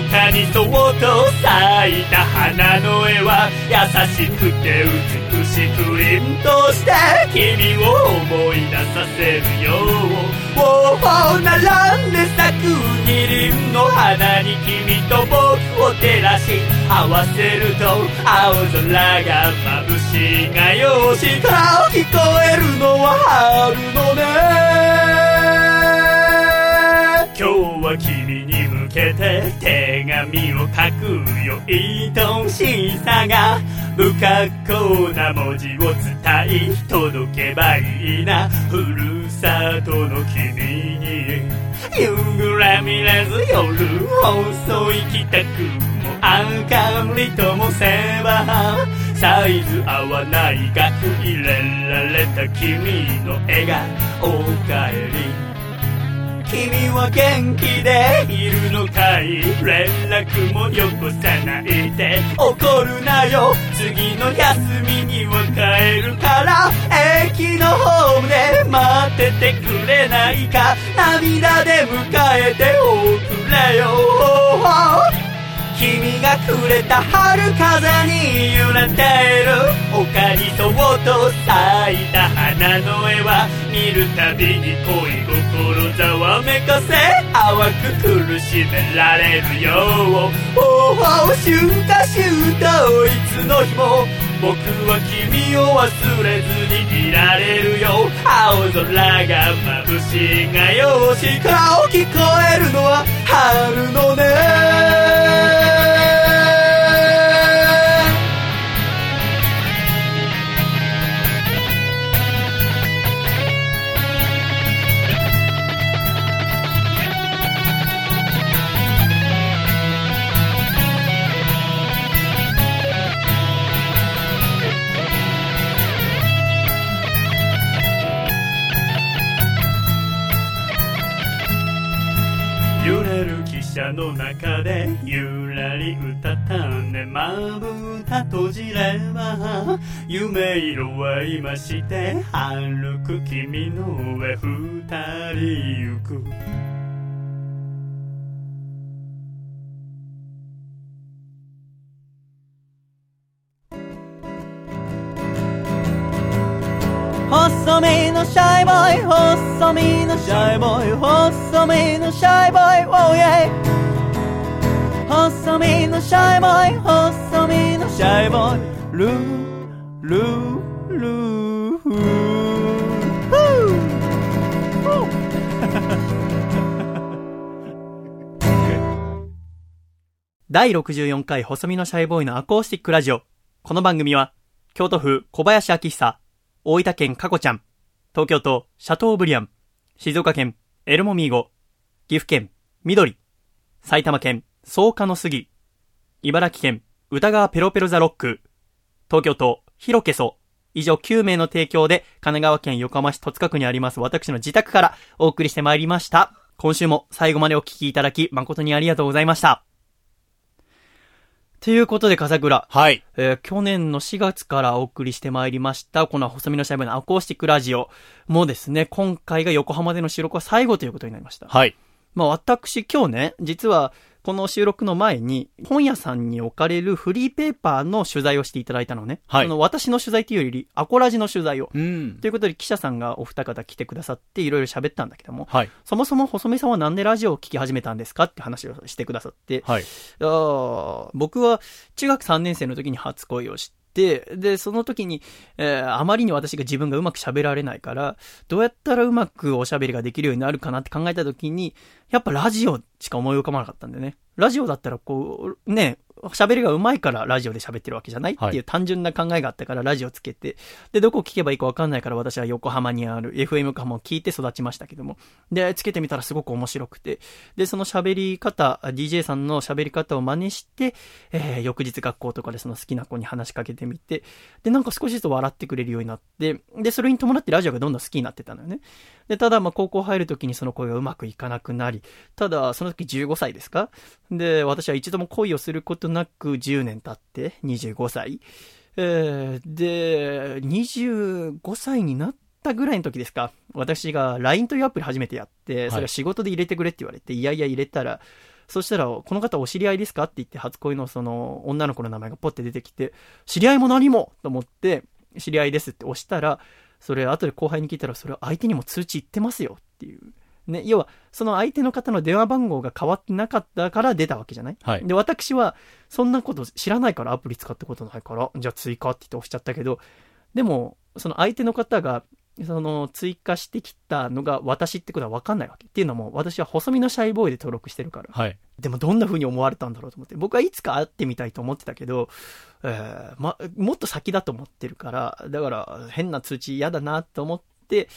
Speaker 3: 丘にそっと咲いた花の絵は優しくて美しく凛として君を思い出させるよおお並んで咲く二輪の花に君と僕を照らし合わせると青空が眩しいがよしから聞こえるのは春のね今日は君に向けて手紙を書くよ愛しさが不格好な文字を伝い届けばいいなふるさとの君に夕暮れ見れず夜遅い帰宅も明かりともせばサイズ合わないが入れられた君の絵がおかえり君は元気でいるのかい連絡もよこさないで怒るなよ次の休みには帰るから駅のホームで待っててくれないか涙で迎えておくれよ君がくれた春風に揺れている丘にそっと咲いた花の絵は見るたびに恋心ざわめかせ淡く苦しめられるよおお春夏秋冬いつの日も僕は君を忘れずにいられるよ青空が眩しいがよし顔聞こえるのは春の音揺れる汽車の中でゆらりうたたねまぶた閉じれば夢色は今して歩く君の上二人行く
Speaker 1: 細身のシャイボーイ細身のシャイボーイ細身のシャイボーイ oh yeah 細身のシャイボーイ細身のシャイボーイルールールーふー第64回細身のシャイボーイのアコースティックラジオ。この番組は、京都府小林明久、大分県カコちゃん、東京都シャトーブリアン、静岡県エルモミーゴ、岐阜県緑、埼玉県草加の杉、茨城県歌川ペロペロザロック、東京都広けそ、以上9名の提供で神奈川県横浜市戸塚区にあります私の自宅からお送りしてまいりました。今週も最後までお聞きいただき、誠にありがとうございました。ということで、笠倉。
Speaker 2: はい。
Speaker 1: えー去年の4月からお送りしてまいりました、この細身のシャイボーイのアコースティックラジオもですね、今回が横浜での収録は最後ということになりました。
Speaker 2: はい。
Speaker 1: まあ私今日ね、実はこの収録の前に本屋さんに置かれるフリーペーパーの取材をしていただいたのね。
Speaker 2: はい
Speaker 1: その私の取材というより、アコラジの取材を。
Speaker 2: うん。
Speaker 1: ということで記者さんがお二方来てくださっていろいろ喋ったんだけども、
Speaker 2: はい。
Speaker 1: そもそも細見さんはなんでラジオを聞き始めたんですかって話をしてくださって、
Speaker 2: は
Speaker 1: あ
Speaker 2: い。
Speaker 1: ー僕は中学3年生の時に初恋をして、で、その時に、えーあまりに私が自分がうまく喋られないから、どうやったらうまくおしゃべりができるようになるかなって考えた時に、やっぱラジオしか思い浮かばなかったんでね。ラジオだったらこう、ね、喋りがうまいからラジオで喋ってるわけじゃないって
Speaker 2: はい
Speaker 1: いう単純な考えがあったからラジオつけて、で、どこ聞けばいいかわかんないから私は横浜にある FM 横浜を聞いて育ちましたけども、で、つけてみたらすごく面白くて、で、その喋り方、DJ さんの喋り方を真似して、えー翌日学校とかでその好きな子に話しかけてみて、で、なんか少しずつ笑ってくれるようになって、で、それに伴ってラジオがどんどん好きになってったのよね。で、ただ、まあ、高校入るときにその恋がうまくいかなくなり、ただ、その時15歳ですかで、私は一度も恋をすることなく10年経って、25歳。えーで、25歳になったぐらいの時ですか、私が LINE というアプリ初めてやって、それは仕事で入れてくれって言われて、いやいや入れたら、そしたら、この方お知り合いですかって言って、初恋のその女の子の名前がポッて出てきて、知り合いも何もと思って、知り合いですって押したら、それ後で後輩に聞いたら、それ相手にも通知いってますよっていう。ね、要は、その相手の方の電話番号が変わってなかったから出たわけじゃない、
Speaker 2: はい
Speaker 1: で、私は、そんなこと知らないからアプリ使ったことないから、じゃあ追加って言って押しちゃったけど、でも、その相手の方が、その追加してきたのが私ってことは分かんないわけ。っていうのも、私は細身のシャイボーイで登録してるから。
Speaker 2: はい。
Speaker 1: でもどんな風に思われたんだろうと思って、僕はいつか会ってみたいと思ってたけど、えーま、もっと先だと思ってるから、だから変な通知嫌だなと思って、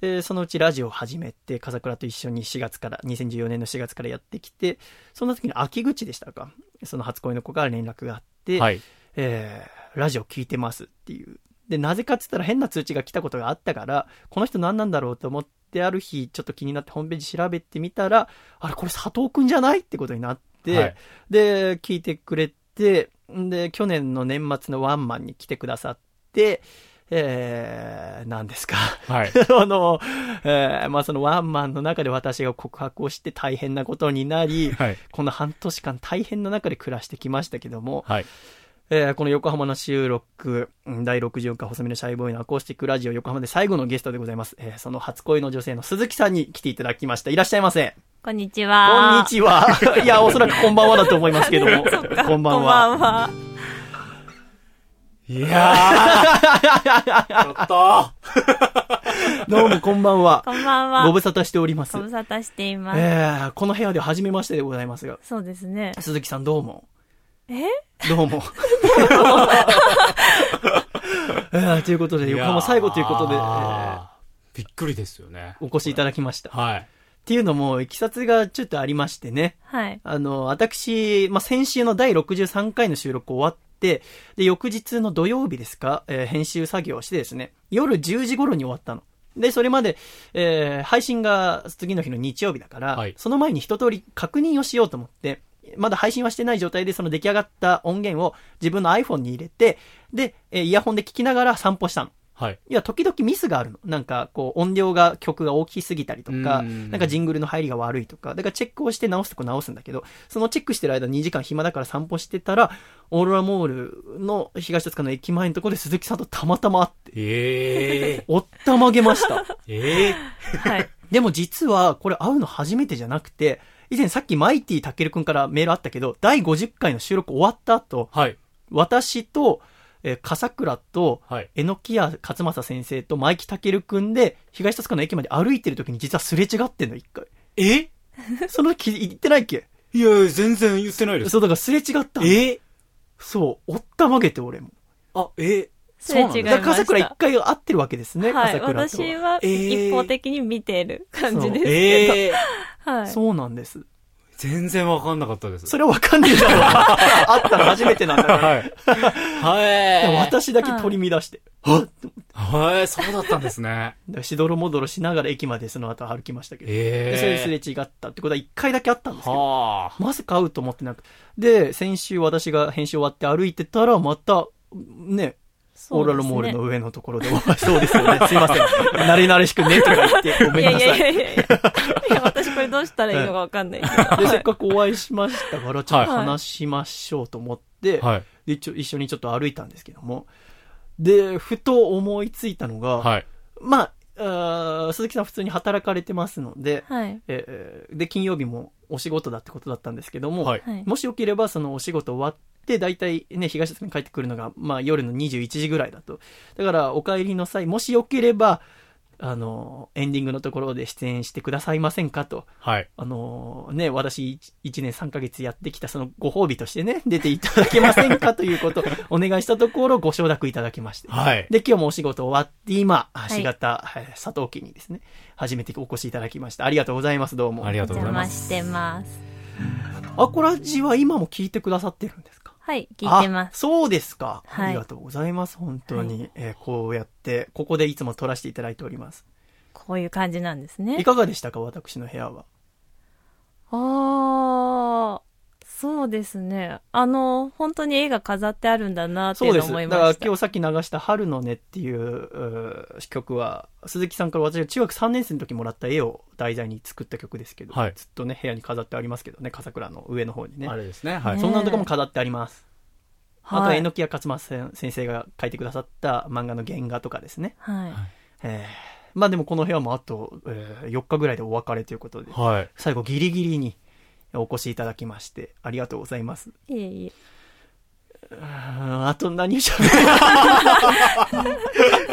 Speaker 1: えーそのうちラジオを始めて、笠倉と一緒に4月から、2014年の4月からやってきて、そんな時に秋口でしたか、その初恋の子から連絡があって、
Speaker 2: はい。
Speaker 1: えーラジオ聞いてますっていう。で、なぜかっつったら変な通知が来たことがあったから、この人何なんだろうと思って、ある日ちょっと気になってホームページ調べてみたら、あれこれ佐藤くんじゃないってことになって、
Speaker 2: はい
Speaker 1: で、聞いてくれて、んで、去年の年末のワンマンに来てくださって、えー、何ですか。
Speaker 2: はい。
Speaker 1: あの、えーまあそのワンマンの中で私が告白をして大変なことになり、
Speaker 2: はい。
Speaker 1: この半年間大変な中で暮らしてきましたけども、
Speaker 2: はい。
Speaker 1: えーこの横浜の収録、うん第64回細身のシャイボーイのアコースティックラジオ横浜で最後のゲストでございます。えーその初恋の女性の鈴木さんに来ていただきました。いらっしゃいませ。
Speaker 4: こんにち
Speaker 1: こん
Speaker 4: は
Speaker 1: に。ちは。 いや、おそらくこんばんはだと思いますけども。 こんばんは。
Speaker 4: こんばんは。
Speaker 2: いやーちょっ と
Speaker 1: どうもこんばんは。
Speaker 4: こんばんは。
Speaker 1: ご無沙汰しております
Speaker 4: ご。無沙汰しています。
Speaker 1: えーこの部屋では初めましてでございますが、
Speaker 4: そうですね。
Speaker 1: 鈴木さんどうも。
Speaker 4: え
Speaker 1: どうも。えーということで、横浜最後ということで、えー
Speaker 2: あーびっくりですよね。
Speaker 1: お越しいただきました。
Speaker 2: はい。
Speaker 1: っていうのも、いきさつがちょっとありましてね。
Speaker 4: はい。
Speaker 1: あの、私、まあ、先週の第63回の収録終わって、で、翌日の土曜日ですか、えー編集作業をしてですね、夜10時頃に終わったの。で、それまで、えー配信が次の日の日曜日だから、
Speaker 2: はい
Speaker 1: その前に一通り確認をしようと思って、まだ配信はしてない状態でその出来上がった音源を自分の iPhone に入れて、で、えーイヤホンで聞きながら散歩したの。
Speaker 2: はい。
Speaker 1: いや、時々ミスがあるの。なんか、こう、音量が、曲が大きすぎたりとか、
Speaker 2: うん
Speaker 1: なんかジングルの入りが悪いとか、だからチェックをして直すとこ直すんだけど、そのチェックしてる間2時間暇だから散歩してたら、オーロラモールの東戸塚の駅前のところで鈴木さんとたまたま会って、
Speaker 2: え
Speaker 1: おったまげました。
Speaker 2: ー、えー、
Speaker 4: はい。
Speaker 1: でも実は、これ会うの初めてじゃなくて、以前さっきマイティたけるくんからメールあったけど、第50回の収録終わった後、
Speaker 2: はい。
Speaker 1: 私と、えー笠倉と、
Speaker 2: はい。
Speaker 1: えのきや勝正先生とマイキタケルくんで、東戸塚の駅まで歩いてる時に実はすれ違ってんの、一 回。
Speaker 2: え
Speaker 1: その時言ってないっけ
Speaker 2: いや、全然言ってないです。
Speaker 1: そう、だからすれ違ったの
Speaker 2: え
Speaker 1: そう、おったまげて俺も。
Speaker 2: あ、え
Speaker 4: すれ違いまし
Speaker 1: だ
Speaker 4: た。
Speaker 1: から笠倉一回会ってるわけですね、
Speaker 4: は
Speaker 1: 笠
Speaker 4: い。
Speaker 1: 倉とは。
Speaker 4: 私は
Speaker 2: えー
Speaker 4: 一方的に見てる感じですけど。
Speaker 2: えー、
Speaker 4: はい。
Speaker 1: そうなんです。
Speaker 2: 全然わかんなかったです。
Speaker 1: それわかんねえだ ろ。あったの初めてなんだから。
Speaker 2: はい。はい。
Speaker 1: でも私だけ取り乱して。はっと思って
Speaker 2: はい、そうだったんですね。
Speaker 1: だからしどろもどろしながら駅までその後歩きましたけど。
Speaker 2: ええ
Speaker 1: でそれですれ違ったってことは一回だけあったんですけど。
Speaker 2: は
Speaker 1: まさか会うと思ってなくて。で、先週私が編集終わって歩いてたら、また、ね、オーラルモールの上のところでお会い そうですよね。すいません。慣れ慣れしくねとか言って、ご
Speaker 4: い
Speaker 1: め
Speaker 4: や
Speaker 1: んないさ
Speaker 4: や
Speaker 1: い。
Speaker 4: いやいやいや、私これどうしたらいいのかわかんないけど。
Speaker 1: で、
Speaker 4: は
Speaker 1: せっ
Speaker 4: い
Speaker 1: かくお会いしましたから、ちょっと
Speaker 4: はい
Speaker 1: 話しましょうと思って、
Speaker 2: あ。はい。
Speaker 1: で一応一緒にちょっと歩いたんですけども。で、ふと思いついたのが、
Speaker 2: はい。
Speaker 1: まあ、あー鈴木さん普通に働かれてますので、
Speaker 4: はい。
Speaker 1: えーで、金曜日もお仕事だってことだったんですけども、
Speaker 2: はい。
Speaker 4: はい
Speaker 1: もしよければそのお仕事終わって、大体ね、東津に帰ってくるのが、まあ夜の21時ぐらいだと。だからお帰りの際、もしよければ、あの、エンディングのところで出演してくださいませんかと。
Speaker 2: はい。
Speaker 1: あのね、私一一年三ヶ月やってきたそのご褒美としてね、出ていただけませんかということをお願いしたところご承諾いただきまして。
Speaker 2: はい
Speaker 1: で、今日もお仕事終わって今、
Speaker 4: い
Speaker 1: 足型、はい、佐藤家にですね、初めてお越しいただきました。ありがとうございます、どうも。
Speaker 2: あり
Speaker 1: が
Speaker 2: がと
Speaker 4: お
Speaker 2: うございま
Speaker 4: 邪魔
Speaker 2: す。
Speaker 4: してます。
Speaker 1: アコラジは今も聞いてくださってるんですか
Speaker 4: はい、聞いてます
Speaker 1: あ。そうですか、
Speaker 4: はい
Speaker 1: ありがとうございます、本当に。えーこうやって、ここでいつも撮らせていただいております。
Speaker 4: こういう感じなんです
Speaker 1: い
Speaker 4: ね。
Speaker 1: かがでしたか、私の部屋は。
Speaker 4: ああ、そうですね。あの、本当に絵が飾ってあるんだなっ
Speaker 1: そ
Speaker 4: てい
Speaker 1: う
Speaker 4: う
Speaker 1: で
Speaker 4: のを
Speaker 1: す。
Speaker 4: 思い
Speaker 1: だ
Speaker 4: ま
Speaker 1: か
Speaker 4: した。
Speaker 1: ら今日さっき流した春の音っていううー曲は、鈴木さんから私が中学3年生の時もらった絵を題材に作った曲ですけど、
Speaker 2: はい
Speaker 1: ずっとね、部屋に飾ってありますけどね、笠倉の上の方にね。
Speaker 2: あれですね。はい。
Speaker 1: そんなのとかも飾ってあります。あと、
Speaker 4: はい
Speaker 1: えのきや勝間先生が書いてくださった漫画の原画とかですね。
Speaker 4: はい。
Speaker 1: えーまあでもこの部屋もあと、え4日ぐらいでお別れということで、
Speaker 2: はい。
Speaker 1: 最後ギリギリにお越しいただきまして、ありがとうございます。
Speaker 4: いえいえ。
Speaker 1: あーあと何 しゃべる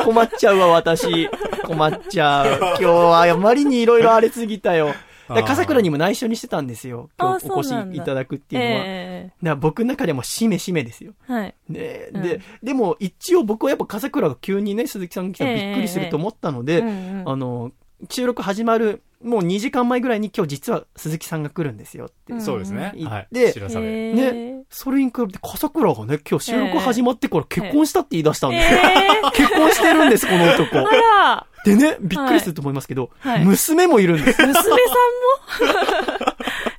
Speaker 1: 困っちゃうわ、私。困っちゃ う。今日はあまりにいろいろ荒れすぎたよ。だから笠倉にも内緒にしてたんですよ。今
Speaker 4: あ
Speaker 1: 日
Speaker 4: ー
Speaker 1: お越
Speaker 4: そうなん
Speaker 1: し
Speaker 4: だ
Speaker 1: いただくって
Speaker 4: え
Speaker 1: いうのは。
Speaker 4: え
Speaker 1: だから僕の中でもしめしめですよ。
Speaker 4: はい。
Speaker 1: ねえ
Speaker 4: うん
Speaker 1: で、でも一応僕はやっぱ笠倉が急にね、鈴木さんが来たらびっくりすると思ったので、
Speaker 4: ええええうんうん
Speaker 1: あの、収録始まるもう2時間前ぐらいに今日実は鈴木さんが来るんですよって。
Speaker 4: うん
Speaker 2: そうですね。はい。
Speaker 1: で
Speaker 2: 知らされ。
Speaker 4: え
Speaker 1: ね
Speaker 4: え
Speaker 1: それに比べて笠倉がね、今日収録始まってから結婚したって言い出したんですよ。
Speaker 4: え
Speaker 1: 結婚してるんです、この 男。
Speaker 4: ー、あら、
Speaker 1: でね、びっくりすると思いますけど、
Speaker 4: はい
Speaker 1: 娘もいるんです。
Speaker 4: 娘さんも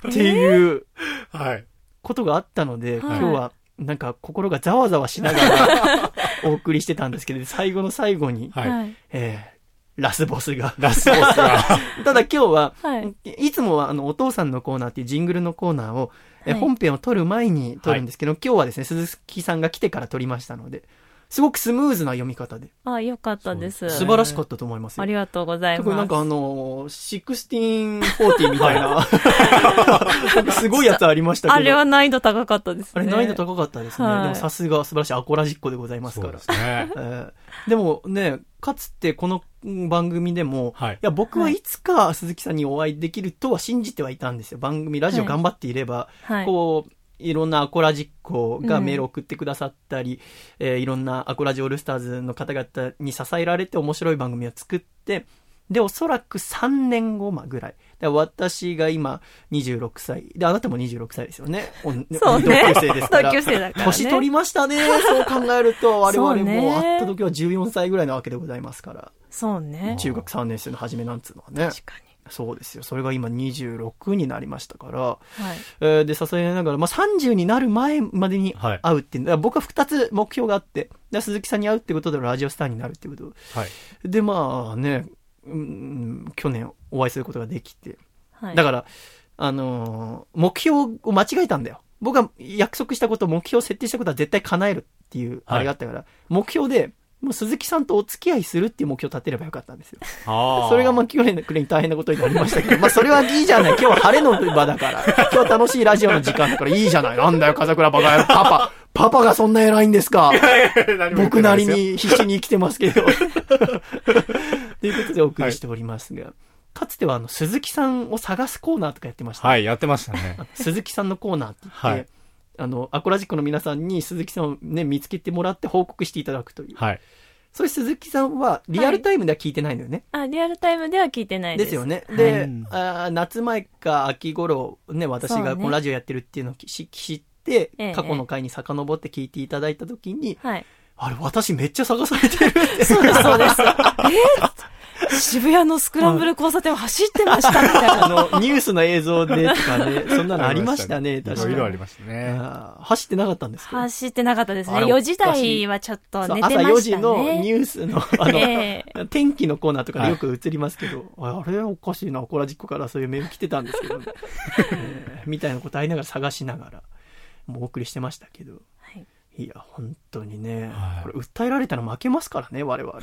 Speaker 1: っていう
Speaker 2: はい。
Speaker 1: ことがあったので、
Speaker 4: はい
Speaker 1: 今日は、なんか心がざわざわしなが らお送りしてたんですけど、最後の最後に、
Speaker 2: はい。
Speaker 4: い。
Speaker 1: えーラスボスが。
Speaker 2: ラスボスが。
Speaker 1: ただ今日は、
Speaker 4: はい
Speaker 1: い、つもはあのお父さんのコーナーっていうジングルのコーナーを、え
Speaker 4: はい
Speaker 1: 本編を撮る前に撮るんですけど、今日はですね、鈴木さんが来てから撮りましたので、すごくスムーズな読み方で、
Speaker 4: あ、よかったです。
Speaker 1: 素晴らしかったと思いますよ
Speaker 4: ありがとうございます。
Speaker 1: 特になんかあのー、1640みたい な、なんかすごいやつありましたけど。
Speaker 4: あれは難易度高かったですね。
Speaker 1: あれ難易度高かったですね。
Speaker 4: はい
Speaker 1: でもさすが素晴らしいアコラジっ子でございます
Speaker 2: そ
Speaker 1: か
Speaker 2: う
Speaker 1: ら
Speaker 2: で。す ね。
Speaker 1: えーでもね、かつてこのうん番組でも、
Speaker 2: はい
Speaker 1: や僕はいつか鈴木さんにお会いできるとは信じてはいたんですよ。番組、ラジオ頑張っていれば、
Speaker 4: はい。
Speaker 1: こう、いろんなアコラジっ子がメールを送ってくださったり、えーいろんなアコラジオールスターズの方々に支えられて面白い番組を作って、で、おそらく3年後まぐらい。で私が今26歳。で、あなたも26歳ですよね。おね
Speaker 4: そうね
Speaker 1: 同級生ですから。
Speaker 4: 同級生だからね
Speaker 1: 年取りましたね。 そう考えると、我々
Speaker 4: そう
Speaker 1: も
Speaker 4: ね
Speaker 1: 会った時は14歳ぐらいなわけでございますから。
Speaker 4: そうね。
Speaker 1: 中学3年生の初めなんつうのはね。
Speaker 4: 確か
Speaker 1: そうですよ。それが今26になりましたから。
Speaker 4: に。はい。
Speaker 1: えーで、支えながら、まあ、30になる前までに
Speaker 2: はい
Speaker 1: 会うっていう、だから僕は2つ目標があって、だから鈴木さんに会うってことでラジオスターになるってこと。
Speaker 2: はい。
Speaker 1: で、まあね、うん、去年お会いすることができて。
Speaker 4: はい。
Speaker 1: だから、あのー目標を間違えたんだよ。僕は約束したこと、目標を設定したことは絶対叶えるっていう、あれがあったから、目標で、もう鈴木さんとお付き合いするっていう目標を立てればよかったんですよ。
Speaker 2: あ
Speaker 1: それがま
Speaker 2: ま
Speaker 1: あ去年の暮れに大変なことになりましたけど、まあそれはいいじゃない。今日は晴れの場だから。今日は楽しいラジオの時間だからいいじゃない。なんだよ、笠倉バカ野郎パパ、パパがそんな偉いんですか。 僕なり。に必死に生きてますけど。 ということでお送りしておりますが、かつてはあの、鈴木さんを探すコーナーとかやってました。
Speaker 2: はい、やってましたね。
Speaker 1: 鈴木さんのコーナーって言って、
Speaker 2: はい
Speaker 1: あの、アコラジックの皆さんに鈴木さんをね、見つけてもらって報告していただくという。
Speaker 2: はい。
Speaker 1: それ鈴木さんはリアルタイムでは聞いてないのよね。
Speaker 4: あ、リアルタイムでは聞いてないで。
Speaker 1: ですすよね。
Speaker 4: はい
Speaker 1: で、あー夏前か秋頃、ね、私
Speaker 4: そう
Speaker 1: が
Speaker 4: ね
Speaker 1: このラジオやってるっていうのをきし知って、
Speaker 4: ええ
Speaker 1: 過去の回に遡って聞いていただいたときに、
Speaker 4: はい。
Speaker 1: あれ、私めっちゃ探されてるって。
Speaker 4: そうです、そうです。 え渋谷のスクランブル交差点を走ってましたみたい な。
Speaker 1: あの、ニュースの映像でとかね、そんなの ありましたね、確かに。
Speaker 2: いろいろありましたね
Speaker 1: あー走ってなかったんですけど。
Speaker 4: 走ってなかったですね。
Speaker 1: あれ
Speaker 4: 4時台はちょっと
Speaker 1: そう
Speaker 4: 寝てまし
Speaker 1: 朝
Speaker 4: たね。
Speaker 1: 4時のニュースの、あの、
Speaker 4: え
Speaker 1: 天気のコーナーとかでよく映りますけど、ああれおかしいな、コラジックからそういうメール来てたんですけ ど、ねえーみたいなことありながら探しながら、もうお送りしてましたけど。
Speaker 4: はい
Speaker 1: いや、本当にね、これ訴えられたら負けますからね、我 々。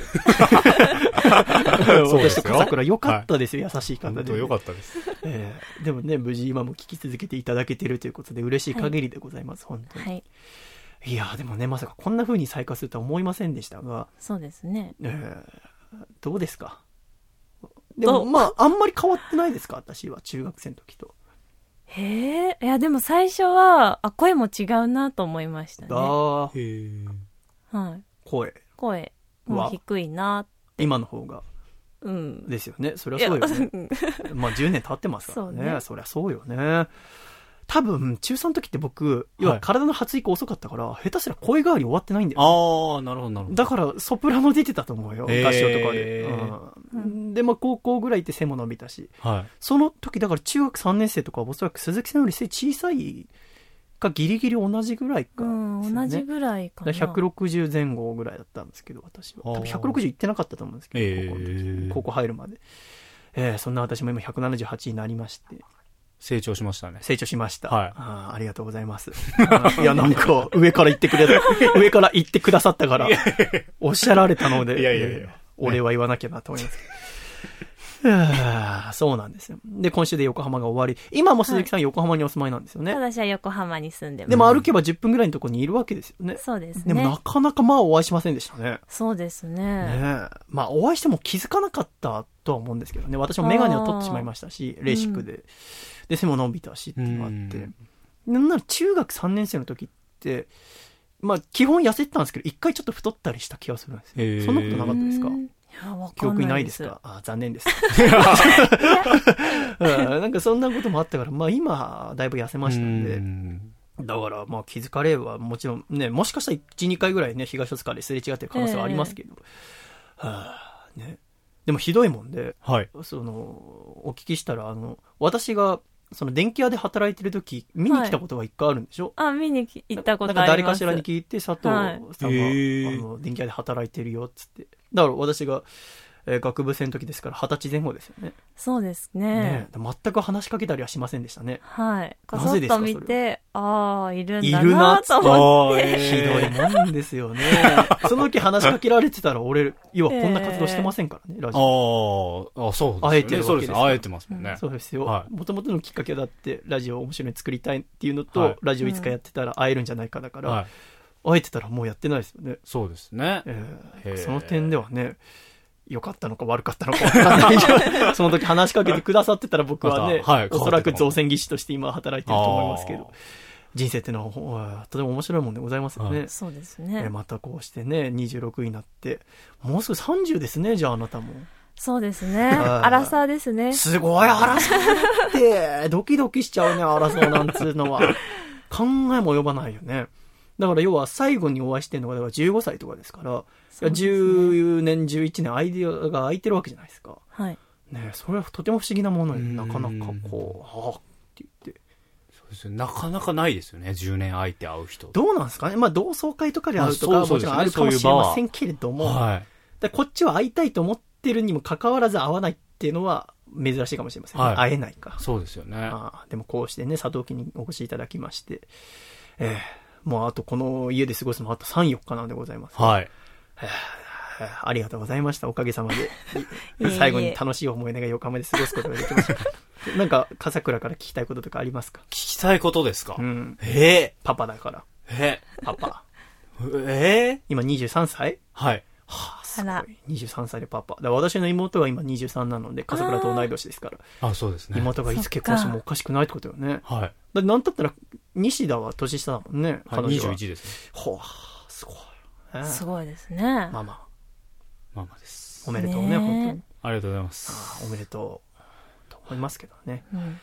Speaker 2: そうです
Speaker 1: 私
Speaker 2: よ
Speaker 1: と笠倉良かったですよ、優しい方で、
Speaker 2: 本当良かったです。
Speaker 1: えーでもね、無事今も聞き続けていただけてるということで嬉しい限りでございます、本当に。
Speaker 4: はい。
Speaker 1: いやーでもね、まさかこんな風に再開するとは思いませんでしたが、
Speaker 4: そうですね。
Speaker 1: えーどうですかで
Speaker 4: ど
Speaker 1: も、
Speaker 4: う
Speaker 1: まあ、あんまり変わってないですか私は中学生の時と。
Speaker 4: へえ。いや、でも最初は、あ、声も違うなと思いましたね。は
Speaker 1: あー
Speaker 4: い。
Speaker 1: 声。
Speaker 4: 声も低いな。
Speaker 1: 今の方が。
Speaker 4: うん。
Speaker 1: ですよね。そりゃそうよね。
Speaker 4: ん
Speaker 1: まあ、10年経ってますから
Speaker 4: そう
Speaker 1: ね。
Speaker 4: ね
Speaker 1: そりゃそうよね。多分、中3の時って僕、要は体の発育遅かったから、下手すら声変わり終わってないんだよ。
Speaker 2: ああ、なるほど、なるほど。
Speaker 1: だから、ソプラノ出てたと思うよ。合
Speaker 2: へー
Speaker 1: 唱とかで。うん、で、まあ、高校ぐらいって背も伸びたし。
Speaker 2: はい。
Speaker 1: その時、だから中学3年生とかはおそらく鈴木さんより背小さいかギリギリ同じぐらいか、
Speaker 4: うん、同じぐらいかな。
Speaker 1: だから160前後ぐらいだったんですけど、私は。多分
Speaker 2: あー
Speaker 1: 160いってなかったと思うんですけど、
Speaker 2: ええ
Speaker 1: 高校の時高校入るまで。えーそんな私も今178になりまして、
Speaker 2: 成長しましたね。
Speaker 1: 成長しました。
Speaker 2: はい
Speaker 1: あーありがとうござい ます。あーいや、なんか、上から言ってくれた、上から言ってくださったから、おっしゃられたので、
Speaker 2: いやいやいや
Speaker 1: えー俺は言わなきゃなと思いますけど。はあそうなんですよ。で、今週で横浜が終わり、今も鈴木さん横浜にお住まいなんですよね。
Speaker 4: 私は横浜に住んでます。
Speaker 1: でも歩けば10分ぐらいのところにいるわけですよね。
Speaker 4: そうです
Speaker 1: で
Speaker 4: ね。
Speaker 1: もなかなかまあお会いしませんでしたね。
Speaker 4: そうですね。
Speaker 1: ねえ。まあ、お会いしても気づかなかったとは思うんですけどね。私もメガネを取ってしまいましたし、レーシックで。で、背も伸びたしっていうのがあって。なんなら中学3年生の時って、まあ、基本痩せてたんですけど、一回ちょっと太ったりした気がするんです
Speaker 2: へ
Speaker 1: よ。
Speaker 2: え
Speaker 1: そんなことなかったですか
Speaker 4: うんいや、わかんない
Speaker 1: 記憶にないですかあ残念です。 うんなんかそんなこともあったから、まあ今、だいぶ痩せましたんで
Speaker 2: う。ん
Speaker 1: だから、まあ、気づかれはもちろんね、もしかしたら1、2回ぐらいね、東大塚ですれ違ってる可能性はありますけど、はあ、ね。でもひどいもんで、
Speaker 2: はい。
Speaker 1: その、お聞きしたら、あの、私が、その電気屋で働いてる時、見に来たことが一回あるんでしょ、
Speaker 4: あ、見にき行ったことあります。
Speaker 1: なんか誰かしらに聞いて、佐藤さんが、
Speaker 2: はいへー
Speaker 1: あの、電気屋で働いてるよ、っつって。だから私が、えー学部生の時ですから、二十歳前後ですよね。
Speaker 4: そうです
Speaker 1: ね
Speaker 4: ね。
Speaker 1: 全く話しかけたりはしませんでしたね。
Speaker 4: はい。こ
Speaker 1: な
Speaker 4: そ
Speaker 1: ぜ
Speaker 4: っ
Speaker 1: ですか
Speaker 4: と見
Speaker 1: そ
Speaker 4: て、ああ、いるん
Speaker 1: い
Speaker 4: だ
Speaker 1: るな
Speaker 4: な
Speaker 1: っつ
Speaker 4: と
Speaker 1: って
Speaker 4: 思
Speaker 2: あ
Speaker 4: っ
Speaker 2: ー
Speaker 4: て。
Speaker 2: え
Speaker 1: ひどいもんですよね。その時話しかけられてたら俺、要はこんな活動してませんからね、ラジ
Speaker 2: あ
Speaker 1: オ。
Speaker 2: ーあ、そうですね。
Speaker 1: あえてるわけですか
Speaker 2: そうですね。あえてますもんね。
Speaker 1: そうですよ
Speaker 2: は。い
Speaker 1: もともとのきっかけだって、ラジオを面白いの作りたいっていうのと、
Speaker 2: はい
Speaker 1: ラジオいつかやってたら会えるんじゃないかだから、
Speaker 2: はい。
Speaker 1: 会えてたらもうやってないですよね。
Speaker 2: そうですね。
Speaker 1: えー
Speaker 2: へー
Speaker 1: その点ではね、良かったのか悪かったのか分かんないけ どその時話しかけてくださってたら僕はね、
Speaker 2: またはい
Speaker 1: おそらく造船技師として今働いてると思いますけど
Speaker 2: あー、
Speaker 1: 人生ってのはほんとても面白いもんでございますよね。
Speaker 2: は
Speaker 4: そうです
Speaker 1: え
Speaker 4: ね。
Speaker 1: またこうしてね、26位になって、もうすぐ30ですね、じゃああなたも。
Speaker 4: そうですね。
Speaker 1: はい
Speaker 4: アラサーですね。
Speaker 1: すごい、争うって、 ドキドキしちゃうね、争うなんつうの は。考えも及ばないよね。だから要は最後にお会いしてるのが、だから15歳とかですから、い
Speaker 4: そ
Speaker 1: や
Speaker 4: うですね
Speaker 1: 10年、11年、アイデアが空いてるわけじゃないですか。
Speaker 4: はい。
Speaker 1: ねそれはとても不思議なものよ。
Speaker 2: うん
Speaker 1: なかなかこう、ああって言って。
Speaker 2: そうですねなかなかないですよね。10年相手会う人。
Speaker 1: どうなんですかねまあ同窓会とかで会うとか
Speaker 2: まあ
Speaker 1: は
Speaker 2: そ
Speaker 1: も
Speaker 2: う
Speaker 1: ち
Speaker 2: そうですね
Speaker 1: ろんあるかもしれませんけれども、
Speaker 2: は
Speaker 1: だからこっちは会いたいと思ってるにもかかわらず会わないっていうのは珍しいかもしれませんね、
Speaker 2: はい
Speaker 1: 会えないか
Speaker 2: い。そうですよね。
Speaker 1: ああでもこうしてね佐藤家にお越しいただきまして、えーもうあとこの家で過ごすのはあと34日なんでございます、
Speaker 2: はい。
Speaker 1: えーありがとうございましたおかげさまで
Speaker 4: いえいえ
Speaker 1: 最後に楽しい思い出が横浜で過ごすことができましたなんか笠倉から聞きたいこととかありますか
Speaker 2: 聞きたいことですか
Speaker 1: うん
Speaker 2: え
Speaker 1: パパだから
Speaker 2: ーえ
Speaker 1: パパ
Speaker 2: ーえー
Speaker 1: 今23歳
Speaker 2: はい。
Speaker 4: あら。
Speaker 1: 23歳でパパ。だから私の妹は今23なので、笠倉と同い年ですから。
Speaker 2: あ、そうですね。
Speaker 1: 妹がいつ結婚してもおかしくないってことよね。
Speaker 2: はい。
Speaker 1: だってなんだったら、西田は年下だもんね。
Speaker 2: はい
Speaker 1: 彼女は。
Speaker 2: 21ですね。
Speaker 1: ほわ、すごい。ね
Speaker 4: すごいですね。
Speaker 1: ママ。
Speaker 2: ママです
Speaker 1: おめでとうね
Speaker 2: え
Speaker 1: 本当に
Speaker 2: ありがとうございます
Speaker 1: あーおめでとうと思いますけどね、
Speaker 11: う
Speaker 1: うんん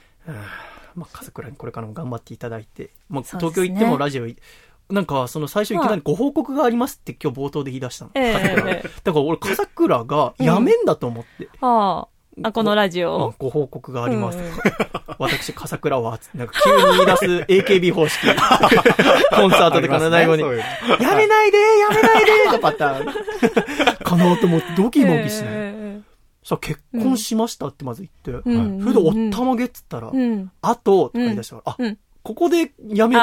Speaker 1: まあ、家族らにこれからも頑張っていただいて、まあ、
Speaker 11: そうですね
Speaker 1: 東京行ってもラジオいなんかその最初いきなりご報告がありますって今日冒頭で言い出したの、
Speaker 4: ええ
Speaker 1: 家族らが
Speaker 4: ええ
Speaker 1: だから俺家族らがやめんだと思って、
Speaker 4: ああ、このラジ
Speaker 1: うん
Speaker 4: オ。
Speaker 1: ご報告があります、
Speaker 4: うんうん
Speaker 1: 私家族らはなんか急に言い出す AKB 方式コンサートとかの台後に、
Speaker 2: あり
Speaker 1: やめないでやめないでのパターンかなと思ってドキドキしない、さあ結婚しましたってまず言って、
Speaker 4: うん
Speaker 1: はいそれでおったまげっつったら、
Speaker 4: うん
Speaker 1: あと、とか言い出したから、
Speaker 4: う
Speaker 1: あ
Speaker 4: ん、
Speaker 1: ここでやめるって言うんだ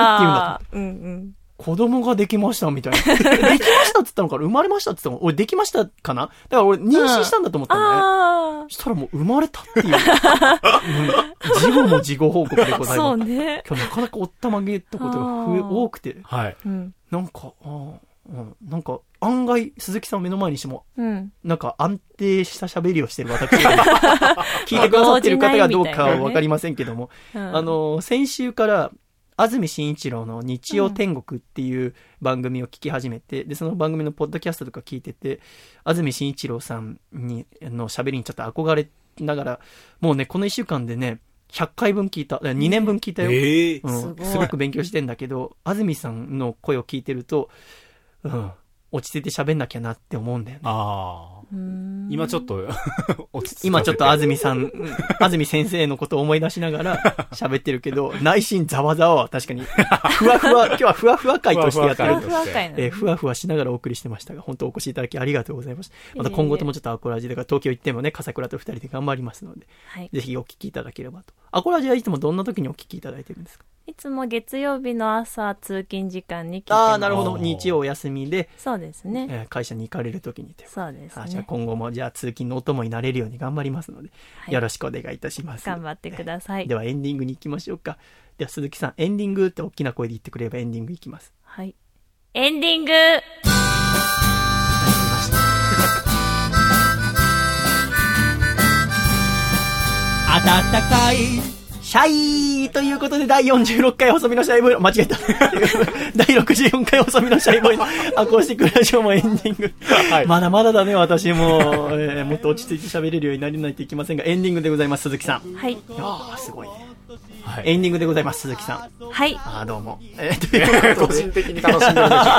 Speaker 4: あ
Speaker 1: と。
Speaker 4: あ、うんうん。
Speaker 1: 子供ができましたみたいな。 できましたって言ったのから、生まれましたって言ったの俺できましたかなだから俺妊娠したんだと思ったんだね。
Speaker 4: あ
Speaker 1: そしたらもう生まれた っていう。うん事後も事後報告で
Speaker 4: あ、
Speaker 1: ござい
Speaker 4: そう
Speaker 1: ます。
Speaker 4: ね。
Speaker 1: 今日なかなかおったまげたことが増え
Speaker 4: あー
Speaker 1: 多くて、
Speaker 2: はい
Speaker 4: うん。
Speaker 1: なんか、あーうんなんか案外鈴木さんを目の前にしても
Speaker 4: うん。
Speaker 1: なんか安定した喋りをしてる私 聞いてくださってる方がどうかはわかりませんけども、
Speaker 4: うん
Speaker 1: あ、の、先週から、安住紳一郎の日曜天国っていう番組を聞き始めて、で、その番組のポッドキャストとか聞いてて、安住紳一郎さんに、の喋りにちょっと憧れながら、もうね、この1週間でね、100回分聞いた、2年分聞いたよ。
Speaker 2: ええ
Speaker 1: うん、
Speaker 11: すごい
Speaker 1: すごく勉強してんだけど、安住さんの声を聞いてると、うん、落ち着いて喋んなきゃなって思うんだよね。
Speaker 2: ああ
Speaker 4: うん
Speaker 2: 今ちょっと 落ち着いて
Speaker 1: 今ちょっと安住さん、うん安住先生のことを思い出しながら 喋ってるけど、内心ざわざわは確かに、ふわ ふわ、今日はふわふわ会としてやって
Speaker 4: ふ
Speaker 1: る
Speaker 4: わ。ふわ会な
Speaker 1: えーふわふわしながらお送りしてましたが、本当お越しいただきありがとうございました。また今後ともちょっとアコラジで、東京行ってもね、笠倉と二人で頑張りますので、
Speaker 4: はい。
Speaker 1: ぜひお聞きいただければと。アコラジはいつもどんな時にお聞きいただいてるんですか
Speaker 4: いつも月曜日の朝、通勤時間に聞いてます
Speaker 1: ああ、なるほど。日曜お休みで、
Speaker 4: そうですね。
Speaker 1: えー会社に行かれる時にという
Speaker 4: そうです
Speaker 1: あじゃあ
Speaker 4: ね。
Speaker 1: 今後も、じゃあ通勤のお供になれるように頑張りますので、
Speaker 4: はい
Speaker 1: よろしくお願いいたします。
Speaker 4: 頑張ってください
Speaker 1: で。はエンディングに行きましょうか。では鈴木さん、エンディングって大きな声で言ってくれればエンディング行きます。
Speaker 4: はい。エンディング
Speaker 1: 暖かいシャイということで、第46回細身のシャイボーイの、間違 えた。第64回細身のシャイボーイのアコースティックラジオもエンディング。
Speaker 2: はい
Speaker 1: まだまだだね、私も、えーもっと落ち着いて喋れるようにならないといけませんが、エンディングでございます、鈴木さん。
Speaker 4: はい。
Speaker 1: ああ、すごいね。
Speaker 2: はい
Speaker 1: エンディングでございます、鈴木さん。
Speaker 4: はい。
Speaker 1: ああ、どうも。えーということ
Speaker 2: 個
Speaker 1: で
Speaker 2: 人的に楽しんでるんでしょ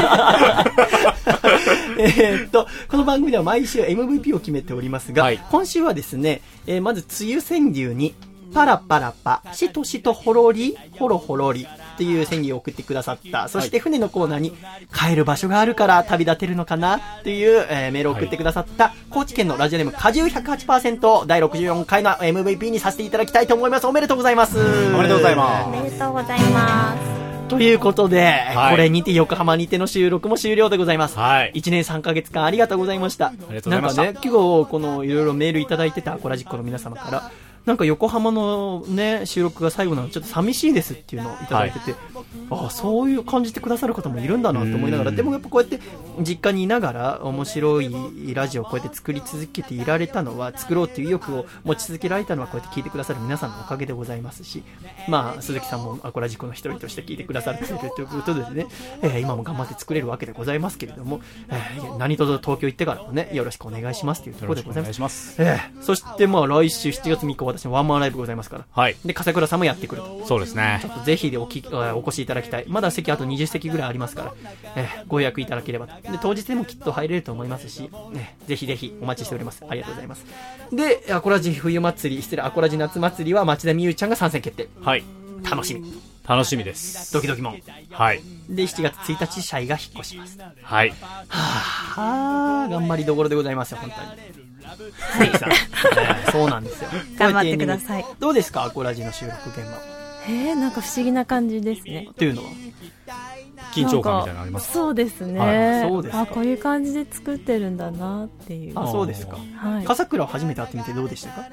Speaker 1: えーっと、この番組では毎週 MVP を決めておりますが、
Speaker 2: はい
Speaker 1: 今週はですね、えーまず、梅雨川柳に、パラパラパ、しとしとほろり、ほろほろりという川柳を送ってくださった。そして船のコーナーに、帰る場所があるから旅立てるのかなという、えーメールを送ってくださった、高知県のラジオネーム果汁108%を第64回の MVP にさせていただきたいと思います。おめでとうございます。お
Speaker 2: おめでとうござい
Speaker 4: お
Speaker 2: ま
Speaker 4: めでとうございます。
Speaker 1: ということで、
Speaker 2: い
Speaker 1: これにて横浜にての収録も終了でございます。
Speaker 2: はい
Speaker 1: 1年3ヶ月間ありがとうございました。あり
Speaker 2: がとうございました
Speaker 1: なんかね、今日このいろいろメールいただいてたアコラジッコの皆様から、なんか横浜のね、収録が最後なのちょっと寂しいですっていうのをいただいてて、ああ、そういう感じてくださる方もいるんだなと思いながら、
Speaker 2: うん
Speaker 1: でもやっぱこうやって実家にいながら面白いラジオをこうやって作り続けていられたのは、作ろうという意欲を持ち続けられたのはこうやって聞いてくださる皆さんのおかげでございますし、まあ、鈴木さんもアコラジコの一人として聞いてくださっているということでね、えー今も頑張って作れるわけでございますけれども、えー何とぞ東京行ってからもね、よろしくお願いしますというと
Speaker 2: よ
Speaker 1: ころ
Speaker 2: ろ
Speaker 1: で
Speaker 2: しく
Speaker 1: ご
Speaker 2: お
Speaker 1: ざいま
Speaker 2: 願い
Speaker 1: す
Speaker 2: し。ます
Speaker 1: ええそしてまあ来週7月3日私のワンマンライブございますから。
Speaker 2: はい
Speaker 1: で、笠倉さんもやってくると。
Speaker 2: そうですね
Speaker 1: ぜひでおきあお越しいただきたい。まだ席あと20席ぐらいありますから、ええご予約いただければと。で、当日でもきっと入れると思いますし、ね、ぜひぜひお待ちしております。ありがとうございます。で、アコラジ冬祭り、失礼、アコラジ夏祭りは町田美優ちゃんが参戦決定。
Speaker 2: はい
Speaker 1: 楽しみ。
Speaker 2: 楽しみです
Speaker 1: ドキドキもん。
Speaker 2: はい
Speaker 1: で、7月1日、シャイが引っ越します。
Speaker 2: はい
Speaker 1: はあ、頑張りどころでございますよ、本当に。関さん、 ええそうなんですよ。
Speaker 4: 頑張ってください。
Speaker 1: どうですか、アコラジの収録現場。
Speaker 4: えー、なんか不思議な感じですね。
Speaker 1: というのは。
Speaker 2: 緊張感みたいなのあります
Speaker 4: なんかそうですね、
Speaker 2: はい
Speaker 1: そうですか
Speaker 4: あこういう感じで作ってるんだなっていう
Speaker 1: あ、そうですか。
Speaker 4: はい、
Speaker 1: 笠倉を初めて会ってみてどうでしたか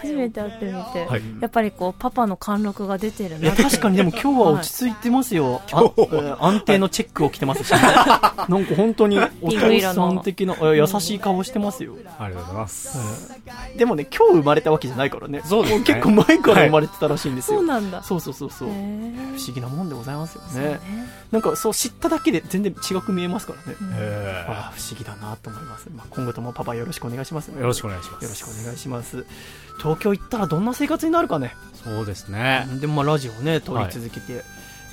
Speaker 4: 初めて会ってみて、
Speaker 2: はい
Speaker 4: やっぱりこうパパの貫禄が出てる
Speaker 1: い
Speaker 4: な
Speaker 1: や、
Speaker 4: って
Speaker 1: 確かにでも今日は落ち着いてますよ。あえー安定のチェックを着て ますし、なんか本当にお
Speaker 4: ピンク
Speaker 1: 父
Speaker 4: 色
Speaker 1: さ
Speaker 4: の
Speaker 1: ん的な、えー優しい顔してますよ。
Speaker 2: ありがとうございます
Speaker 1: でもね、今日生まれたわけじゃないからね。
Speaker 2: そうですね
Speaker 1: も結構前から生まれてたらしいんですよ。
Speaker 4: そうなんだ
Speaker 1: そうそうそうそう。
Speaker 4: へ
Speaker 1: 不
Speaker 4: ー
Speaker 1: 思議なもんでございますですよねなんかそう知っただけで全然違く見えますからね、
Speaker 2: へ
Speaker 1: ああ不思議だなと思います、まあ、今後ともパパよろしくお願いします
Speaker 2: ーよろしくお願いします
Speaker 1: よろしくお願いします東京行ったらどんな生活になるかね
Speaker 2: そうですね
Speaker 1: でもまあラジオをね撮り続けて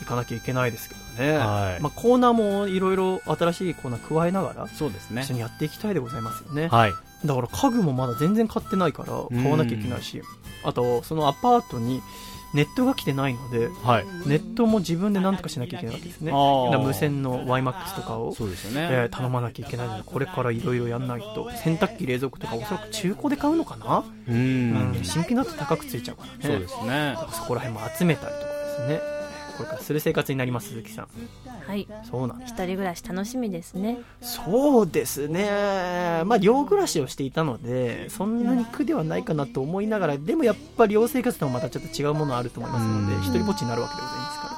Speaker 1: いかなきゃいけないですけどね、
Speaker 2: はい
Speaker 1: まあ、コーナーもいろいろ新しいコーナー加えながら
Speaker 2: そうですね
Speaker 1: 一緒にやっていきたいでございますよね、
Speaker 2: はい
Speaker 1: だから家具もまだ全然買ってないから買わなきゃいけないしあとそのアパートにネットが来てないので、
Speaker 2: はい
Speaker 1: ネットも自分で何とかしなきゃいけないわけですね
Speaker 2: あー
Speaker 1: だから無線の YMAX とかを
Speaker 2: そうですよね
Speaker 1: えー頼まなきゃいけないのでこれからいろいろやんないと洗濯機冷蔵庫とかおそらく中古で買うのかな
Speaker 2: う
Speaker 1: うん
Speaker 2: ん
Speaker 1: 新品だと高くついちゃうからね
Speaker 2: そうですね
Speaker 1: だからそこら辺も集めたりとかですねこれからする生活になります鈴木さん
Speaker 4: はい
Speaker 1: そうなんです
Speaker 4: 一人暮らし楽しみですね
Speaker 1: そうですね、まあ、寮暮らしをしていたので、そんなに苦ではないかなと思いながら、でもやっぱり寮生活とはまたちょっと違うものあると思いますので
Speaker 2: う、ん
Speaker 1: 一人ぼっちになるわけでございますから、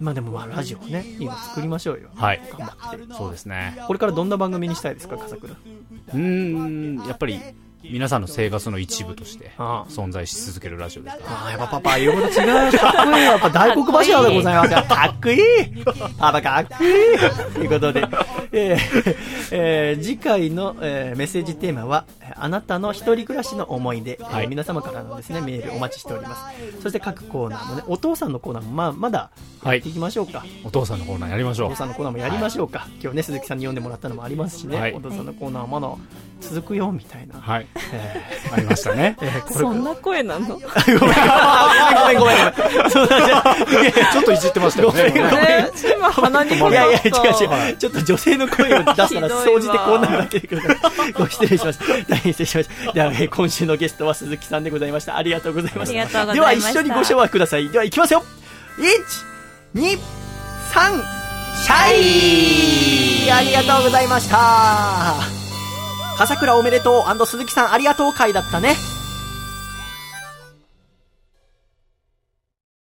Speaker 1: まあでもまあラジオをね、いいの作りましょうよ、
Speaker 2: はい
Speaker 1: 頑張って、
Speaker 2: そうですね
Speaker 1: これからどんな番組にしたいですか、笠倉。
Speaker 2: うんやっぱり皆さんの生活の一部として
Speaker 1: あ
Speaker 2: 存在し続けるラジオですね
Speaker 1: あ、やっぱパパ、言うこと違う、かっこいい、やっぱ大黒柱でございますよ、かっこいい、パパかっこいい、という ことで、えーえー次回の、えーメッセージテーマは、えーあなたの一人暮らしの思い出、えー
Speaker 2: はい
Speaker 1: 皆様からのですねメールお待ちしております、そして各コーナーもね、お父さんのコーナーも、まあ、まだやっていきましょうか。
Speaker 2: お父さんのコーナーやりまし
Speaker 1: お
Speaker 2: ょ
Speaker 1: 父さんのコーナーもやりましょうか、今日ね鈴木さんに読んでもらったのもありますしね、
Speaker 2: はい
Speaker 1: お父さんのコーナーもまだ続くよみたいな、
Speaker 2: うはい
Speaker 1: え
Speaker 2: ありました ね
Speaker 1: ーえーこれ
Speaker 4: そんな声なの
Speaker 1: ごめん ごめんごめんごめ ん。そうなんじゃ。
Speaker 2: ちょっといじってましたよね
Speaker 1: ごめんごめん
Speaker 4: ね今鼻に
Speaker 1: い
Speaker 4: か
Speaker 1: やいや、違う
Speaker 2: は
Speaker 1: 違う。ちょっと女性の声を出したら、
Speaker 4: ひどいわ
Speaker 1: 総じてこうなるだけでください。ご失礼しました。大変失礼しました。では、えー今週のゲストは鈴木さんでございました。ありがとうございました。
Speaker 4: ありがとうございました
Speaker 1: では、一緒にご唱和ください。では、いきますよ。1、2、3、シャイありがとうございました。笠倉おめでとう鈴木さんありがとう会だったね。